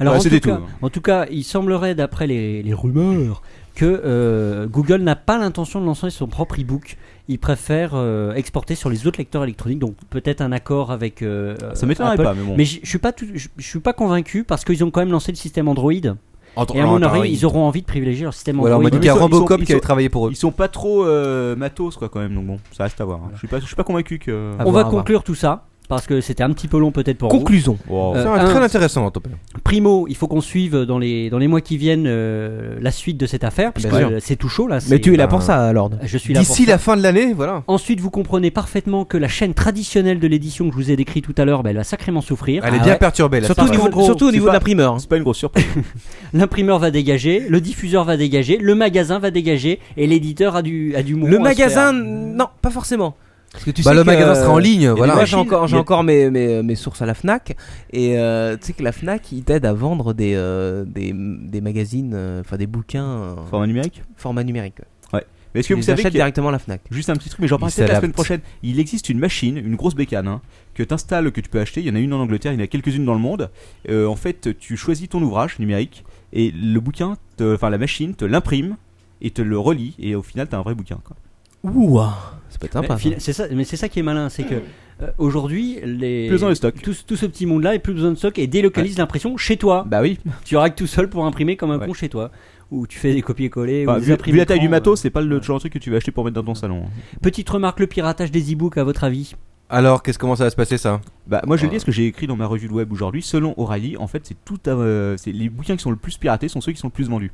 Speaker 1: Ouais,
Speaker 4: en,
Speaker 1: c'est
Speaker 4: tout
Speaker 1: des
Speaker 4: cas,
Speaker 1: tout.
Speaker 4: en tout cas, il semblerait, d'après les, les rumeurs, que euh, Google n'a pas l'intention de lancer son propre e-book. Il préfère euh, exporter sur les autres lecteurs électroniques, donc peut-être un accord avec. euh,
Speaker 1: Ça m'étonnerait
Speaker 4: Apple.
Speaker 1: pas, mais bon.
Speaker 4: Mais je je suis pas, tout- je je suis pas convaincu parce qu'ils ont quand même lancé le système Android. Et à mon avis, ils auront envie de privilégier leur système
Speaker 3: Oh, Ou alors, on m'a
Speaker 4: Android.
Speaker 3: dit
Speaker 1: ils
Speaker 3: qu'il y a
Speaker 1: sont- ils sont-
Speaker 3: Robocop
Speaker 1: ils
Speaker 3: qui avait
Speaker 1: sont-
Speaker 3: travaillé pour eux.
Speaker 1: Ils sont pas trop euh, matos quoi quand même donc bon ça reste à voir. hein. Je suis pas je suis pas convaincu que. euh,
Speaker 4: On va
Speaker 5: voir, à voir.
Speaker 4: conclure tout ça parce que c'était un petit peu long peut-être pour vous.
Speaker 5: Conclusion.
Speaker 1: Wow.
Speaker 4: Euh,
Speaker 3: C'est
Speaker 4: un-
Speaker 3: un- très intéressant, ton père.
Speaker 4: Primo, il faut qu'on suive dans les dans les mois qui viennent euh, la suite de cette affaire parce
Speaker 3: Bien
Speaker 4: que
Speaker 3: sûr.
Speaker 4: euh, c'est tout chaud là. c'est-
Speaker 5: Mais tu es là
Speaker 3: bah,
Speaker 5: pour ça, Lord.
Speaker 4: Je suis là pour
Speaker 3: D'ici la fin de l'année, voilà.
Speaker 4: Ensuite, vous comprenez parfaitement que la chaîne traditionnelle de l'édition que je vous ai décrite tout à l'heure, bah, elle va sacrément souffrir.
Speaker 3: Elle est
Speaker 5: Ah
Speaker 3: bien
Speaker 5: ouais.
Speaker 3: perturbée, la
Speaker 5: Surtout au
Speaker 3: Sarah.
Speaker 5: niveau,
Speaker 1: gros,
Speaker 5: surtout au
Speaker 1: c'est
Speaker 5: niveau
Speaker 1: pas-
Speaker 5: de l'imprimeur. hein.
Speaker 1: C'est pas une grosse surprise.
Speaker 4: L'imprimeur va dégager, le diffuseur va dégager, le magasin va dégager, et l'éditeur a du, a du mouron
Speaker 5: Le
Speaker 4: à se
Speaker 5: magasin,
Speaker 4: faire.
Speaker 5: non, pas forcément. Parce que tu
Speaker 3: Bah,
Speaker 5: sais
Speaker 3: le
Speaker 5: que,
Speaker 3: magasin
Speaker 5: euh,
Speaker 3: sera en ligne, voilà.
Speaker 5: Moi j'ai encore, j'ai
Speaker 1: Il y a-
Speaker 5: encore mes, mes, mes sources à la Fnac et euh, tu sais que la Fnac il t'aide à vendre des, euh, des, des magazines, euh, enfin des bouquins euh,
Speaker 1: Format numérique.
Speaker 5: format numérique. quoi.
Speaker 1: Mais est-ce que
Speaker 5: Tu
Speaker 1: vous
Speaker 5: les
Speaker 1: savez
Speaker 5: achètes
Speaker 1: qu'il y a-
Speaker 5: directement à la Fnac.
Speaker 1: Juste un petit truc, mais j'en
Speaker 3: Il
Speaker 1: parlerai peut-être la
Speaker 3: s'adapte.
Speaker 1: semaine prochaine. Il existe une machine, une grosse bécane, hein, que t'installes, que tu peux acheter. Il y en a une en Angleterre, il y en a quelques-unes dans le monde. Euh, en fait, tu choisis ton ouvrage numérique et le bouquin, te- enfin la machine te l'imprime et te le relie et au final t'as un vrai bouquin. Quoi.
Speaker 5: Ouh, ah, ça peut être
Speaker 4: Mais
Speaker 5: sympa.
Speaker 4: fina- c'est ça, mais c'est ça qui est malin, c'est que euh, aujourd'hui, les...
Speaker 1: Plus besoin de stock.
Speaker 4: Tout, tout ce petit monde-là est plus besoin de stock et délocalise l'impression chez toi.
Speaker 1: Bah oui.
Speaker 4: Tu auras que tout seul pour imprimer comme un
Speaker 1: Ouais.
Speaker 4: con chez toi. Ou tu fais des copier-coller.
Speaker 1: Enfin,
Speaker 4: ou des
Speaker 1: vu,
Speaker 4: imprimes
Speaker 1: vu la taille du
Speaker 4: écran,
Speaker 1: matos,
Speaker 4: euh.
Speaker 1: c'est pas le genre de truc que tu vas acheter pour mettre dans ton salon. hein.
Speaker 4: Petite remarque, le piratage des e-books, à votre avis
Speaker 3: Alors, qu'est-ce comment ça va se passer ça
Speaker 1: Bah moi je le
Speaker 3: Ouais.
Speaker 1: dis, ce que j'ai écrit dans ma revue de web aujourd'hui, selon O'Reilly, en fait c'est tout, à- euh, c'est les bouquins qui sont le plus piratés sont ceux qui sont le plus vendus.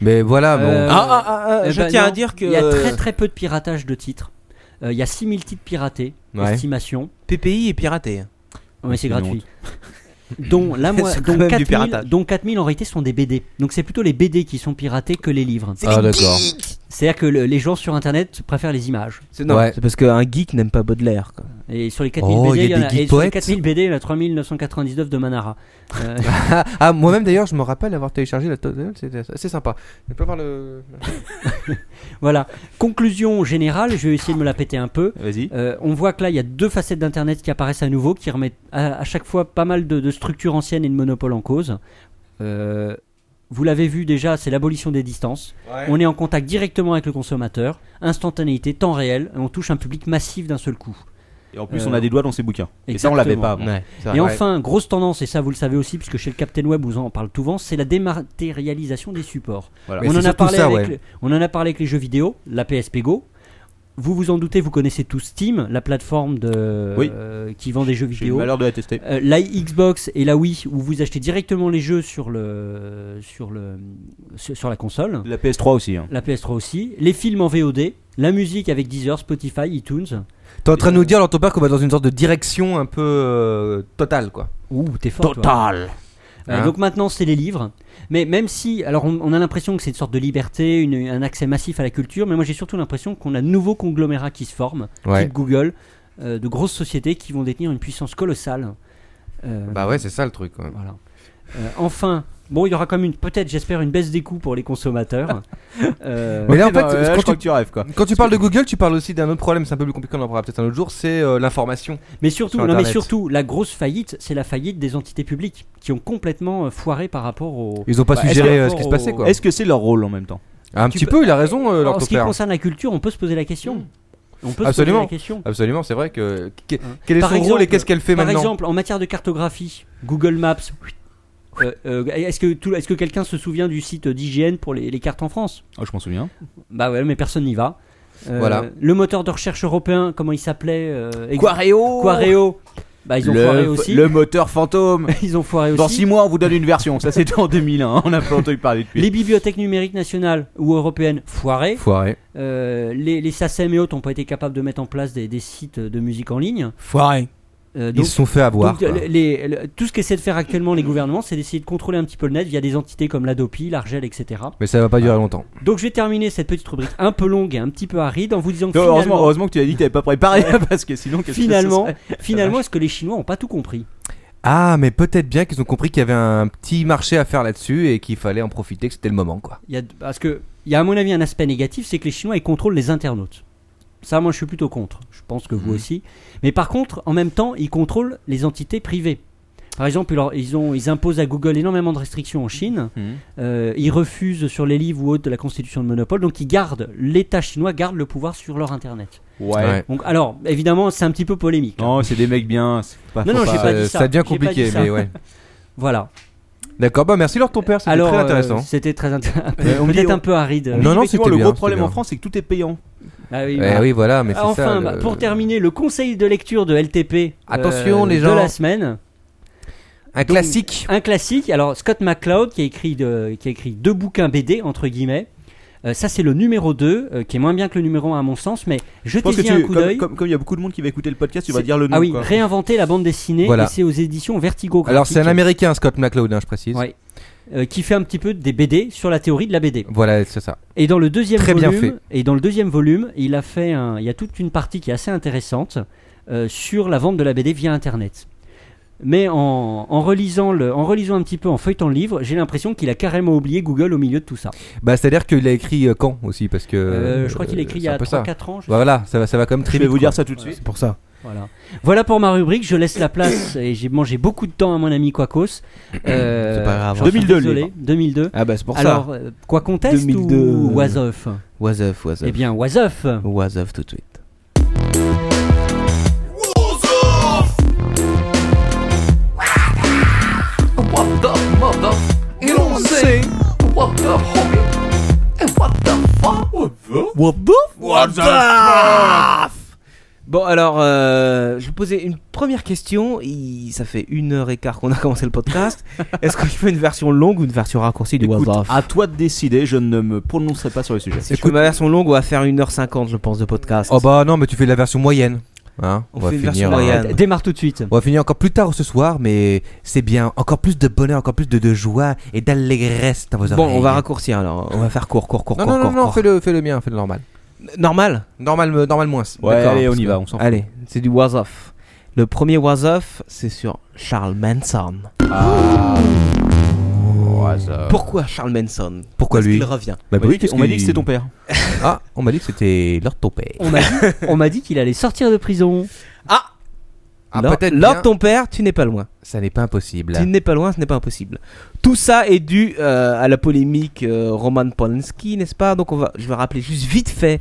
Speaker 3: Mais voilà,
Speaker 4: Euh,
Speaker 3: bon.
Speaker 5: Ah, ah, ah, ah,
Speaker 4: Eh
Speaker 5: je
Speaker 4: ben
Speaker 5: tiens à
Speaker 4: non,
Speaker 5: dire que
Speaker 4: Il y a très
Speaker 5: euh,
Speaker 4: très peu de piratage de titres. Euh, il y a 6000 titres piratés,
Speaker 3: Ouais.
Speaker 4: estimation.
Speaker 5: PPI est piraté.
Speaker 4: Ouais, c'est
Speaker 1: une
Speaker 4: gratuit. dont la moi,
Speaker 5: C'est quand
Speaker 4: dont
Speaker 5: même du
Speaker 4: 4000,
Speaker 5: piratage.
Speaker 4: dont 4000 en réalité sont des BD. Donc c'est plutôt les BD qui sont piratés que les livres.
Speaker 3: Ah d'accord.
Speaker 4: C'est-à-dire que le- les gens sur internet préfèrent les images.
Speaker 5: C'est non,
Speaker 3: Ouais.
Speaker 5: c'est parce qu'un geek n'aime pas Baudelaire. quoi.
Speaker 4: Et sur les 4000
Speaker 3: Oh,
Speaker 4: BD,
Speaker 3: il y a
Speaker 4: en
Speaker 3: des geeks
Speaker 4: et sur les
Speaker 3: poètes.
Speaker 4: 4000 BD, il y en a 3999 de Manara. Euh,
Speaker 3: Ah, ah, moi-même d'ailleurs, je me rappelle avoir téléchargé la totale, c'était assez sympa. Je peux voir le.
Speaker 4: voilà. Conclusion générale, je vais essayer de me la péter un peu.
Speaker 1: Vas-y.
Speaker 4: Euh, on voit que là, il y a deux facettes d'Internet qui apparaissent à nouveau, qui remettent à, à chaque fois pas mal de, de structures anciennes et de monopoles en cause. Euh, vous l'avez vu déjà, c'est l'abolition des distances. On est en contact directement avec le consommateur, instantanéité, temps réel, et on touche un public massif d'un seul coup.
Speaker 1: Et en plus
Speaker 4: Euh,
Speaker 1: on a des doigts dans ces bouquins. Et ça on l'avait
Speaker 4: exactement.
Speaker 1: pas. avant.
Speaker 5: Ouais.
Speaker 4: Et enfin, grosse tendance, et ça vous le savez aussi, puisque chez le Captain Web, vous en parle tout vent, c'est la dématérialisation des supports.
Speaker 1: Voilà.
Speaker 3: Mais
Speaker 4: On
Speaker 3: Bah, c'est
Speaker 4: en, a
Speaker 3: surtout
Speaker 4: parlé
Speaker 3: ça,
Speaker 4: avec
Speaker 3: ouais.
Speaker 4: le- on en a parlé avec les jeux vidéo, la PSP Go. Vous vous en doutez, vous connaissez tous Steam, la plateforme de,
Speaker 1: Oui.
Speaker 4: euh, qui vend des jeux
Speaker 1: J'ai eu le
Speaker 4: vidéo.
Speaker 1: malheur de la tester.
Speaker 4: Euh, la Xbox et la Wii, où vous achetez directement les jeux sur, le, sur, le, sur sur la console.
Speaker 1: La PS3 aussi. Hein.
Speaker 4: La PS3 aussi. Les films en VOD. La musique avec Deezer, Spotify, iTunes.
Speaker 3: T'es en train de nous dire, alors ton père, qu'on va dans une sorte de direction un peu euh, totale, quoi.
Speaker 4: Ouh, t'es fort. toi. Euh,
Speaker 3: Hein
Speaker 4: donc maintenant, c'est les livres. Mais même si, alors on, on a l'impression que c'est une sorte de liberté, une- un accès massif à la culture, mais moi j'ai surtout l'impression qu'on a de nouveaux conglomérats qui se forment, type Google, euh, de grosses sociétés qui vont détenir une puissance colossale. Euh,
Speaker 3: Bah ouais, c'est ça le truc. ouais.
Speaker 4: voilà. Euh, enfin, bon, il y aura comme une, peut-être, j'espère, une baisse des coûts pour les consommateurs. Euh,
Speaker 3: Mais là, en
Speaker 1: Non,
Speaker 2: bah,
Speaker 3: fait,
Speaker 1: euh, là,
Speaker 3: quand
Speaker 1: je
Speaker 3: tu-
Speaker 1: crois que tu rêves quoi.
Speaker 3: Quand tu parles de Google, tu parles aussi d'un autre problème, c'est un peu plus compliqué, on en parlera peut-être un autre jour, c'est euh, l'information.
Speaker 4: mais surtout,
Speaker 3: Sur
Speaker 4: non, mais
Speaker 3: Internet.
Speaker 4: surtout, la grosse faillite, c'est la faillite des entités publiques qui ont complètement euh, foiré par rapport au.
Speaker 3: Ils ont pas
Speaker 1: Bah,
Speaker 3: su
Speaker 1: est-ce
Speaker 3: gérer
Speaker 1: que-
Speaker 3: euh, ce qui se passait, quoi.
Speaker 1: Est-ce que c'est leur rôle en même temps
Speaker 3: Un
Speaker 4: tu
Speaker 3: petit
Speaker 4: peux-
Speaker 3: peu, il a raison, euh, leur
Speaker 4: en
Speaker 3: ton
Speaker 4: ce qui
Speaker 3: père.
Speaker 4: concerne la culture, on peut se poser la question. On peut
Speaker 3: Absolument.
Speaker 4: se poser la question.
Speaker 3: Absolument, c'est vrai que. que- Quel est
Speaker 4: Hein. Par
Speaker 3: son rôle
Speaker 4: exemple-
Speaker 3: et qu'est-ce qu'elle fait
Speaker 4: Par
Speaker 3: maintenant
Speaker 4: exemple, en matière de cartographie, Google Maps. euh, euh, est-ce que tout, est-ce que
Speaker 2: Oh,
Speaker 4: quelqu'un se souvient du site d'IGN pour les, les cartes en France
Speaker 1: Ah, Je m'en souviens.
Speaker 4: Bah ouais, mais personne n'y va. Euh,
Speaker 3: Voilà.
Speaker 4: Le moteur de recherche européen, comment il s'appelait euh, ex-
Speaker 2: Quareo
Speaker 4: Quareo. Bah, ils ont foiré
Speaker 2: le,
Speaker 4: aussi.
Speaker 2: le moteur fantôme.
Speaker 4: Ils ont foiré
Speaker 2: Dans
Speaker 4: aussi.
Speaker 2: 6 mois, on vous donne une version. Ça, c'était en 2001. hein. On a pas entendu parler depuis.
Speaker 4: Les bibliothèques numériques nationales ou européennes, foirées.
Speaker 3: Foiré.
Speaker 4: Euh, les, les SACEM et autres n'ont pas été capables de mettre en place des, des sites de musique en ligne.
Speaker 5: Foiré.
Speaker 4: Euh,
Speaker 3: Ils
Speaker 4: donc,
Speaker 3: se sont fait avoir.
Speaker 4: donc,
Speaker 3: quoi.
Speaker 4: les- les- le- tout ce qu'essaient de faire actuellement les gouvernements, c'est d'essayer de contrôler un petit peu le net via des entités comme l'ADOPI, l'ARGEL, etc.
Speaker 3: Mais ça va pas
Speaker 4: Ah.
Speaker 3: durer longtemps.
Speaker 4: Donc je vais terminer cette petite rubrique un peu longue et un petit peu aride en vous disant que
Speaker 2: Non, heureusement,
Speaker 4: finalement,
Speaker 2: heureusement que tu as dit que tu n'avais pas préparé. parce que sinon, qu'est-ce que ce
Speaker 4: finalement,
Speaker 2: serait
Speaker 4: finalement, est-ce que les Chinois n'ont pas tout compris
Speaker 3: Ah, mais peut-être bien qu'ils ont compris qu'il y avait un petit marché à faire là-dessus et qu'il fallait en profiter, que c'était le moment, quoi.
Speaker 4: Il y a- Parce que il y a à mon avis un aspect négatif, c'est que les Chinois ils contrôlent les internautes. Ça, moi, je suis plutôt contre. Je pense que vous
Speaker 3: Mhm.
Speaker 4: aussi. Mais par contre, en même temps, ils contrôlent les entités privées. Par exemple, leur- ils, ont, ils imposent à Google énormément de restrictions en Chine. Euh, ils refusent sur les livres ou autres de la constitution de monopole. Donc, ils gardent, l'État chinois garde le pouvoir sur leur Internet.
Speaker 2: Ouais.
Speaker 3: Ouais.
Speaker 4: Donc, alors, évidemment, c'est un petit peu polémique. là.
Speaker 2: Non, c'est des mecs bien. c'est Pas,
Speaker 4: Non,
Speaker 2: faut
Speaker 4: non, j'ai pas dit
Speaker 3: Euh,
Speaker 4: ça.
Speaker 3: ça devient
Speaker 4: J'ai pas dit
Speaker 3: compliqué,
Speaker 4: ça.
Speaker 3: mais ouais.
Speaker 4: Voilà.
Speaker 3: D'accord, bah merci leur ton père, c'était
Speaker 4: Alors,
Speaker 3: très
Speaker 4: euh,
Speaker 3: intéressant.
Speaker 4: c'était très intéressant.
Speaker 2: on me dit-
Speaker 4: Peut-être un peu aride.
Speaker 2: On dit
Speaker 3: Non, non,
Speaker 2: effectivement,
Speaker 3: c'était
Speaker 2: le
Speaker 3: bien,
Speaker 2: gros
Speaker 3: c'était
Speaker 2: problème
Speaker 3: bien.
Speaker 2: en France, c'est que tout est payant.
Speaker 4: Ah oui,
Speaker 3: Eh
Speaker 4: voilà.
Speaker 3: oui, voilà, mais c'est
Speaker 4: Enfin,
Speaker 3: ça.
Speaker 4: bah,
Speaker 3: le-
Speaker 4: pour terminer, le conseil de lecture de LTP.
Speaker 3: Attention, les
Speaker 4: euh, De
Speaker 3: gens.
Speaker 4: la semaine.
Speaker 3: un classique.
Speaker 4: Un classique. Alors, Scott McCloud, qui a écrit, de- qui a écrit deux bouquins BD, entre guillemets. Euh, ça, c'est le numéro 2, qui est moins bien que le numéro 1 à mon sens, mais
Speaker 2: Je pense que
Speaker 4: jetez-y un
Speaker 2: tu,
Speaker 4: coup
Speaker 2: comme
Speaker 4: d'œil.
Speaker 2: comme- comme il y a beaucoup de monde qui va écouter le podcast, tu vas
Speaker 4: C'est-
Speaker 2: dire le nom.
Speaker 4: Ah oui,
Speaker 2: quoi.
Speaker 4: réinventer la bande dessinée,
Speaker 3: Voilà.
Speaker 4: et c'est aux éditions Vertigo.
Speaker 3: Alors, c'est un
Speaker 4: Graphique,
Speaker 3: américain, Scott McCloud, hein, je précise.
Speaker 4: Ouais. euh, qui fait un petit peu des BD sur la théorie de la BD.
Speaker 3: Voilà, c'est ça.
Speaker 4: Et dans le deuxième
Speaker 3: Très bien
Speaker 4: volume,
Speaker 3: fait.
Speaker 4: et dans le deuxième volume, il a fait un- il y a toute une partie qui est assez intéressante euh, sur la vente de la BD via Internet. Mais en, en relisant le, en relisant un petit peu, en feuilletant le livre, j'ai l'impression qu'il a carrément oublié Google au milieu de tout ça.
Speaker 3: Bah, c'est-à-dire qu'il a écrit euh, quand aussi, parce que.
Speaker 4: Euh, je crois qu'il a écrit il y
Speaker 3: c'est un
Speaker 4: a
Speaker 3: peu ça.
Speaker 4: 3-4 ans. je-
Speaker 3: Voilà, ça va, ça va quand même
Speaker 2: Je
Speaker 3: très
Speaker 2: vais
Speaker 3: vite.
Speaker 2: vous
Speaker 3: quoi.
Speaker 2: dire ça tout de suite.
Speaker 5: C'est pour ça.
Speaker 4: Voilà. Voilà pour ma rubrique. Je laisse la place et j'ai mangé beaucoup de temps à mon ami Quacos. Euh,
Speaker 5: C'est pas grave.
Speaker 4: j'en suis
Speaker 2: 2002, le
Speaker 4: désolé. 2002.
Speaker 5: Ah bah c'est pour ça.
Speaker 4: Alors, euh, quoi qu'on teste
Speaker 5: 2002,
Speaker 4: ou
Speaker 5: euh,
Speaker 4: was off
Speaker 5: Was off, was
Speaker 4: Eh
Speaker 5: off.
Speaker 4: bien, was off.
Speaker 5: Was off tout de suite. What the Bon alors, euh, je vous posais une première question. Il- ça fait une heure et quart qu'on a commencé le podcast. Est-ce qu'on fait une version longue ou une version raccourcie du
Speaker 2: Écoute,
Speaker 5: What's Off
Speaker 2: à toi de décider, je ne me prononcerai pas sur le sujet.
Speaker 5: Si je fais ma version longue, on va faire 1h50 je pense de podcast.
Speaker 3: Oh bah non, mais tu fais la version moyenne. Hein
Speaker 5: On fait une version
Speaker 3: euh,
Speaker 5: moyenne.
Speaker 4: D- Démarre tout de suite.
Speaker 3: On va finir encore plus tard ce soir, mais c'est bien. Encore plus de bonheur, encore plus de, de joie et d'allégresse dans vos
Speaker 5: bon,
Speaker 3: oreilles.
Speaker 5: on va raccourcir alors. On va faire court, court, court,
Speaker 3: Non,
Speaker 5: court,
Speaker 3: non, non,
Speaker 5: court,
Speaker 3: non,
Speaker 5: court.
Speaker 3: fais le, fais le mien, fais le normal.
Speaker 5: Normal
Speaker 3: Normal, euh, normal moins.
Speaker 2: Ouais,
Speaker 3: D'accord,
Speaker 2: allez, on
Speaker 3: parce
Speaker 2: y
Speaker 3: que-
Speaker 2: va, on s'en fout.
Speaker 5: Allez, c'est du was off. Le premier was off, c'est sur Charles Manson.
Speaker 3: Ah.
Speaker 5: Pourquoi Charles Manson
Speaker 3: Pourquoi lui
Speaker 5: Il revient.
Speaker 3: Bah
Speaker 2: On m'a dit que-
Speaker 3: qu'est-ce
Speaker 2: on m'a dit que
Speaker 3: qu'il-
Speaker 2: c'était ton père.
Speaker 3: Ah, on m'a dit que c'était leur ton père.
Speaker 4: On m'a dit, on m'a dit qu'il allait sortir de prison.
Speaker 3: Ah,
Speaker 5: Lors-
Speaker 3: peut-être
Speaker 5: Lors
Speaker 3: bien.
Speaker 5: de ton père, tu n'es pas loin.
Speaker 3: Ça n'est pas impossible.
Speaker 5: Tu n'es pas loin, ce n'est pas impossible. Tout ça est dû euh, à la polémique euh, Roman Polanski, n'est-ce pas Donc on va, je vais rappeler juste vite fait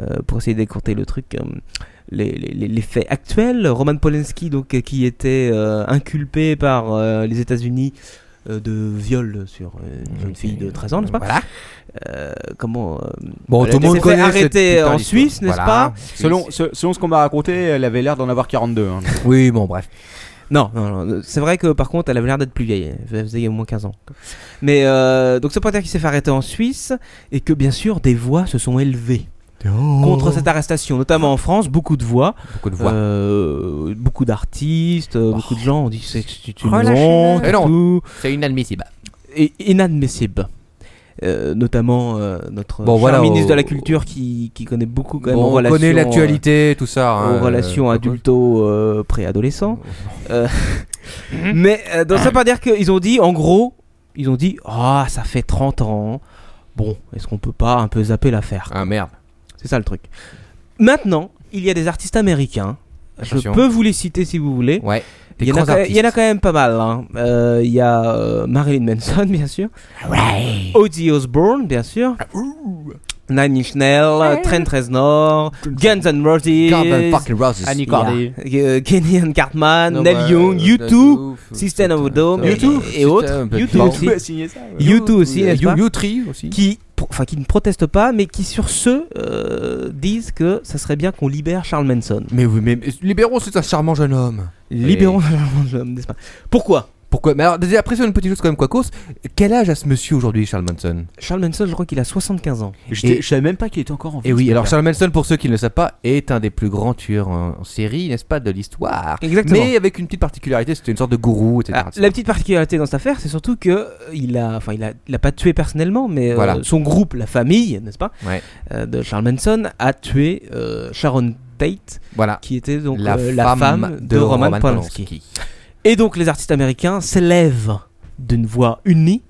Speaker 5: euh, pour essayer de décompter le truc. euh, les, les- les- les faits actuels, Roman Polanski, donc, euh, qui était euh, inculpé par euh, les États-Unis euh, de viol sur euh, une jeune fille de 13 ans, n'est-ce pas
Speaker 3: Voilà.
Speaker 5: Euh, Comment euh,
Speaker 3: Bon,
Speaker 5: elle
Speaker 3: tout le monde
Speaker 5: s'est fait
Speaker 3: connaît cette
Speaker 5: arrêter
Speaker 3: putain
Speaker 5: en
Speaker 3: d'histoire.
Speaker 5: Suisse, n'est-ce pas
Speaker 2: Selon, ce- selon ce qu'on m'a raconté, elle avait l'air d'en avoir 42. hein.
Speaker 3: Oui, bon, bref.
Speaker 5: Non, non, non. C'est vrai que par contre, elle avait l'air d'être plus vieille. Elle faisait au moins 15 ans. Mais euh, donc, ce pointeur qui s'est fait arrêter en Suisse et que bien sûr, des voix se sont élevées contre cette arrestation, notamment en France, beaucoup de voix,
Speaker 3: Beaucoup de voix.
Speaker 5: euh, beaucoup d'artistes, euh, beaucoup de gens ont dit c'est c'est une
Speaker 3: Relâchez-le.
Speaker 5: honte,
Speaker 3: Eh
Speaker 5: et
Speaker 3: non.
Speaker 5: tout,
Speaker 3: C'est inadmissible.
Speaker 5: et inadmissible. Euh, notamment euh, notre
Speaker 3: Bon,
Speaker 5: cher
Speaker 3: voilà,
Speaker 5: ministre
Speaker 3: au-
Speaker 5: de la culture qui, qui connaît beaucoup quand même
Speaker 3: Bon,
Speaker 5: en
Speaker 3: on
Speaker 5: relation,
Speaker 3: connaît l'actualité, tout ça.
Speaker 5: euh,
Speaker 3: hein,
Speaker 5: aux relations
Speaker 3: euh,
Speaker 5: adulto euh, préadolescents Euh,
Speaker 3: Mhm.
Speaker 5: mais euh, donc ça veut pas dire qu'ils ont dit, en gros, ils ont dit, ah, ça fait 30 ans. Bon, est-ce qu'on peut pas un peu zapper l'affaire
Speaker 3: Ah merde.
Speaker 5: C'est ça le truc. Maintenant, il y a des artistes américains. Je
Speaker 3: Attention.
Speaker 5: peux vous les citer si vous voulez.
Speaker 3: Ouais.
Speaker 5: Il y, en a,
Speaker 3: grands
Speaker 5: quand- il y en a
Speaker 3: artistes.
Speaker 5: quand même pas mal. hein. Euh, Il y a euh, Marilyn Manson, bien sûr.
Speaker 3: Ouais. Ah,
Speaker 5: Ozzy Osbourne, bien sûr. Nine Inch Nails, Trent Reznor, Guns N'
Speaker 3: Garden
Speaker 5: Roses,
Speaker 3: fucking Roses.
Speaker 5: Annie euh, Kenny and Cartman,
Speaker 3: Non,
Speaker 5: Neil
Speaker 3: bah,
Speaker 5: Young,
Speaker 3: euh,
Speaker 5: U2,
Speaker 3: Dazoof,
Speaker 5: System of a
Speaker 3: putain,
Speaker 5: Dome
Speaker 3: putain,
Speaker 5: et- et
Speaker 3: putain,
Speaker 5: autres.
Speaker 3: putain,
Speaker 5: U2
Speaker 3: putain.
Speaker 5: aussi.
Speaker 2: Tu peux signer ça, ouais.
Speaker 5: U2 aussi, n'est-ce pas
Speaker 3: U3 aussi.
Speaker 5: qui pro- enfin, qui ne protestent pas, mais qui sur ce euh, disent que ça serait bien qu'on libère Charles Manson.
Speaker 3: Mais oui, mais, mais Libérons, c'est un charmant jeune homme.
Speaker 5: Libérons Charles Manson, n'est-ce pas Pourquoi
Speaker 3: Pourquoi Mais alors, déjà, après, sur une petite chose quand même, Quacos. Quel âge a ce monsieur aujourd'hui, Charles Manson
Speaker 5: Charles Manson, je crois qu'il a 75 ans.
Speaker 2: J'étais- Je savais même pas qu'il était encore en vie.
Speaker 3: Et oui,
Speaker 2: ce
Speaker 3: alors
Speaker 2: mec-là.
Speaker 3: Charles Manson, pour ceux qui ne le savent pas, est un des plus grands tueurs en, en série, n'est-ce pas, de l'histoire.
Speaker 5: Exactement.
Speaker 3: Mais avec une petite particularité, c'était une sorte de gourou, etc.
Speaker 5: Ah, la petite particularité dans cette affaire, c'est surtout que euh, il a, enfin, il a, il a pas tué personnellement, mais euh,
Speaker 3: Voilà.
Speaker 5: son groupe, la famille, n'est-ce pas,
Speaker 3: Ouais.
Speaker 5: euh, de Charles Manson, a tué euh, Sharon Tate,
Speaker 3: Voilà.
Speaker 5: qui était donc euh,
Speaker 3: la, femme
Speaker 5: de, Roman, Polanski. Et donc les artistes américains s'élèvent d'une voix unie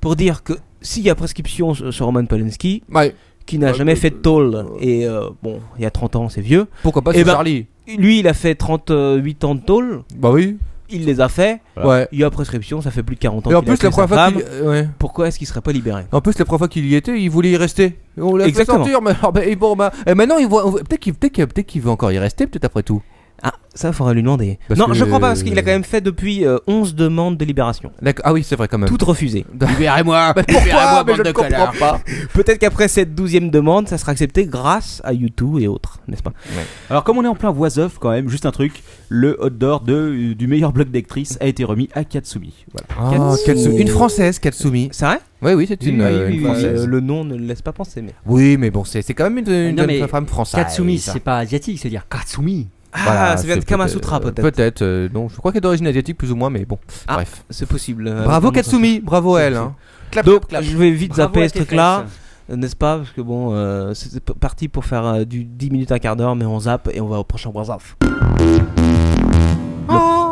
Speaker 5: pour dire que s'il y a prescription sur, sur Roman Polanski,
Speaker 3: Ouais,
Speaker 5: qui n'a
Speaker 3: Euh,
Speaker 5: jamais
Speaker 3: euh,
Speaker 5: fait de tôle, et euh, bon, il y a 30 ans, c'est vieux,
Speaker 3: pourquoi pas
Speaker 5: Eh
Speaker 3: c'est
Speaker 5: ben-
Speaker 3: Charlie
Speaker 5: lui, il a fait 38 ans de tôle,
Speaker 3: Bah oui.
Speaker 5: il les a fait,
Speaker 3: Ouais.
Speaker 5: il y a prescription, ça fait plus de 40 ans
Speaker 3: Et en
Speaker 5: qu'il a
Speaker 3: plus, la
Speaker 5: tué sa
Speaker 3: première fois
Speaker 5: femme.
Speaker 3: qu'il euh, ouais.
Speaker 5: pourquoi est-ce qu'il serait pas libéré
Speaker 3: En plus, la première fois qu'il y était, il voulait y rester. Et On l'a fait
Speaker 5: Exactement.
Speaker 3: sortir, mais alors, bah, et bon, bah, et maintenant, il voit, on voit- peut-être qu'il peut peut veut encore y rester, peut-être après tout.
Speaker 5: Ah, ça faudra lui demander.
Speaker 3: Parce
Speaker 5: non,
Speaker 3: que-
Speaker 5: je crois pas parce qu'il a quand même fait depuis euh, 11 demandes de libération,
Speaker 3: D'accord. Ah oui, c'est vrai quand même.
Speaker 5: toutes refusées.
Speaker 2: Libérez-moi
Speaker 3: Mais
Speaker 2: Libérez-moi,
Speaker 3: pourquoi Mais
Speaker 2: bande
Speaker 3: je
Speaker 2: de
Speaker 3: ne comprends
Speaker 2: connards.
Speaker 3: pas.
Speaker 5: Peut-être qu'après cette 12e demande, ça sera accepté grâce à YouTube et autres, n'est-ce pas
Speaker 2: Alors, comme on est en plein oiseuf, quand même, juste un truc le hot d'or de- du meilleur bloc d'actrice a été remis à Katsumi. Voilà.
Speaker 3: Ah, Katsumi. Une française, Katsumi.
Speaker 5: C'est vrai
Speaker 3: Oui, oui, c'est une,
Speaker 5: Oui,
Speaker 3: euh,
Speaker 5: oui,
Speaker 3: une
Speaker 5: oui, Ah,
Speaker 3: française.
Speaker 5: euh, le nom ne le laisse pas penser, mais.
Speaker 3: Oui, mais bon, c'est c'est quand même une, une
Speaker 4: Non,
Speaker 3: jeune
Speaker 4: mais
Speaker 3: femme française. Hein.
Speaker 4: Katsumi, c'est pas asiatique, c'est dire Katsumi.
Speaker 5: Ah,
Speaker 3: Voilà,
Speaker 5: ça vient de
Speaker 3: c'est
Speaker 5: Kamasutra
Speaker 3: euh,
Speaker 5: peut-être.
Speaker 3: Peut-être, euh, non, je crois qu'elle est d'origine asiatique plus ou moins, mais bon,
Speaker 5: Ah.
Speaker 3: bref.
Speaker 5: C'est possible. euh,
Speaker 3: Bravo
Speaker 5: dans mon sens.
Speaker 3: Katsumi, bravo elle. hein.
Speaker 5: Donc, je vais vite
Speaker 4: Bravo à
Speaker 5: zapper ce
Speaker 4: tes
Speaker 5: truc-là,
Speaker 4: fesses.
Speaker 5: euh, n'est-ce pas Parce que bon, euh, c'est c'est p- parti pour faire euh, du 10 minutes, un quart d'heure, mais on zappe et on va au prochain Wazaf.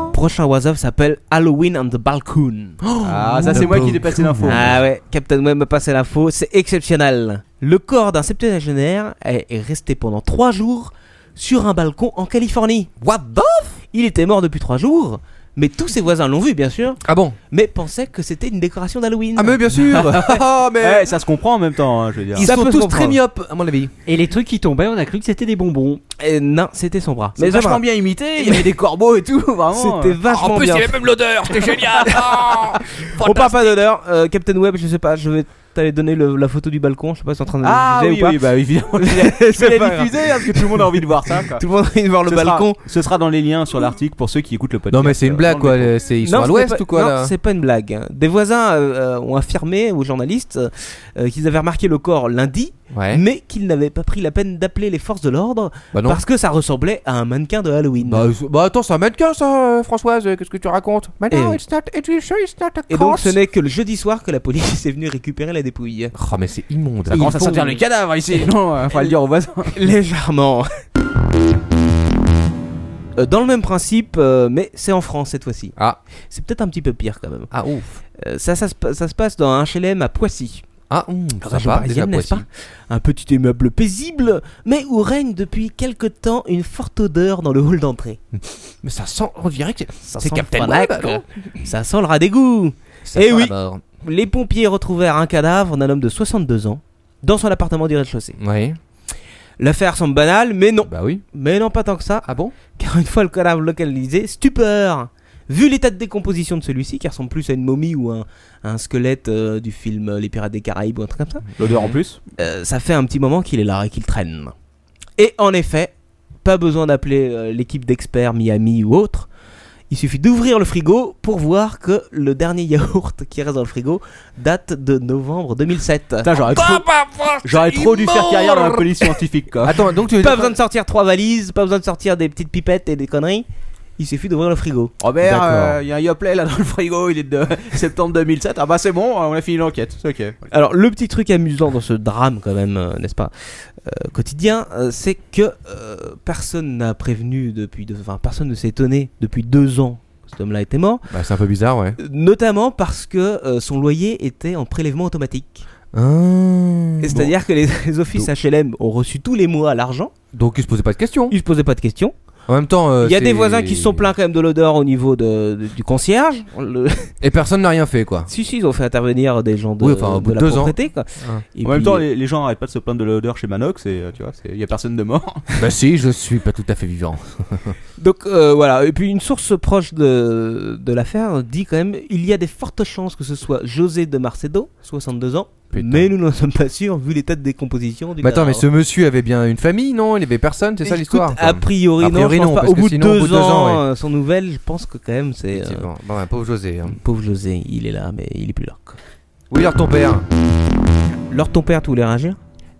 Speaker 5: Le prochain Wazaf s'appelle Halloween on the Balloon.
Speaker 2: Ah, ça, c'est moi qui ai passé l'info.
Speaker 5: Ah ouais, Captain Web m'a passé l'info, c'est exceptionnel. Le corps d'un septuagénaire est est resté pendant trois jours sur un balcon en Californie. What the f- Il était mort depuis trois jours, mais tous ses voisins l'ont vu bien sûr,
Speaker 3: Ah bon
Speaker 5: mais pensaient que c'était une décoration d'Halloween.
Speaker 3: Ah mais bien sûr Ah, mais...
Speaker 2: Eh, ça se comprend en même temps, hein, je veux dire.
Speaker 3: Ils
Speaker 5: ça
Speaker 3: sont
Speaker 5: peut se
Speaker 3: tous
Speaker 5: comprendre.
Speaker 3: très myopes, à mon avis.
Speaker 4: Et les trucs qui tombaient, on a cru que c'était des bonbons.
Speaker 5: Eh, non, c'était son bras.
Speaker 2: C'est
Speaker 5: ça va.
Speaker 2: vachement bien imité, il y avait des corbeaux et tout, vraiment.
Speaker 5: C'était vachement bien. Oh,
Speaker 3: même l'odeur, c'était génial
Speaker 5: On parle pas d'honneur, euh, Captain Web, je sais pas, je vais t'aller donner le- la photo du balcon, je sais pas si c'est en train de
Speaker 2: Ah oui,
Speaker 5: diffuser ou pas.
Speaker 2: oui, bah évidemment. Je
Speaker 5: C'est
Speaker 2: l'ai
Speaker 5: pas grave.
Speaker 2: diffusé, hein, parce que tout le monde a envie de voir ça. quoi.
Speaker 5: Tout le monde a envie de voir le
Speaker 2: Ce sera-
Speaker 5: balcon.
Speaker 2: ce sera dans les liens sur l'article pour ceux qui écoutent le podcast.
Speaker 3: Non mais c'est une
Speaker 2: euh,
Speaker 3: blague
Speaker 2: dans
Speaker 3: quoi,
Speaker 2: le métro.
Speaker 3: les- c'est- ils sont
Speaker 5: Non,
Speaker 3: à
Speaker 5: c'était
Speaker 3: l'ouest
Speaker 5: pas-
Speaker 3: ou quoi
Speaker 5: non,
Speaker 3: là
Speaker 5: c'est pas une blague. Des voisins euh, euh, ont affirmé aux journalistes euh, euh, qu'ils avaient remarqué le corps lundi,
Speaker 3: Ouais,
Speaker 5: mais qu'ils n'avaient pas pris la peine d'appeler les forces de l'ordre
Speaker 3: bah non.
Speaker 5: parce que ça ressemblait à un mannequin de Halloween.
Speaker 3: Bah, euh, bah, attends, c'est un mannequin ça, euh, Françoise, euh, qu'est-ce que tu racontes Mais non,
Speaker 5: Et-
Speaker 3: it's not, it is sure it's not a
Speaker 5: Et donc
Speaker 3: corpse.
Speaker 5: ce n'est que le jeudi soir que la police est venue récupérer la dépouille.
Speaker 3: Oh mais c'est immonde.
Speaker 2: Ça commence à
Speaker 5: font-
Speaker 2: sortir les cadavres ici. Non, euh, faut le dire aux voisins.
Speaker 5: Légèrement. Euh, Dans le même principe, euh, mais c'est en France cette fois-ci.
Speaker 3: Ah.
Speaker 5: C'est peut-être un petit peu pire quand même.
Speaker 3: Ah ouf.
Speaker 5: Euh, ça, ça, se pa- ça se passe dans un HLM à Poissy.
Speaker 3: Ah, hum,
Speaker 5: Région
Speaker 3: sympa,
Speaker 5: parisienne,
Speaker 3: déjà
Speaker 5: n'est-ce
Speaker 3: Poissy.
Speaker 5: Un petit immeuble paisible, mais où règne depuis quelque temps une forte odeur dans le hall d'entrée.
Speaker 3: Mais ça sent, on dirait que c'est-
Speaker 5: Ça
Speaker 3: c'est
Speaker 5: sent
Speaker 3: Captain
Speaker 5: le fanac,
Speaker 3: Web. non
Speaker 5: Ça sent le rat d'égout.
Speaker 3: Ça
Speaker 5: Eh
Speaker 3: sent
Speaker 5: oui.
Speaker 3: la mort.
Speaker 5: Les pompiers retrouvèrent un cadavre d'un homme de 62 ans dans son appartement du rez-de-chaussée.
Speaker 3: Ouais.
Speaker 5: L'affaire semble banale, mais non.
Speaker 3: Bah oui.
Speaker 5: Mais non, pas tant que ça,
Speaker 3: Ah bon
Speaker 5: car une fois le cadavre localisé, stupeur Vu l'état de décomposition de celui-ci, qui ressemble plus à une momie ou un, un squelette euh, du film euh, Les Pirates des Caraïbes ou un truc comme ça,
Speaker 2: L'odeur en plus.
Speaker 5: Euh, ça fait un petit moment qu'il est là et qu'il traîne. Et en effet, pas besoin d'appeler euh, l'équipe d'experts Miami ou autre. Il suffit d'ouvrir le frigo pour voir que le dernier yaourt qui reste dans le frigo date de novembre 2007.
Speaker 2: Putain,
Speaker 3: Ah,
Speaker 2: j'aurais trop, j'aurais trop dû faire carrière dans la police scientifique quoi.
Speaker 3: Attends, donc tu veux
Speaker 5: Pas
Speaker 3: dire-
Speaker 5: besoin de sortir trois valises, pas besoin de sortir des petites pipettes et des conneries. Il suffit d'ouvrir le frigo.
Speaker 2: Robert, euh, il
Speaker 3: D'accord.
Speaker 2: y a un Yoplait là dans le frigo, il est de septembre 2007. Ah bah c'est bon, on a fini l'enquête. C'est ok.
Speaker 5: Alors, le petit truc amusant dans ce drame, quand même, euh, n'est-ce pas, euh, quotidien, euh, c'est que euh, personne n'a prévenu depuis. deux- Enfin, personne ne s'est étonné depuis deux ans que cet homme-là était mort.
Speaker 3: Bah, c'est un peu bizarre, ouais.
Speaker 5: Euh, Notamment parce que euh, son loyer était en prélèvement automatique.
Speaker 3: Ah.
Speaker 5: Et C'est-à-dire que les, les offices HLM ont reçu tous les mois l'argent.
Speaker 3: Donc ils se posaient pas de questions.
Speaker 5: Ils se posaient pas de questions.
Speaker 3: En même temps, euh,
Speaker 5: Il y a
Speaker 3: c'est-
Speaker 5: des voisins qui se sont plaints quand même de l'odeur au niveau de- de- du concierge. Le-
Speaker 3: Et personne n'a rien fait, quoi.
Speaker 5: si, si, ils ont fait intervenir des gens de,
Speaker 3: Oui, enfin, au bout
Speaker 5: de
Speaker 3: de
Speaker 5: la
Speaker 3: deux ans.
Speaker 5: propriété. quoi.
Speaker 3: Ah.
Speaker 5: Et
Speaker 2: en même
Speaker 5: puis-
Speaker 1: euh,
Speaker 2: temps, les, les gens arrêtent pas de se plaindre de l'odeur chez Manox et euh, tu vois, c'est- il y a personne de mort.
Speaker 3: bah si, je suis pas tout à fait vivant.
Speaker 5: Donc euh, voilà, et puis une source proche de, de l'affaire dit quand même il y a des fortes chances que ce soit José de Marcedo, 62 ans,
Speaker 3: putain.
Speaker 5: Mais nous n'en sommes pas sûrs vu l'état de décomposition du
Speaker 3: Mais attends, mais ce
Speaker 5: cadavre.
Speaker 3: monsieur avait bien une famille, non Il avait personne, c'est ça
Speaker 5: Écoute,
Speaker 3: l'histoire quoi.
Speaker 5: A priori,
Speaker 3: A priori,
Speaker 5: non, je
Speaker 3: non,
Speaker 5: pense pas.
Speaker 3: parce
Speaker 5: Au
Speaker 3: que
Speaker 5: bout de
Speaker 3: sinon, au
Speaker 5: deux,
Speaker 3: bout de deux
Speaker 5: ans,
Speaker 3: ans, ouais.
Speaker 5: euh, sans nouvelles, je pense que quand même c'est. euh,
Speaker 3: Effectivement. Bon, ouais, pauvre José. hein.
Speaker 5: pauvre José, il est là, mais il est plus là. quoi.
Speaker 3: Oui, alors ton père.
Speaker 5: Lors ton père, tous les rageurs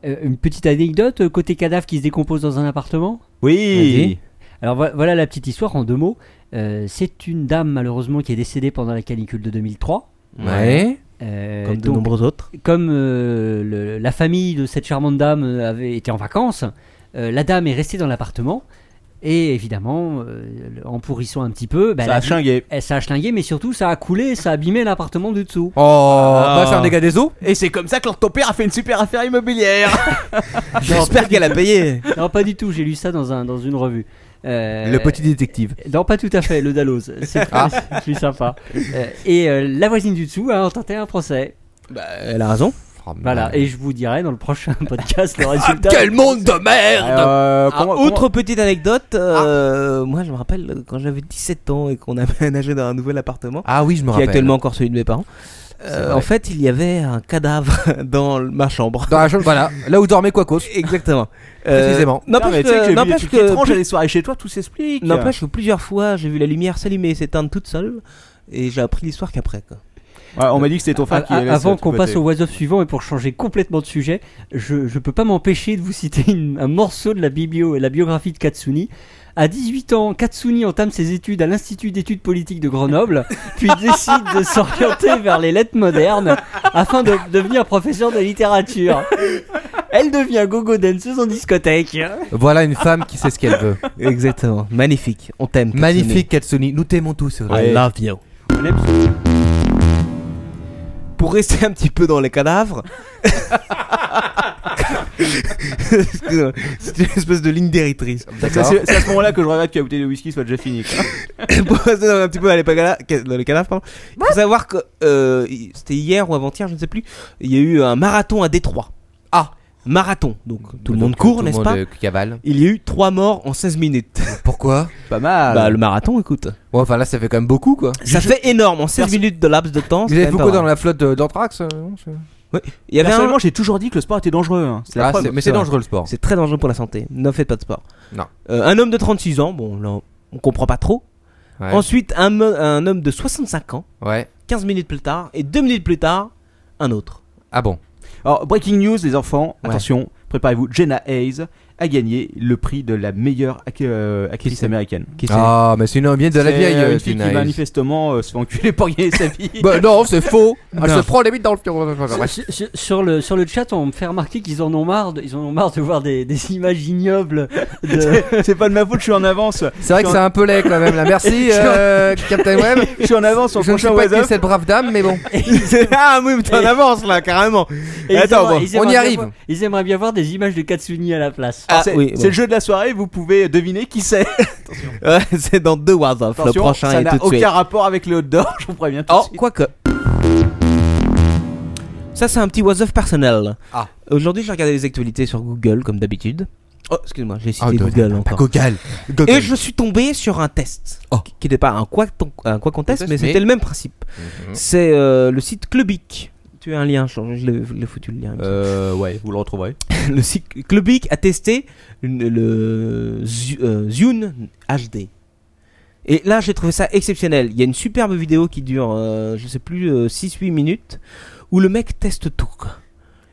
Speaker 4: Euh, une petite anecdote euh, côté cadavre qui se décompose dans un appartement.
Speaker 1: Oui.
Speaker 5: Vas-y.
Speaker 4: Alors vo- voilà la petite histoire en deux mots. Euh, c'est une dame malheureusement qui est décédée pendant la canicule de 2003.
Speaker 3: Ouais.
Speaker 4: Euh,
Speaker 5: Comme de
Speaker 4: donc,
Speaker 5: nombreux autres.
Speaker 4: comme euh, le- la famille de cette charmante dame euh, avait été en vacances, euh, la dame est restée dans l'appartement et évidemment, euh, le- en pourrissant un petit peu, bah, elle
Speaker 1: Ça a chingué.
Speaker 4: elle- ça a chlingué, mais surtout ça a coulé, ça a abîmé l'appartement du dessous.
Speaker 3: Oh,
Speaker 5: Ah.
Speaker 3: bah, c'est un dégât des eaux
Speaker 1: Et c'est comme ça que leur ton père a fait une super affaire immobilière.
Speaker 5: Ah,
Speaker 3: Ah,
Speaker 5: J'espère qu'elle a payé.
Speaker 4: Non, pas du tout, j'ai lu ça dans, un, dans une revue. Euh,
Speaker 2: Le petit détective.
Speaker 4: Non, pas tout à fait, le Dalloz. C'est plus, plus sympa. Euh, et euh, la voisine du dessous a tenté un procès.
Speaker 5: elle a raison.
Speaker 3: Oh,
Speaker 4: Voilà, et je vous dirai dans le prochain podcast le résultat.
Speaker 3: monde de merde
Speaker 2: Euh,
Speaker 5: Ah, autre petite anecdote,
Speaker 3: Ah.
Speaker 5: euh, moi je me rappelle euh, quand j'avais 17 ans et qu'on avait aménagé dans un nouvel appartement,
Speaker 3: Ah oui, je me
Speaker 5: qui est
Speaker 3: rappelle.
Speaker 5: actuellement encore celui de mes parents. euh,
Speaker 3: vrai.
Speaker 5: en fait, il y avait un cadavre dans le- ma chambre.
Speaker 3: Dans la chambre, voilà, là où dormait Quacos.
Speaker 5: Euh, Exactement.
Speaker 3: Précisément.
Speaker 1: Non, mais
Speaker 5: N'empêche
Speaker 1: tu sais que j'ai
Speaker 5: que,
Speaker 1: vu des
Speaker 5: n'empêche
Speaker 1: trucs
Speaker 5: que,
Speaker 1: étranges à les soirées chez toi, tout s'explique.
Speaker 5: n'empêche que plusieurs fois j'ai vu la lumière s'allumer et s'éteindre toute seule et j'ai appris l'histoire qu'après. quoi.
Speaker 1: Ouais, on m'a dit que c'était ton
Speaker 4: A-
Speaker 1: frère Ah, qui
Speaker 4: a-
Speaker 1: allait
Speaker 4: avant
Speaker 1: se
Speaker 4: qu'on passe
Speaker 1: tripoter.
Speaker 4: au oiseau suivant et pour changer complètement de sujet, je, je peux pas m'empêcher de vous citer une- un morceau de la, biblio, la biographie de Katsuni. À 18 ans, Katsuni entame ses études à l'Institut d'études politiques de Grenoble, puis décide de s'orienter vers les lettres modernes afin de devenir professeur de littérature. Elle devient gogo danseuse en discothèque.
Speaker 3: Voilà une femme qui sait ce qu'elle veut.
Speaker 5: Exactement. Magnifique. On t'aime. Katsuni.
Speaker 3: Magnifique Katsuni, nous t'aimons tous.
Speaker 5: I love you.
Speaker 1: On aime
Speaker 5: Pour rester un petit peu dans les cadavres. Excuse-moi, C'est une espèce de ligne directrice.
Speaker 1: C'est c'est- c'est à ce moment-là que je regrette que la bouteille de whisky soit déjà finie. quoi.
Speaker 5: pour rester dans- un petit peu dans les, pagala- dans les cadavres, pardon. Il faut savoir que euh, hi- c'était hier ou avant-hier, je ne sais plus, il y a eu un marathon à Détroit. Ah Marathon, donc tout le monde court, n'est-ce
Speaker 3: euh,
Speaker 5: pas
Speaker 3: cavale.
Speaker 5: Il y a eu 3 morts en 16 minutes.
Speaker 3: Pourquoi
Speaker 1: Pas
Speaker 3: Ah,
Speaker 1: mal.
Speaker 5: bah, le marathon, écoute.
Speaker 3: Ouais, enfin là, ça fait quand même beaucoup quoi.
Speaker 5: Ça fait énorme, en 16
Speaker 3: Perso-
Speaker 5: minutes de laps de temps. c'est
Speaker 3: Vous avez
Speaker 5: quand même
Speaker 3: beaucoup
Speaker 5: pas
Speaker 3: dans
Speaker 5: mal.
Speaker 3: la flotte de- d'Anthrax euh, non, c'est-
Speaker 5: Il y avait un...
Speaker 1: Personnellement, j'ai toujours dit que le sport était dangereux. hein. Eh ben, C'est la
Speaker 3: Ah,
Speaker 1: preuve.
Speaker 3: c'est- Mais c'est
Speaker 5: vrai.
Speaker 3: dangereux le sport.
Speaker 5: C'est très dangereux pour la santé. Ne faites pas de sport.
Speaker 3: Non.
Speaker 5: Euh, un homme de 36 ans, bon, là, on comprend pas trop.
Speaker 3: Ouais.
Speaker 5: Ensuite, un, me- un homme de 65 ans,
Speaker 3: Ouais.
Speaker 5: 15 minutes plus tard, et 2 minutes plus tard, un autre.
Speaker 3: Ah bon
Speaker 1: Alors, breaking news, les enfants,
Speaker 5: Ouais.
Speaker 1: attention, préparez-vous. Jenna Hayes a gagné le prix de la meilleure ac- euh, actrice américaine.
Speaker 5: Qui c'est
Speaker 3: Ah, mais c'est une ambiance de la
Speaker 1: C'est
Speaker 3: vieille.
Speaker 1: une
Speaker 3: euh,
Speaker 1: fille qui
Speaker 3: Tina Hayes.
Speaker 1: manifestement euh, se fait enculer pour gagner sa vie.
Speaker 3: Bah non, c'est faux. Elle
Speaker 5: Non.
Speaker 3: se prend les bites dans le Ouais.
Speaker 4: Sur, sur- sur le, sur le chat, on me fait remarquer qu'ils en ont marre de, ils en ont marre de voir des, des images ignobles de,
Speaker 1: c'est pas de ma faute, je suis en avance.
Speaker 3: C'est vrai que c'est un peu laid quand même là. Merci euh, Captain Web.
Speaker 1: Je suis en avance sur le
Speaker 3: Je ne sais
Speaker 1: prochain
Speaker 3: pas qui est
Speaker 1: WhatsApp.
Speaker 3: cette brave dame, mais bon.
Speaker 5: ah oui, mais t'es en avance là, carrément.
Speaker 4: Et ils aimeraient-
Speaker 5: Attends, bon,
Speaker 4: ils aimeraient
Speaker 3: on y
Speaker 4: bien
Speaker 3: arrive.
Speaker 4: voir- ils aimeraient bien voir des images de Katsuni à la place.
Speaker 5: Ah,
Speaker 1: c'est
Speaker 5: oui,
Speaker 1: c'est
Speaker 5: bon.
Speaker 1: le jeu de la soirée, vous pouvez deviner qui c'est.
Speaker 5: Ouais, c'est dans deux Wars Off, le
Speaker 1: Attention,
Speaker 5: prochain
Speaker 1: ça
Speaker 5: est
Speaker 1: n'a
Speaker 5: tout de
Speaker 1: aucun
Speaker 5: suite.
Speaker 1: rapport avec le outdoor, je vous préviens tout de
Speaker 5: Oh,
Speaker 1: suite.
Speaker 5: quoique. Ça, c'est un petit was off personnel.
Speaker 3: Ah.
Speaker 5: Aujourd'hui, j'ai regardé les actualités sur Google, comme d'habitude. Oh, excuse-moi, j'ai cité
Speaker 3: Ah, de-
Speaker 5: Google
Speaker 3: Pas
Speaker 5: encore.
Speaker 3: Gogol.
Speaker 5: Et je suis tombé sur un test.
Speaker 3: Oh.
Speaker 5: Qui n'était pas un quoi, ton- un quoi qu'on teste,
Speaker 3: Contest,
Speaker 5: mais
Speaker 3: mais-
Speaker 5: c'était le même principe.
Speaker 3: Mhm.
Speaker 5: C'est euh, le site Clubic. Tu as un lien, je je l'ai je l'ai foutu le lien. il me semble.
Speaker 1: Euh, ouais, vous le retrouverez.
Speaker 5: Le site Clubic a testé le, le Zu- euh, Zune HD. Et là, j'ai trouvé ça exceptionnel. Il y a une superbe vidéo qui dure, euh, je sais plus, euh, 6-8 minutes, où le mec teste tout. quoi.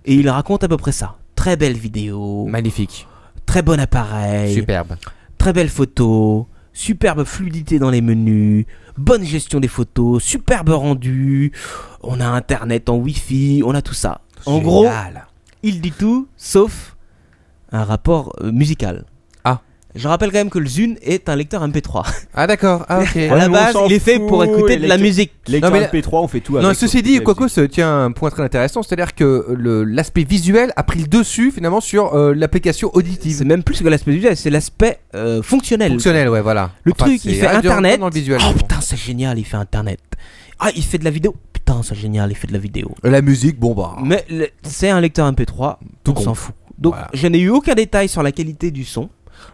Speaker 5: Et il raconte à peu près ça. Très belle vidéo,
Speaker 3: Magnifique.
Speaker 5: très bon appareil,
Speaker 3: Superbe.
Speaker 5: très belle photo, superbe fluidité dans les menus, bonne gestion des photos, superbe rendu, on a internet en wifi, on a tout ça. En gros,
Speaker 3: Génial.
Speaker 5: il dit tout sauf un rapport euh, musical.
Speaker 3: Ah.
Speaker 5: Je rappelle quand même que le Zune est un lecteur MP3.
Speaker 3: Ah d'accord. Ah ok.
Speaker 5: à la
Speaker 1: mais on
Speaker 5: base,
Speaker 1: s'en
Speaker 5: il est fait pour
Speaker 1: fout,
Speaker 5: écouter de la
Speaker 1: électri-
Speaker 5: musique.
Speaker 1: Les
Speaker 3: Non, mais là-
Speaker 1: MP3, on fait tout avec.
Speaker 3: Non, ceci dit,
Speaker 1: quoi
Speaker 3: Quacos euh, tient un point très intéressant, c'est-à-dire que le- l'aspect visuel a pris le dessus finalement sur euh, l'application
Speaker 5: C'est
Speaker 3: auditive.
Speaker 5: même plus que l'aspect visuel, c'est l'aspect euh, fonctionnel.
Speaker 3: Fonctionnel, ouais, voilà.
Speaker 5: Le truc,
Speaker 3: c'est
Speaker 5: il fait
Speaker 3: reste de rentrer
Speaker 5: Internet.
Speaker 3: Dans le visuel,
Speaker 5: Oh
Speaker 3: mais bon.
Speaker 5: putain, c'est génial, il fait internet. Ah, il fait de la vidéo. Putain, c'est génial, il fait de la vidéo.
Speaker 3: La musique, bon bah.
Speaker 5: Mais le- c'est un lecteur MP3,
Speaker 3: Tout
Speaker 5: on
Speaker 3: con.
Speaker 5: s'en fout. Donc
Speaker 3: Voilà.
Speaker 5: je n'ai eu aucun détail sur la qualité du son,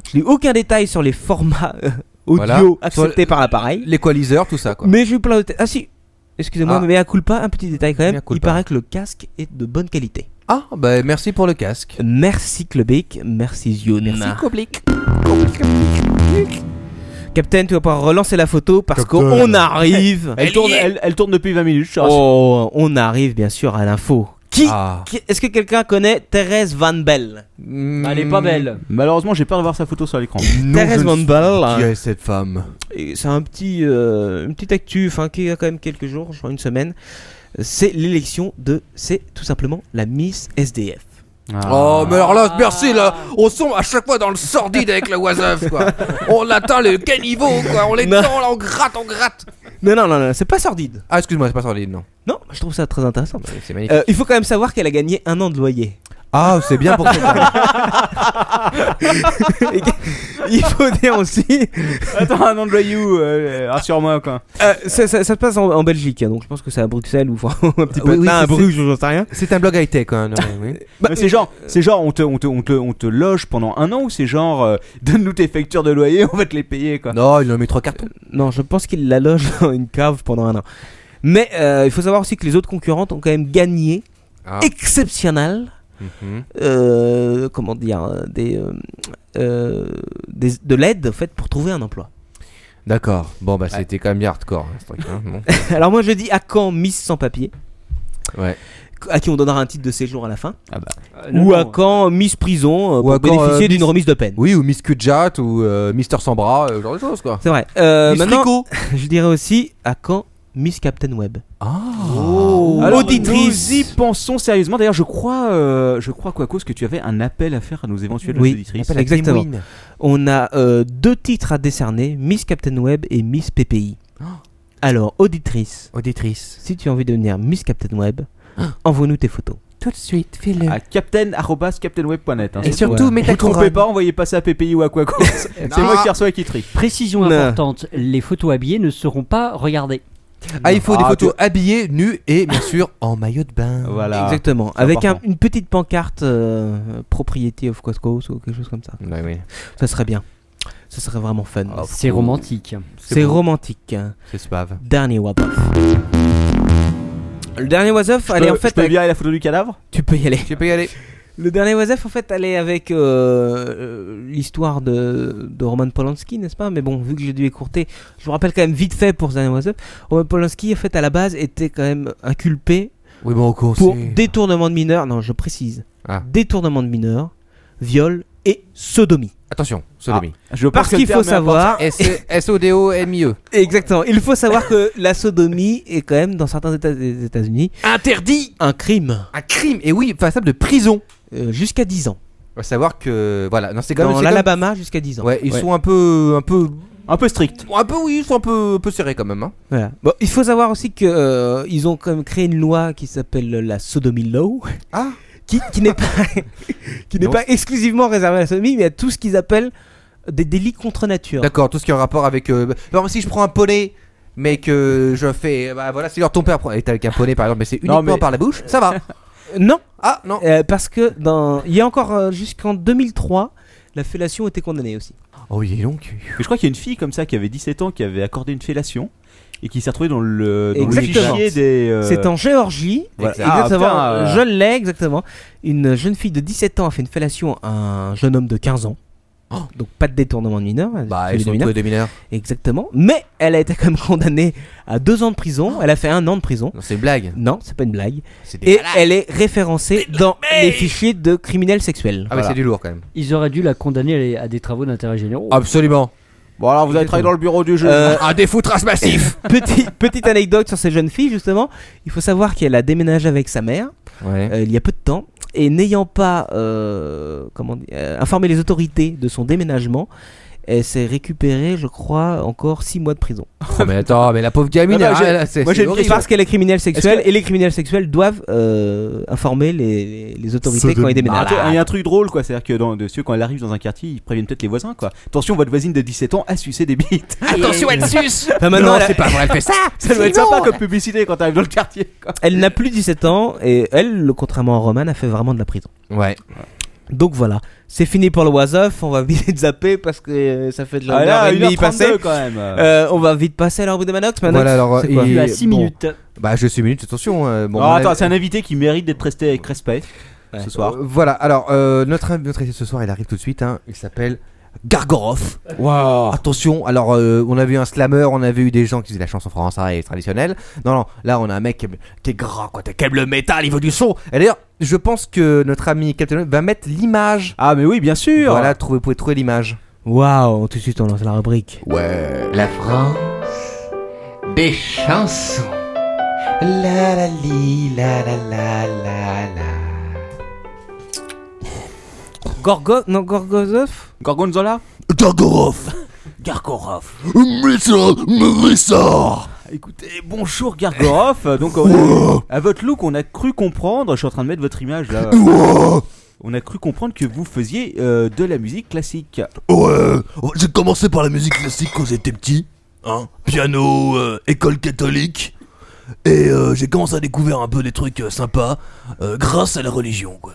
Speaker 5: je n'ai eu aucun détail sur les formats euh, audio
Speaker 3: Voilà. Sur
Speaker 5: acceptés
Speaker 3: le-
Speaker 5: par l'appareil.
Speaker 3: L'équaliseur, tout ça quoi.
Speaker 5: Mais j'ai eu plein de. Ah si, Excusez-moi,
Speaker 3: Ah.
Speaker 5: mais à culpa, un petit détail quand même.
Speaker 3: Mea culpa.
Speaker 5: Il paraît que le casque est de bonne qualité.
Speaker 3: Ah, bah merci pour le casque.
Speaker 5: Merci Klebeck, merci Zion. Merci Klebeck. Captain, tu vas pouvoir relancer la photo parce qu'on arrive.
Speaker 2: Elle tourne, elle, elle tourne depuis 20 minutes, je te rassure.
Speaker 5: Oh, on arrive bien sûr à l'info. Qui,
Speaker 3: Ah.
Speaker 5: qui- Est-ce que quelqu'un connaît Thérèse Van Bell
Speaker 3: Hum.
Speaker 5: Bah,
Speaker 4: Elle
Speaker 3: Hmm.
Speaker 4: est pas
Speaker 3: Oh.
Speaker 4: belle.
Speaker 2: Malheureusement, j'ai peur de voir sa photo sur l'écran.
Speaker 5: Thérèse Van
Speaker 3: Qui
Speaker 5: Bell,
Speaker 3: est cette femme
Speaker 5: et c'est un petit, euh, une petite actu, enfin qui a quand même quelques jours, je crois une semaine. C'est l'élection de, c'est tout simplement la Miss SDF.
Speaker 1: Ah.
Speaker 3: Oh, mais alors là, merci là
Speaker 5: Ah.
Speaker 3: On sombre à chaque fois dans le sordide avec le oiseuf, quoi On atteint le caniveau, quoi On les
Speaker 5: Non.
Speaker 3: tend, là, on gratte, on gratte
Speaker 5: Non, non, non, non, c'est pas sordide.
Speaker 3: Ah, excuse-moi, c'est pas sordide, non.
Speaker 5: Non, je trouve ça très intéressant.
Speaker 3: C'est magnifique.
Speaker 5: Euh, il faut quand même savoir qu'elle a gagné un an de loyer.
Speaker 3: Ah, c'est bien pour ça.
Speaker 5: Et que- il faut dire aussi,
Speaker 2: Attends, un nom de loyer où euh, Rassure-moi, quoi.
Speaker 5: euh, ça, ça- ça se passe en, en Belgique, hein, donc je pense que c'est à Bruxelles ou un petit
Speaker 3: Ah
Speaker 5: peu.
Speaker 3: Oui, oui,
Speaker 5: Non, à
Speaker 3: c'est-
Speaker 5: Bruges, j'en sais rien.
Speaker 3: c'est un blog high-tech, quand même. oui.
Speaker 5: Bah,
Speaker 2: Mais
Speaker 5: euh,
Speaker 2: c'est genre, c'est genre, on te, on te, on te, on te loge pendant un an ou c'est genre, euh, donne-nous tes factures de loyer, on va te les payer, quoi.
Speaker 3: Non, il en a mis trois cartons.
Speaker 5: Non, je pense qu'il la loge dans une cave pendant un an. Mais euh, il faut savoir aussi que les autres concurrentes ont quand même gagné,
Speaker 3: Ah.
Speaker 5: exceptionnel,
Speaker 3: Mhm.
Speaker 5: euh, comment dire, euh, des, euh, euh, des- de l'aide en fait pour trouver un emploi.
Speaker 3: D'accord. Bon, bah, c'était quand même bien hardcore, hein, ce truc. hein. Bon.
Speaker 5: Alors moi je dis à quand Miss sans papier,
Speaker 3: Ouais.
Speaker 5: à qui on donnera un titre de séjour à la fin,
Speaker 4: Euh, non,
Speaker 5: ou à
Speaker 4: non.
Speaker 5: quand Miss prison euh,
Speaker 3: Ou
Speaker 5: pour
Speaker 3: à quand,
Speaker 5: bénéficier
Speaker 3: euh,
Speaker 5: d'une
Speaker 3: Miss-
Speaker 5: remise de peine.
Speaker 3: Oui, ou Miss Kudjat, ou euh, Mister Sans Bras, euh, genre de choses, quoi.
Speaker 5: C'est vrai. Euh,
Speaker 3: Miss
Speaker 5: maintenant,
Speaker 3: Rico.
Speaker 5: je dirais aussi à quand Miss Captain Web.
Speaker 3: Ah.
Speaker 2: Alors,
Speaker 5: Auditrice.
Speaker 2: Nous y pensons sérieusement. D'ailleurs, je crois, euh, je crois, quoi cause que tu avais un appel à faire à nos éventuelles
Speaker 5: Oui.
Speaker 2: auditrices.
Speaker 5: Appel à- Exactement. On a euh, deux titres à décerner, Miss Captain Web et Miss PPI. Alors, auditrice,
Speaker 3: Auditrice.
Speaker 5: si tu as envie de devenir Miss Captain Web, envoie-nous tes photos.
Speaker 3: Tout de suite, fais-le.
Speaker 2: À captain.captainweb.net. hein.
Speaker 3: Et surtout,
Speaker 5: Ouais.
Speaker 3: mets
Speaker 2: Vous
Speaker 3: ta
Speaker 2: trompez
Speaker 3: couronne.
Speaker 2: pas, envoyez pas ça à PPI ou à quoi cause. C'est
Speaker 3: Non.
Speaker 2: moi qui reçois et qui trie.
Speaker 4: Précision
Speaker 5: Non.
Speaker 4: importante les photos habillées ne seront pas regardées.
Speaker 3: Ah, il faut des
Speaker 2: Ah,
Speaker 3: photos habillées, nues et bien sûr en maillot de bain.
Speaker 2: Voilà.
Speaker 5: Exactement,
Speaker 2: c'est
Speaker 5: avec un-
Speaker 2: important.
Speaker 5: une petite pancarte euh, Propriety of Costco ou quelque chose comme ça.
Speaker 3: Ouais, oui.
Speaker 5: Ça serait bien. Ça serait vraiment fun.
Speaker 4: C'est romantique.
Speaker 5: Ah, C'est romantique.
Speaker 3: C'est spave.
Speaker 5: Dernier Waboff. Le dernier Wasoff, elle est en
Speaker 2: Je
Speaker 5: fait.
Speaker 2: peux
Speaker 5: avec-
Speaker 2: virer la photo du cadavre
Speaker 5: Tu peux y aller.
Speaker 3: Tu peux y aller.
Speaker 5: Le dernier Wasef, en fait, elle est avec euh, euh, l'histoire de, de Roman Polanski, n'est-ce pas Mais bon, vu que j'ai dû écourter, je vous rappelle quand même vite fait pour ce dernier Wasef. Roman Polanski, en fait, à la base, était quand même inculpé
Speaker 3: Oui, bon, on
Speaker 5: pour
Speaker 3: sait.
Speaker 5: détournement de mineurs, non, je précise,
Speaker 3: Ah.
Speaker 5: détournement de mineurs, viol et sodomie.
Speaker 3: Attention, sodomie. E
Speaker 2: Je pense
Speaker 5: Parce
Speaker 2: que le
Speaker 5: qu'il faut
Speaker 2: terme est
Speaker 5: savoir,
Speaker 3: Ah. S-O-D-O-M-I-E.
Speaker 5: exactement, il faut savoir que la sodomie est quand même, dans certains États des États-Unis,
Speaker 3: Interdit
Speaker 5: un crime
Speaker 3: Un crime Et oui, passable de prison.
Speaker 5: euh, jusqu'à 10 ans.
Speaker 3: On va savoir que. Voilà, non, c'est quand même.
Speaker 5: Dans
Speaker 3: c'est comme-
Speaker 5: l'Alabama, jusqu'à 10 ans.
Speaker 3: Ouais, ils
Speaker 2: Ouais.
Speaker 3: sont un peu. Un peu.
Speaker 2: Un peu strict.
Speaker 3: Un peu, oui, ils sont un peu, un peu serrés quand même. Hein.
Speaker 5: Voilà. Bon, il faut savoir aussi que euh, ils ont quand même créé une loi qui s'appelle la sodomie law,
Speaker 3: Ah
Speaker 5: qui, qui n'est pas qui n'est
Speaker 3: Non.
Speaker 5: pas exclusivement réservée à la sodomie, mais à tout ce qu'ils appellent des délits contre nature.
Speaker 3: D'accord, tout ce qui est en rapport avec. euh, par exemple, si je prends un poney, mais que je fais. Bah voilà, si leur ton père prend- est avec un poney par exemple, mais c'est uniquement
Speaker 2: mais-
Speaker 3: par la bouche, ça va.
Speaker 5: Euh, Non,
Speaker 3: Ah non
Speaker 5: euh, parce que dans il y a encore euh, jusqu'en 2003, la fellation était condamnée aussi.
Speaker 3: Oh, il est long. que-
Speaker 2: Mais je crois qu'il y a une fille comme ça qui avait 17 ans qui avait accordé une fellation et qui s'est retrouvée dans le, dans le
Speaker 5: Exactement.
Speaker 2: fichier des. euh,
Speaker 5: C'est en Géorgie,
Speaker 2: voilà.
Speaker 5: et-
Speaker 2: Ah,
Speaker 5: exactement,
Speaker 2: putain, euh.
Speaker 5: je l'ai exactement. Une jeune fille de 17 ans a fait une fellation à un jeune homme de 15 ans. Donc pas de détournement de mineur.
Speaker 3: Bah,
Speaker 5: celui
Speaker 3: ils
Speaker 5: de
Speaker 3: sont
Speaker 5: mineur.
Speaker 3: tous des mineurs.
Speaker 5: Exactement. Mais elle a été quand même condamnée à deux ans
Speaker 2: Oh.
Speaker 5: de prison. Elle a fait un an de prison.
Speaker 3: Non, c'est une blague.
Speaker 5: Non, c'est pas une blague.
Speaker 3: C'est des
Speaker 5: Et
Speaker 3: malades. Ah,
Speaker 5: elle est référencée dans les fichiers de criminels sexuels.
Speaker 3: Ah, mais c'est du lourd quand même.
Speaker 4: Ils auraient dû la condamner à les- à des travaux d'intérêt généraux.
Speaker 3: Ah, Absolument.
Speaker 2: Bon, alors vous avez travaillé dans le bureau du jeu.
Speaker 5: Euh,
Speaker 3: Un défoutrage massif.
Speaker 5: petit- petite anecdote sur ces jeunes filles, justement. Il faut savoir qu'elle a déménagé avec sa mère
Speaker 3: Ouais.
Speaker 5: euh, il y a peu de temps. Et n'ayant pas euh, comment dire, euh, informé les autorités de son déménagement, elle s'est récupérée, je crois, encore six mois de prison.
Speaker 3: Oh, mais attends, mais la pauvre gamine,
Speaker 2: Non, non,
Speaker 3: elle-
Speaker 2: j'ai-
Speaker 3: elle- c'est
Speaker 2: moi,
Speaker 3: c'est
Speaker 2: j'ai une
Speaker 5: Et
Speaker 3: horrible.
Speaker 5: parce qu'elle est criminelle sexuelle,
Speaker 2: Est-ce que-
Speaker 5: et les criminels sexuels doivent euh, informer les, les- les autorités
Speaker 6: Sodomie.
Speaker 5: quand ils
Speaker 2: Ah,
Speaker 5: déménagent.
Speaker 1: Bah,
Speaker 2: attends, Il y a un truc drôle quoi, c'est-à-dire que dans, dessus, quand elle arrive dans un quartier, ils préviennent peut-être les voisins quoi. Attention, votre voisine de 17 ans a sucé des bites.
Speaker 3: Attention, elle suce.
Speaker 5: Enfin, maintenant,
Speaker 3: Non,
Speaker 5: elle a-
Speaker 3: c'est pas vrai, Ah, elle fait ça.
Speaker 2: Ça doit être sympa comme publicité quand t'arrives dans le quartier quoi.
Speaker 5: Elle n'a plus 17 ans et elle, le- contrairement à Roman, a fait vraiment de la prison.
Speaker 3: Ouais.
Speaker 5: Donc voilà, c'est fini pour le was-off, on va vite zapper parce que euh, ça fait de la
Speaker 2: Ah
Speaker 5: une heure
Speaker 2: là,
Speaker 5: et demie
Speaker 2: 1h32
Speaker 5: passée.
Speaker 2: quand même.
Speaker 5: Euh, on va vite passer à l'orbite de Manox. Manox
Speaker 3: Voilà, alors,
Speaker 5: c'est quoi
Speaker 3: il-
Speaker 4: Tu as
Speaker 3: bah, Et
Speaker 4: 6
Speaker 3: bon.
Speaker 4: minutes.
Speaker 3: Bah, je suis minute, attention. euh, bon,
Speaker 2: Oh,
Speaker 3: on a-
Speaker 2: attends, c'est un invité qui mérite d'être resté avec respect ce soir.
Speaker 3: Euh, Voilà, alors euh, notre inv- notre invité ce soir, il arrive tout de suite. hein, il s'appelle Gargorov. Attention, alors euh, on avait eu un slammer, on avait eu des gens qui faisaient la chanson française traditionnelle. Non, non, là on a un mec qui aime- qui est grand, quoi, qui aime le métal, il veut du son. Et d'ailleurs, je pense que notre ami Captain va mettre l'image.
Speaker 2: Ah, mais oui, bien sûr.
Speaker 3: Voilà, trouvez- vous pouvez trouver l'image.
Speaker 5: Waouh, tout de suite on lance la rubrique.
Speaker 7: La France des chansons. La la li, la la la la la.
Speaker 5: Gorgo, non Gorgozov
Speaker 2: Gorgonzola
Speaker 6: Gargorov
Speaker 2: Gargorov.
Speaker 6: Missa Missa
Speaker 2: Écoutez, bonjour Gargorov. Donc, on- à votre look, on a cru comprendre. Je suis en train de mettre votre image là.
Speaker 6: Ouais,
Speaker 2: On a cru comprendre que vous faisiez euh, de la musique classique.
Speaker 6: ouais. Oh, euh, j'ai commencé par la musique classique quand j'étais petit. Hein Piano, euh, école catholique. Et euh, j'ai commencé à découvrir un peu des trucs euh, sympas euh, grâce à la religion, quoi.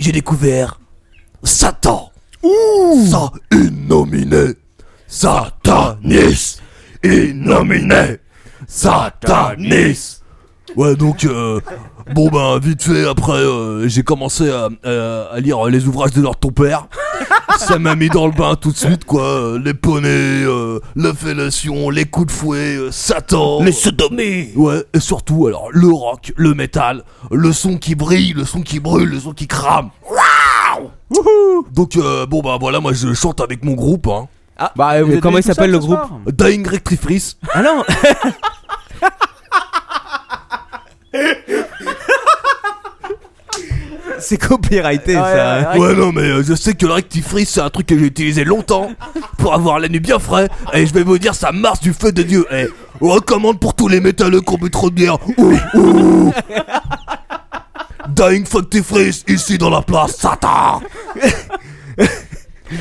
Speaker 6: J'ai découvert Satan. Ouh Sa innominé. Satanis. Innominé. Satanis. Ouais, donc, euh, bon, ben, vite fait, après, euh, j'ai commencé à, à- à lire les ouvrages de leur ton père. Ça m'a mis dans le bain tout de suite, quoi. Euh, Les poneys, euh, la fellation, les coups de fouet, euh, Satan. Les sodomies. Ouais, et surtout, alors, le rock, le métal, le son qui brille, le son qui brûle, le son qui crame. Waouh Donc, euh, bon, bah, voilà, moi, je chante avec mon groupe, hein.
Speaker 2: Bah,
Speaker 5: vous êtes comment il
Speaker 2: tout
Speaker 5: s'appelle
Speaker 2: seul
Speaker 5: le
Speaker 2: ce
Speaker 5: groupe
Speaker 2: soir
Speaker 6: Dying Rectifrice.
Speaker 5: Ah non C'est copyrighté ça.
Speaker 6: Ouais, non, mais euh, je sais que le rectifrice, c'est un truc que j'ai utilisé longtemps pour avoir la nuit bien frais. Et je vais vous dire, ça marche du feu de Dieu. Et on recommande pour tous les métalleux qui ont bu trop de bière. Ouh, ouh. Dying Rectifrice, ici dans la place, Satan.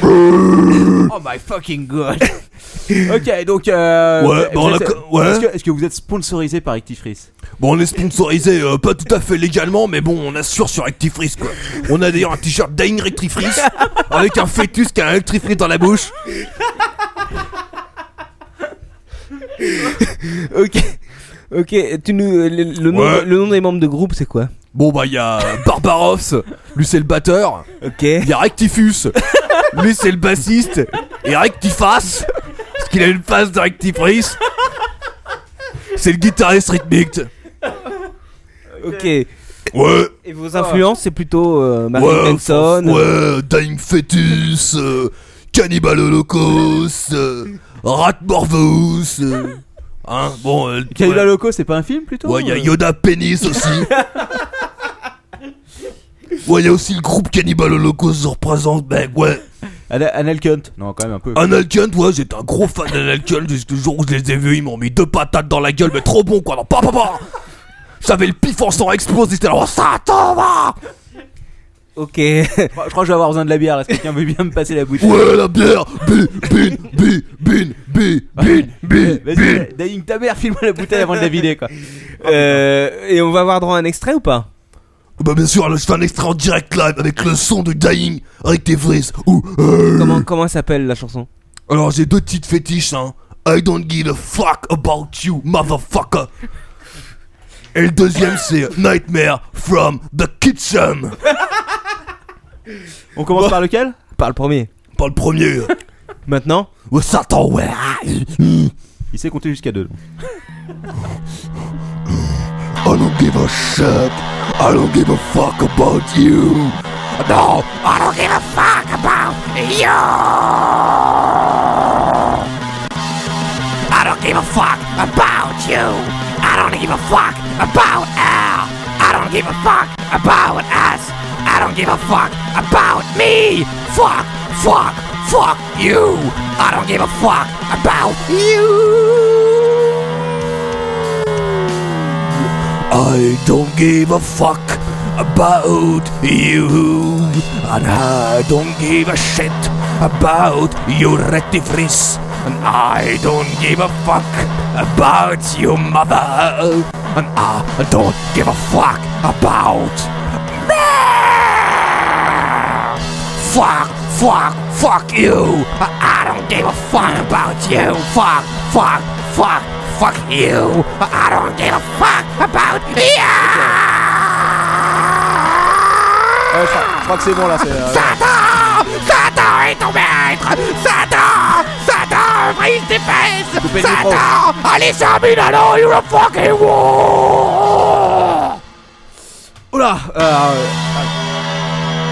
Speaker 2: Oh my fucking god. ok, donc. euh,
Speaker 6: Ouais,
Speaker 2: vous
Speaker 6: bah, on
Speaker 2: êtes-
Speaker 6: a co- ouais.
Speaker 2: Est-ce que, est-ce que vous êtes sponsorisé par Actifrice
Speaker 6: Bon, on est sponsorisé, euh, pas tout à fait légalement, mais bon, on assure sur Rectifrice, quoi. On a d'ailleurs un t-shirt Dying Rectifrice avec un fœtus qui a un rectifrice dans la bouche.
Speaker 5: Ok. Ok, tu nous le, le nom,
Speaker 6: Ouais.
Speaker 5: le nom des membres de groupe c'est quoi
Speaker 6: Bon, bah, il y a Barbaros, lui, c'est le batteur.
Speaker 5: Ok.
Speaker 6: Il y a Rectifus. Lui, c'est le bassiste. Et Rectiface. Parce qu'il a une face de Rectifrice. C'est le guitariste rythmique.
Speaker 5: Ok. Et
Speaker 6: Ouais.
Speaker 5: vos
Speaker 2: Ah.
Speaker 5: influences c'est plutôt euh, Marilyn
Speaker 6: ouais,
Speaker 5: Manson.
Speaker 6: Ouais, Dying Fetus. euh, Cannibal Holocaust. euh, Rat Morvous. euh, hein, bon. euh,
Speaker 2: Calula
Speaker 6: ouais.
Speaker 2: Loco, c'est pas un film plutôt
Speaker 6: Ouais, il y a Yoda Pénis aussi. ouais, il y a aussi le groupe Cannibal Holocaust représente, mec, ouais.
Speaker 2: Ana- Anal Cunt. Non, quand même un peu.
Speaker 6: Ah. Analkiant, ouais, j'étais un gros fan d'Analkiant jusqu'au jour où je les ai vus, ils m'ont mis deux patates dans la gueule, mais trop bon quoi, non, pas, pas, pas J'avais le pif en sang explosé, j'étais là, oh, Satan, va
Speaker 5: Ok.
Speaker 2: Je crois je crois que je vais avoir besoin de la bière là, si quelqu'un veut bien me passer la bouteille.
Speaker 6: Ouais, la bière, bin, bin, bin, bin, bin, bin, bin, bin.
Speaker 2: Euh, Vas-y, Dying ta mère, file-moi la bouteille avant de la vider quoi.
Speaker 5: Euh, et on va avoir droit à un extrait ou pas
Speaker 6: Bah, bien sûr, là, je fais un extra en direct live avec le son de Dying, avec tes frises, ou. euh,
Speaker 5: Comment comment s'appelle la chanson
Speaker 6: Alors, j'ai deux titres fétiches, hein. I don't give a fuck about you, motherfucker. Et le deuxième, c'est Nightmare from the Kitchen.
Speaker 2: On commence par lequel
Speaker 5: Bah, Par le premier.
Speaker 6: Pas le premier.
Speaker 5: Maintenant
Speaker 6: Ouais, Satan, ouais.
Speaker 2: Il sait compter jusqu'à deux.
Speaker 6: I don't give a shit. I don't give a fuck about you. No, I don't give a fuck about you. I don't give a fuck about you. I don't give a fuck about us. I don't give a fuck about us. I don't give a fuck about me. Fuck, fuck, fuck you. I don't give a fuck about you. I don't give a fuck about you, and I don't give a shit about your rectifrice, and I don't give a fuck about your mother, and I don't give a fuck about me. Fuck, fuck, fuck you. I, I don't give a fuck about you. Fuck, fuck, fuck, fuck you. I don't give a fuck about you.
Speaker 10: Ouais, je, crois, je crois que c'est bon là. c'est, euh,
Speaker 6: Satan Satan est ton maître Satan Satan brise tes
Speaker 10: Coupez
Speaker 6: fesses
Speaker 10: le micro.
Speaker 6: Satan Allez sur me now you're a fucking war
Speaker 10: Oula euh,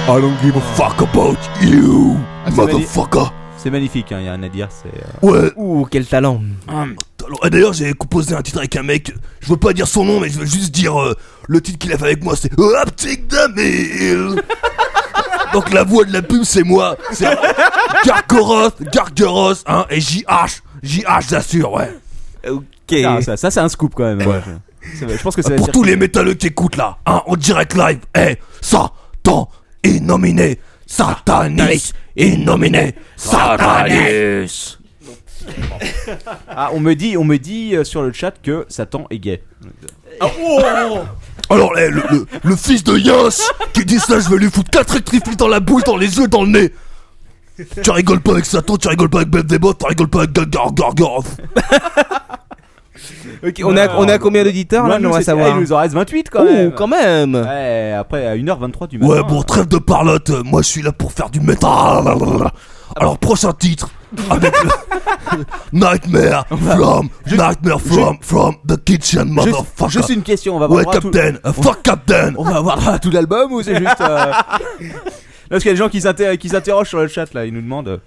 Speaker 6: I don't give a fuck about you
Speaker 1: Ah, ça m'a dit-
Speaker 6: Motherfucker
Speaker 1: C'est magnifique, hein, il y a un à dire. C'est, euh,
Speaker 6: Ouais
Speaker 5: Ouh, quel talent.
Speaker 6: Alors, et Ah, Eh, D'ailleurs, j'ai composé un titre avec un mec, je veux pas dire son nom, mais je veux juste dire euh, le titre qu'il a fait avec moi, c'est Optic Damil Donc la voix de la pub, c'est moi, c'est Gargoros, Gargoros, hein, et JH, JH, j'assure, ouais.
Speaker 2: euh,
Speaker 5: Ok.
Speaker 1: ah, ça, ça, c'est un scoop quand même. hein, je- ça va- je pense que ça va
Speaker 6: Pour
Speaker 1: dire-
Speaker 6: tous les métalleux qui écoutent là, hein, en direct live, eh, Satan innominé, Satanis innominé, Satanis
Speaker 1: Ah, on me dit, on me dit euh, sur le chat que Satan est gay.
Speaker 6: Alors, eh, le, le- le fils de Yas qui dit ça, je vais lui foutre 4 électriflis dans la bouche, dans les yeux, dans le nez. Tu rigoles pas avec Satan, tu rigoles pas avec Beth Debot, tu rigoles pas avec Gar Gar Gar.
Speaker 5: Ok, on a, on a combien d'auditeurs
Speaker 1: Loin
Speaker 5: là
Speaker 1: de nous,
Speaker 5: J'aimerais
Speaker 1: c'était-
Speaker 5: savoir.
Speaker 1: eh, il nous en reste 28 quand même.
Speaker 5: Ouh, quand même.
Speaker 1: Ouais, après à 1h23 du matin.
Speaker 6: Ouais, bon, trêve de parlotte, euh, moi je suis là pour faire du métal. Alors, prochain titre avec le Nightmare from, Nightmare from, from the kitchen,
Speaker 1: Juste,
Speaker 6: motherfucker.
Speaker 1: juste une question, on va voir
Speaker 6: Ouais,
Speaker 1: droit à tout-
Speaker 6: Captain, euh, fuck Captain.
Speaker 1: On
Speaker 3: Oh.
Speaker 1: va voir droit à tout l'album ou c'est juste. euh, Non, parce qu'il y a des gens qui s'inter- qui s'interrogent sur le chat là, ils nous demandent. euh,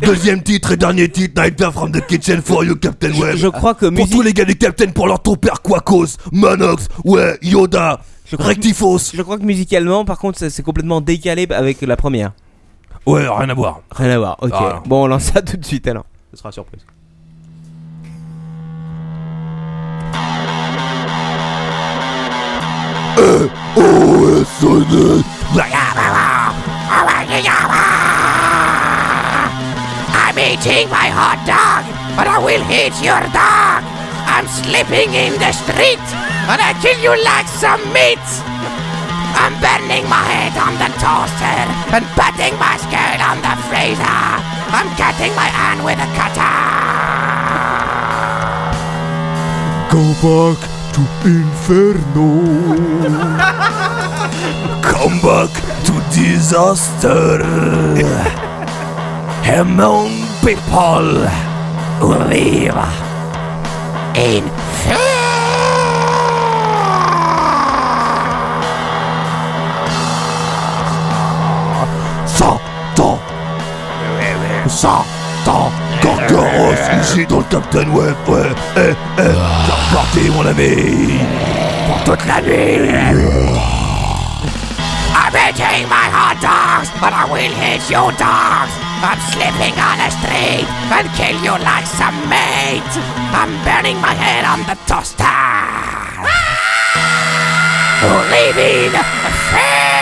Speaker 6: Deuxième titre et dernier titre, Nightmare from the kitchen for you, Captain Web.
Speaker 5: Je crois que
Speaker 6: Pour
Speaker 5: musique.
Speaker 6: tous les gars du Captain, pour leur ton père Quacos, Manox, ouais, Yoda, Rectifos.
Speaker 5: Je crois que musicalement, par contre, ça- c'est complètement décalé avec la première.
Speaker 6: Ouais, rien à voir.
Speaker 5: Rien à voir. Ok.
Speaker 6: Ah.
Speaker 5: Bon, on lance ça tout de suite alors.
Speaker 1: Ce sera surprise.
Speaker 6: OSD.
Speaker 11: I'm eating my hot dog, but I will hit your dog. I'm sleeping in the street, and I kill you like some meat. I'm burning my head on the toaster and putting my skull on the freezer. I'm cutting my hand with a cutter.
Speaker 6: Go back to Inferno. Come back to disaster. Among people who live in Satan. Satan.
Speaker 11: Eh,
Speaker 6: Gargaros ici dans le Captain Web. Ouais. Eh, eh. C'est reparti, mon ami. Pour toute la nuit.
Speaker 11: I'm eating my hot dogs, but I will hit you dogs. I'm sleeping on the street and kill you like some meat. I'm burning my head on the toaster. Ah! Leaving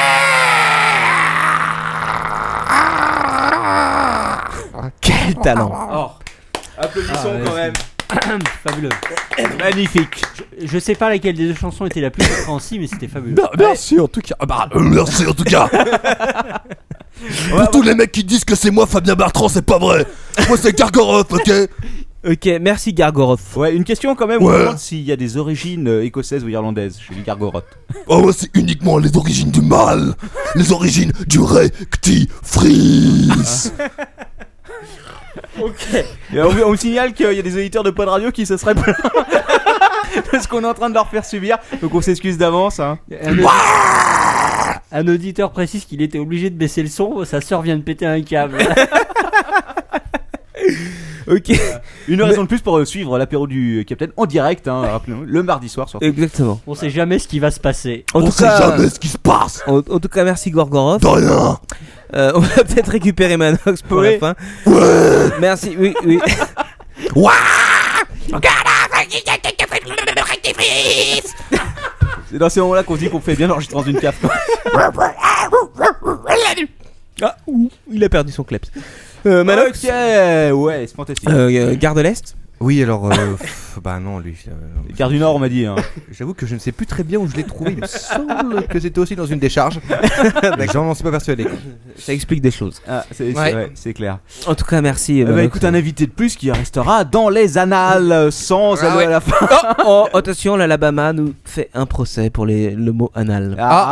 Speaker 5: Quel talent. Ah,
Speaker 1: Applaudissons quand même.
Speaker 4: Fabuleux.
Speaker 1: Magnifique.
Speaker 4: Je sais pas laquelle des deux chansons était la plus compréhensible, mais c'était fabuleux.
Speaker 6: merci en tout cas. Ah bah, euh, merci en tout cas. Pour tous les mecs qui disent que c'est moi Fabien Bertrand, c'est pas vrai. Moi c'est Gargoroth, ok
Speaker 5: Ok, merci Gargoroth.
Speaker 1: Ouais, une question quand même. On
Speaker 6: Ouais.
Speaker 1: demande s'il y a des origines euh, écossaises ou irlandaises chez les Gargoroth.
Speaker 6: Oh, moi, c'est uniquement les origines du mal. Les origines du rectifrice.
Speaker 1: Et on, on me signale qu'il y a des auditeurs de Pod Radio qui se seraient plaints parce qu'on est en train de leur faire subir. Donc on s'excuse d'avance. Hein.
Speaker 4: Un, audi- un auditeur précise qu'il était obligé de baisser le son, sa sœur vient de péter un câble.
Speaker 5: Ok.
Speaker 1: Une raison de plus pour euh, suivre l'apéro du Capitaine en direct, hein, rappelons le mardi soir sur.
Speaker 5: Exactement.
Speaker 4: On sait jamais ce qui va se passer.
Speaker 5: En
Speaker 6: On
Speaker 5: tout
Speaker 6: sait
Speaker 5: cas,
Speaker 6: jamais ce qui se passe.
Speaker 5: en, en tout cas, merci Gorgoroth.
Speaker 6: De rien.
Speaker 5: Euh, on va peut-être récupérer Manox pour
Speaker 1: Ouais.
Speaker 5: la fin. Merci. Oui, oui.
Speaker 11: a
Speaker 1: C'est dans ces moments-là qu'on se dit qu'on fait bien l'enregistrement d'une cave.
Speaker 5: Ah, ouh, il a perdu son kleps. Euh, Manox.
Speaker 1: Ok, ouais, c'est fantastique.
Speaker 5: Euh, Gare de l'Est.
Speaker 3: Oui, alors, euh, pff, bah non, lui. euh,
Speaker 1: Les Gardes du Nord, on m'a dit. hein.
Speaker 3: J'avoue que je ne sais plus très bien où je l'ai trouvé. Il me semble que c'était aussi dans une décharge. Mais J'en j'en suis pas persuadé.
Speaker 5: Ça explique des choses.
Speaker 1: Ah, c'est c'est-
Speaker 3: Ouais.
Speaker 1: ouais, c'est clair.
Speaker 5: En tout cas, merci. euh,
Speaker 1: Eh ben,
Speaker 5: Manox.
Speaker 1: écoute,
Speaker 3: euh,
Speaker 1: un invité de plus qui restera dans les annales sans
Speaker 3: Ah
Speaker 1: aller
Speaker 3: ouais.
Speaker 1: à la fin.
Speaker 5: Oh, attention, l'Alabama nous fait un procès pour les- le mot anal.
Speaker 3: Ah,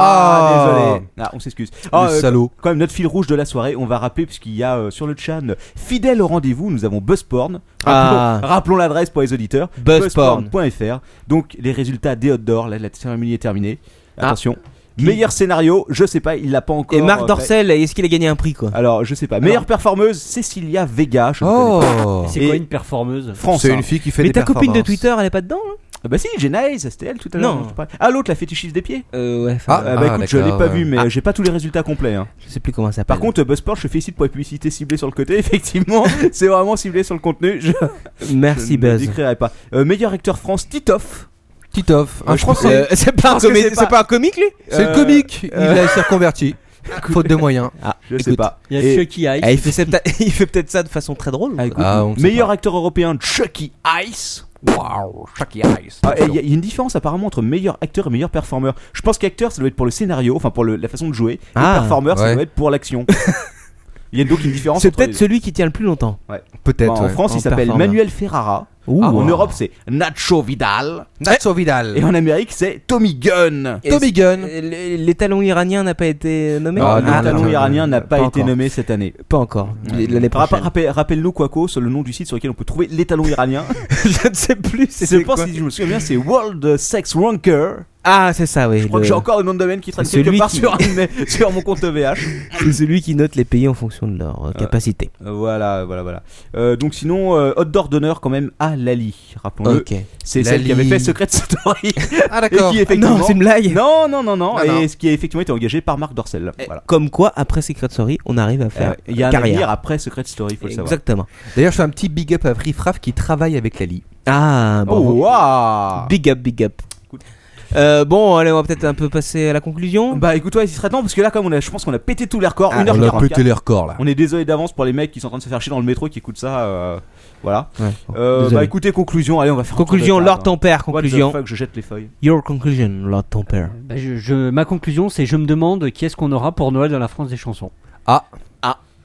Speaker 3: ah.
Speaker 1: désolé. Ah, on s'excuse. Ah, euh,
Speaker 3: salaud.
Speaker 1: quand même, notre fil rouge de la soirée, on va rappeler, puisqu'il y a euh, sur le chat, fidèle au rendez-vous, nous avons Buzzporn.
Speaker 5: Ah.
Speaker 1: Rappelons- Rappelons l'adresse pour les auditeurs.
Speaker 5: Buzzporn.
Speaker 1: Buzzporn.fr. Donc, les résultats des Outdoors, là, la cérémonie est terminée.
Speaker 5: Ah.
Speaker 1: Attention. Meilleur scénario, je sais pas, il l'a pas encore.
Speaker 5: Et Marc
Speaker 1: euh, fait.
Speaker 5: Dorcel, est-ce qu'il a gagné un prix quoi
Speaker 1: Alors, je sais pas. Meilleure performeuse, Cécilia Vega. je ne connais
Speaker 3: Oh
Speaker 4: C'est quoi
Speaker 1: Et-
Speaker 4: une performeuse
Speaker 1: pas. France.
Speaker 3: C'est
Speaker 1: hein.
Speaker 3: une fille qui fait
Speaker 5: Mais
Speaker 3: des
Speaker 5: ta copine de
Speaker 3: performances.
Speaker 5: Twitter, elle est pas dedans hein là
Speaker 1: Ah Bah si, Genaïs, c'était elle tout à l'heure.
Speaker 5: Non.
Speaker 1: dont je parlais. Ah l'autre, la fétichiste des pieds.
Speaker 5: Euh, ouais,
Speaker 3: Ah,
Speaker 5: enfin,
Speaker 1: Ah, bah écoute, je l'ai
Speaker 3: d'accord,
Speaker 1: pas
Speaker 3: ouais.
Speaker 1: vu, mais j'ai pas tous les résultats complets. hein.
Speaker 5: je sais plus comment ça s'appelle.
Speaker 1: Par contre, Buzzport, je félicite pour la publicité ciblée sur le côté. Effectivement, c'est vraiment ciblé sur le contenu. Je, je
Speaker 5: merci
Speaker 1: ne
Speaker 5: Ah, Buzz.
Speaker 1: décrirai pas. Euh, meilleur acteur France, Titoff.
Speaker 3: Titoff, un français.
Speaker 5: Euh, c'est pas, un
Speaker 1: Parce que
Speaker 5: comé-
Speaker 1: c'est pas-
Speaker 5: c'est pas un comique lui
Speaker 3: C'est le
Speaker 1: euh,
Speaker 3: comique. Il a s'est reconverti. Faute de moyens.
Speaker 1: Je sais
Speaker 5: Ah, Écoute,
Speaker 1: pas.
Speaker 4: Il y a
Speaker 1: Et-
Speaker 4: Chucky Ice.
Speaker 5: Ah, il, fait septa- il fait peut-être ça de façon très drôle.
Speaker 1: Ah,
Speaker 5: quoi.
Speaker 1: écoute,
Speaker 3: Ah, on sait
Speaker 1: meilleur acteur européen, Chucky Ice.
Speaker 12: Wow, Chucky Eyes.
Speaker 1: Ah, et Il y, a- il y a une différence apparemment entre meilleur acteur et meilleur performeur. Je pense qu'acteur, ça doit être pour le scénario, enfin pour le- la façon de jouer.
Speaker 5: Ah,
Speaker 1: et performeur, ça
Speaker 3: ouais.
Speaker 1: doit être pour l'action. Il y a donc une différence.
Speaker 5: c'est
Speaker 1: entre les
Speaker 5: peut-être
Speaker 1: deux.
Speaker 5: celui qui tient le plus longtemps.
Speaker 3: Peut-être.
Speaker 1: En
Speaker 3: ouais.
Speaker 1: France,
Speaker 5: en
Speaker 1: il s'appelle
Speaker 5: performeur.
Speaker 1: Manuel Ferrara.
Speaker 5: Ouh. Eh.
Speaker 1: en Europe, c'est Nacho Vidal.
Speaker 3: Nacho Vidal.
Speaker 1: Et en Amérique, c'est Tommy Gunn.
Speaker 5: Et-
Speaker 3: Tommy Gunn.
Speaker 5: Euh, le- Les talons iraniens n'a pas été nommé
Speaker 3: Ah,
Speaker 1: Non,
Speaker 3: non,
Speaker 1: le talon
Speaker 3: non,
Speaker 1: iranien n'a pas,
Speaker 5: pas
Speaker 1: été
Speaker 5: encore.
Speaker 1: nommé cette année.
Speaker 5: Pas encore. L'année
Speaker 1: Rappel-
Speaker 5: prochaine.
Speaker 1: rappel- Rappelle-nous, Quaco, sur le nom du site sur lequel on peut trouver les talons iraniens.
Speaker 5: je ne sais plus.
Speaker 1: je
Speaker 5: c'était
Speaker 1: pense,
Speaker 5: quoi.
Speaker 1: si je me souviens bien, c'est World Sex Ranker.
Speaker 5: Ah, c'est ça, oui.
Speaker 1: Je crois
Speaker 5: le-
Speaker 1: que j'ai encore le nom de domaine qui traîne
Speaker 5: C'est
Speaker 1: quelque
Speaker 5: lui
Speaker 1: part
Speaker 5: qui-
Speaker 1: sur, un de mes- sur mon compte E VH.
Speaker 5: C'est celui qui note les pays en fonction de leur euh, capacité.
Speaker 1: Voilà, voilà, voilà. Euh, donc sinon, euh, d'or d'honneur quand même à Lali, rappelons-le.
Speaker 5: Ok. Ah,
Speaker 1: C'est celle qui
Speaker 3: Lali.
Speaker 1: avait fait Secret Story.
Speaker 3: Ah
Speaker 1: et
Speaker 3: d'accord.
Speaker 1: qui effectivement...
Speaker 5: Non, c'est une blague.
Speaker 1: Non, non, non, non,
Speaker 3: Ah,
Speaker 1: et
Speaker 3: non.
Speaker 1: ce qui a effectivement été engagé par Marc Dorcel.
Speaker 5: Eh,
Speaker 1: Voilà.
Speaker 5: Comme quoi, après Secret Story, on arrive à
Speaker 1: Euh,
Speaker 5: faire
Speaker 1: Il y a un
Speaker 5: carrière.
Speaker 1: avenir après Secret Story, faut le savoir.
Speaker 5: Exactement.
Speaker 3: D'ailleurs, je fais un petit big up à Frifraf qui travaille avec Lali.
Speaker 5: Ah,
Speaker 1: Oh,
Speaker 5: bon.
Speaker 1: waouh
Speaker 5: Ah. Big up, big up.
Speaker 1: Écoute.
Speaker 5: Euh, bon, allez, on va peut-être un peu passer à la conclusion.
Speaker 1: Bah écoute, ouais, il serait temps parce que là, comme on a, je pense qu'on a pété tous les records,
Speaker 5: Ah,
Speaker 1: 1h44.
Speaker 3: les records là.
Speaker 1: On est désolé d'avance pour les mecs qui sont en train de se faire chier dans le métro qui écoutent ça. euh, voilà.
Speaker 5: Ouais, bon,
Speaker 1: Euh,
Speaker 5: désolé.
Speaker 1: bah écoutez, conclusion, allez, on va faire un tour de
Speaker 5: conclusion,
Speaker 1: table,
Speaker 5: Lord
Speaker 1: hein.
Speaker 5: ton père,
Speaker 1: What the
Speaker 5: conclusion.
Speaker 1: fuck, je jette les feuilles.
Speaker 5: Your conclusion, Lord ton père.
Speaker 4: Bah, je, je- ma conclusion, c'est je me demande qui est-ce qu'on aura pour Noël dans la France des chansons.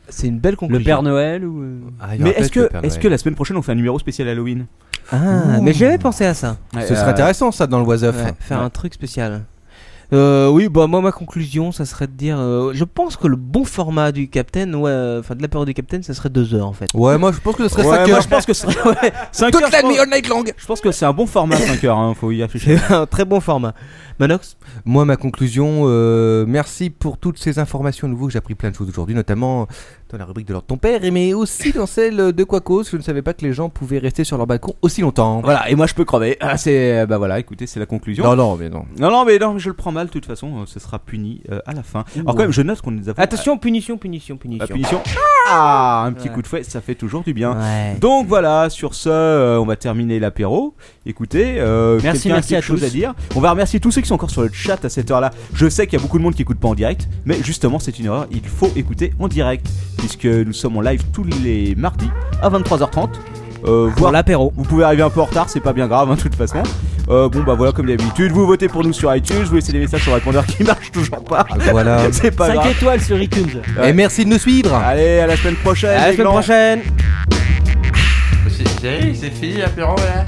Speaker 5: C'est une belle conclusion.
Speaker 4: Le Père Noël ou euh,
Speaker 1: Mais est-ce que, est-ce que la semaine prochaine on fait un numéro spécial Halloween
Speaker 5: Ah, mais j'avais pensé à ça.
Speaker 1: Ouais,
Speaker 3: Ce
Speaker 1: euh,
Speaker 3: serait intéressant ça dans le Oiseuf.
Speaker 5: Ouais, faire un truc spécial. Euh, oui, bah moi ma conclusion, ça serait de dire, euh, je pense que le bon format du Captain, ouais, euh, enfin de la période du Captain, ça serait deux heures en fait.
Speaker 3: Ouais, moi je pense que ce serait
Speaker 1: Ouais,
Speaker 3: 5
Speaker 1: moi
Speaker 3: heures.
Speaker 1: je pense que ce serait. ouais, cinq heures, je, pense, je pense que c'est un bon format 5 heures, hein, faut y afficher.
Speaker 5: C'est un très bon format. Manox,
Speaker 3: Moi, ma conclusion, euh, merci pour toutes ces informations à nouveau. J'ai appris plein de choses aujourd'hui, notamment dans la rubrique de l'ordre de ton père, mais aussi dans celle de Quacos. Je ne savais pas que les gens pouvaient rester sur leur balcon aussi longtemps.
Speaker 1: voilà, et moi je peux crever. Ah, c'est. Bah voilà, écoutez, c'est la conclusion.
Speaker 3: Non, non, mais non.
Speaker 1: Non, non, mais non, mais je le prends mal, de toute façon, euh, ce sera puni euh, à la fin. Alors, quand même, je note qu'on nous a
Speaker 5: attention, punition, punition, punition.
Speaker 1: la Bah, punition. Ah, un petit coup de fouet, ça fait toujours du bien.
Speaker 5: Ouais.
Speaker 1: Donc voilà, sur ce, euh, on va terminer l'apéro. Écoutez, euh,
Speaker 4: Merci,
Speaker 1: quelqu'un a
Speaker 4: merci
Speaker 1: quelque
Speaker 4: à
Speaker 1: chose
Speaker 4: tous.
Speaker 1: à dire. On va remercier tous ceux qui sont encore sur le chat à cette heure-là. Je sais qu'il y a beaucoup de monde qui écoute pas en direct, mais justement, c'est une erreur. Il faut écouter en direct, puisque nous sommes en live tous les mardis à 23h30. Euh,
Speaker 5: Pour
Speaker 1: voire-
Speaker 5: l'apéro.
Speaker 1: vous pouvez arriver un peu en retard, c'est pas bien grave hein, de toute façon. Euh, bon bah voilà comme d'habitude, vous votez pour nous sur iTunes, vous laissez des messages sur le répondeur qui marche toujours pas.
Speaker 3: Voilà.
Speaker 1: C'est pas
Speaker 4: 5
Speaker 1: grave.
Speaker 4: étoiles sur iTunes.
Speaker 1: Ouais.
Speaker 3: Et merci de nous suivre.
Speaker 1: Allez, à la semaine prochaine.
Speaker 5: À la
Speaker 1: les
Speaker 5: semaine
Speaker 1: glands.
Speaker 5: prochaine.
Speaker 12: C'est c'est fini l'apéro là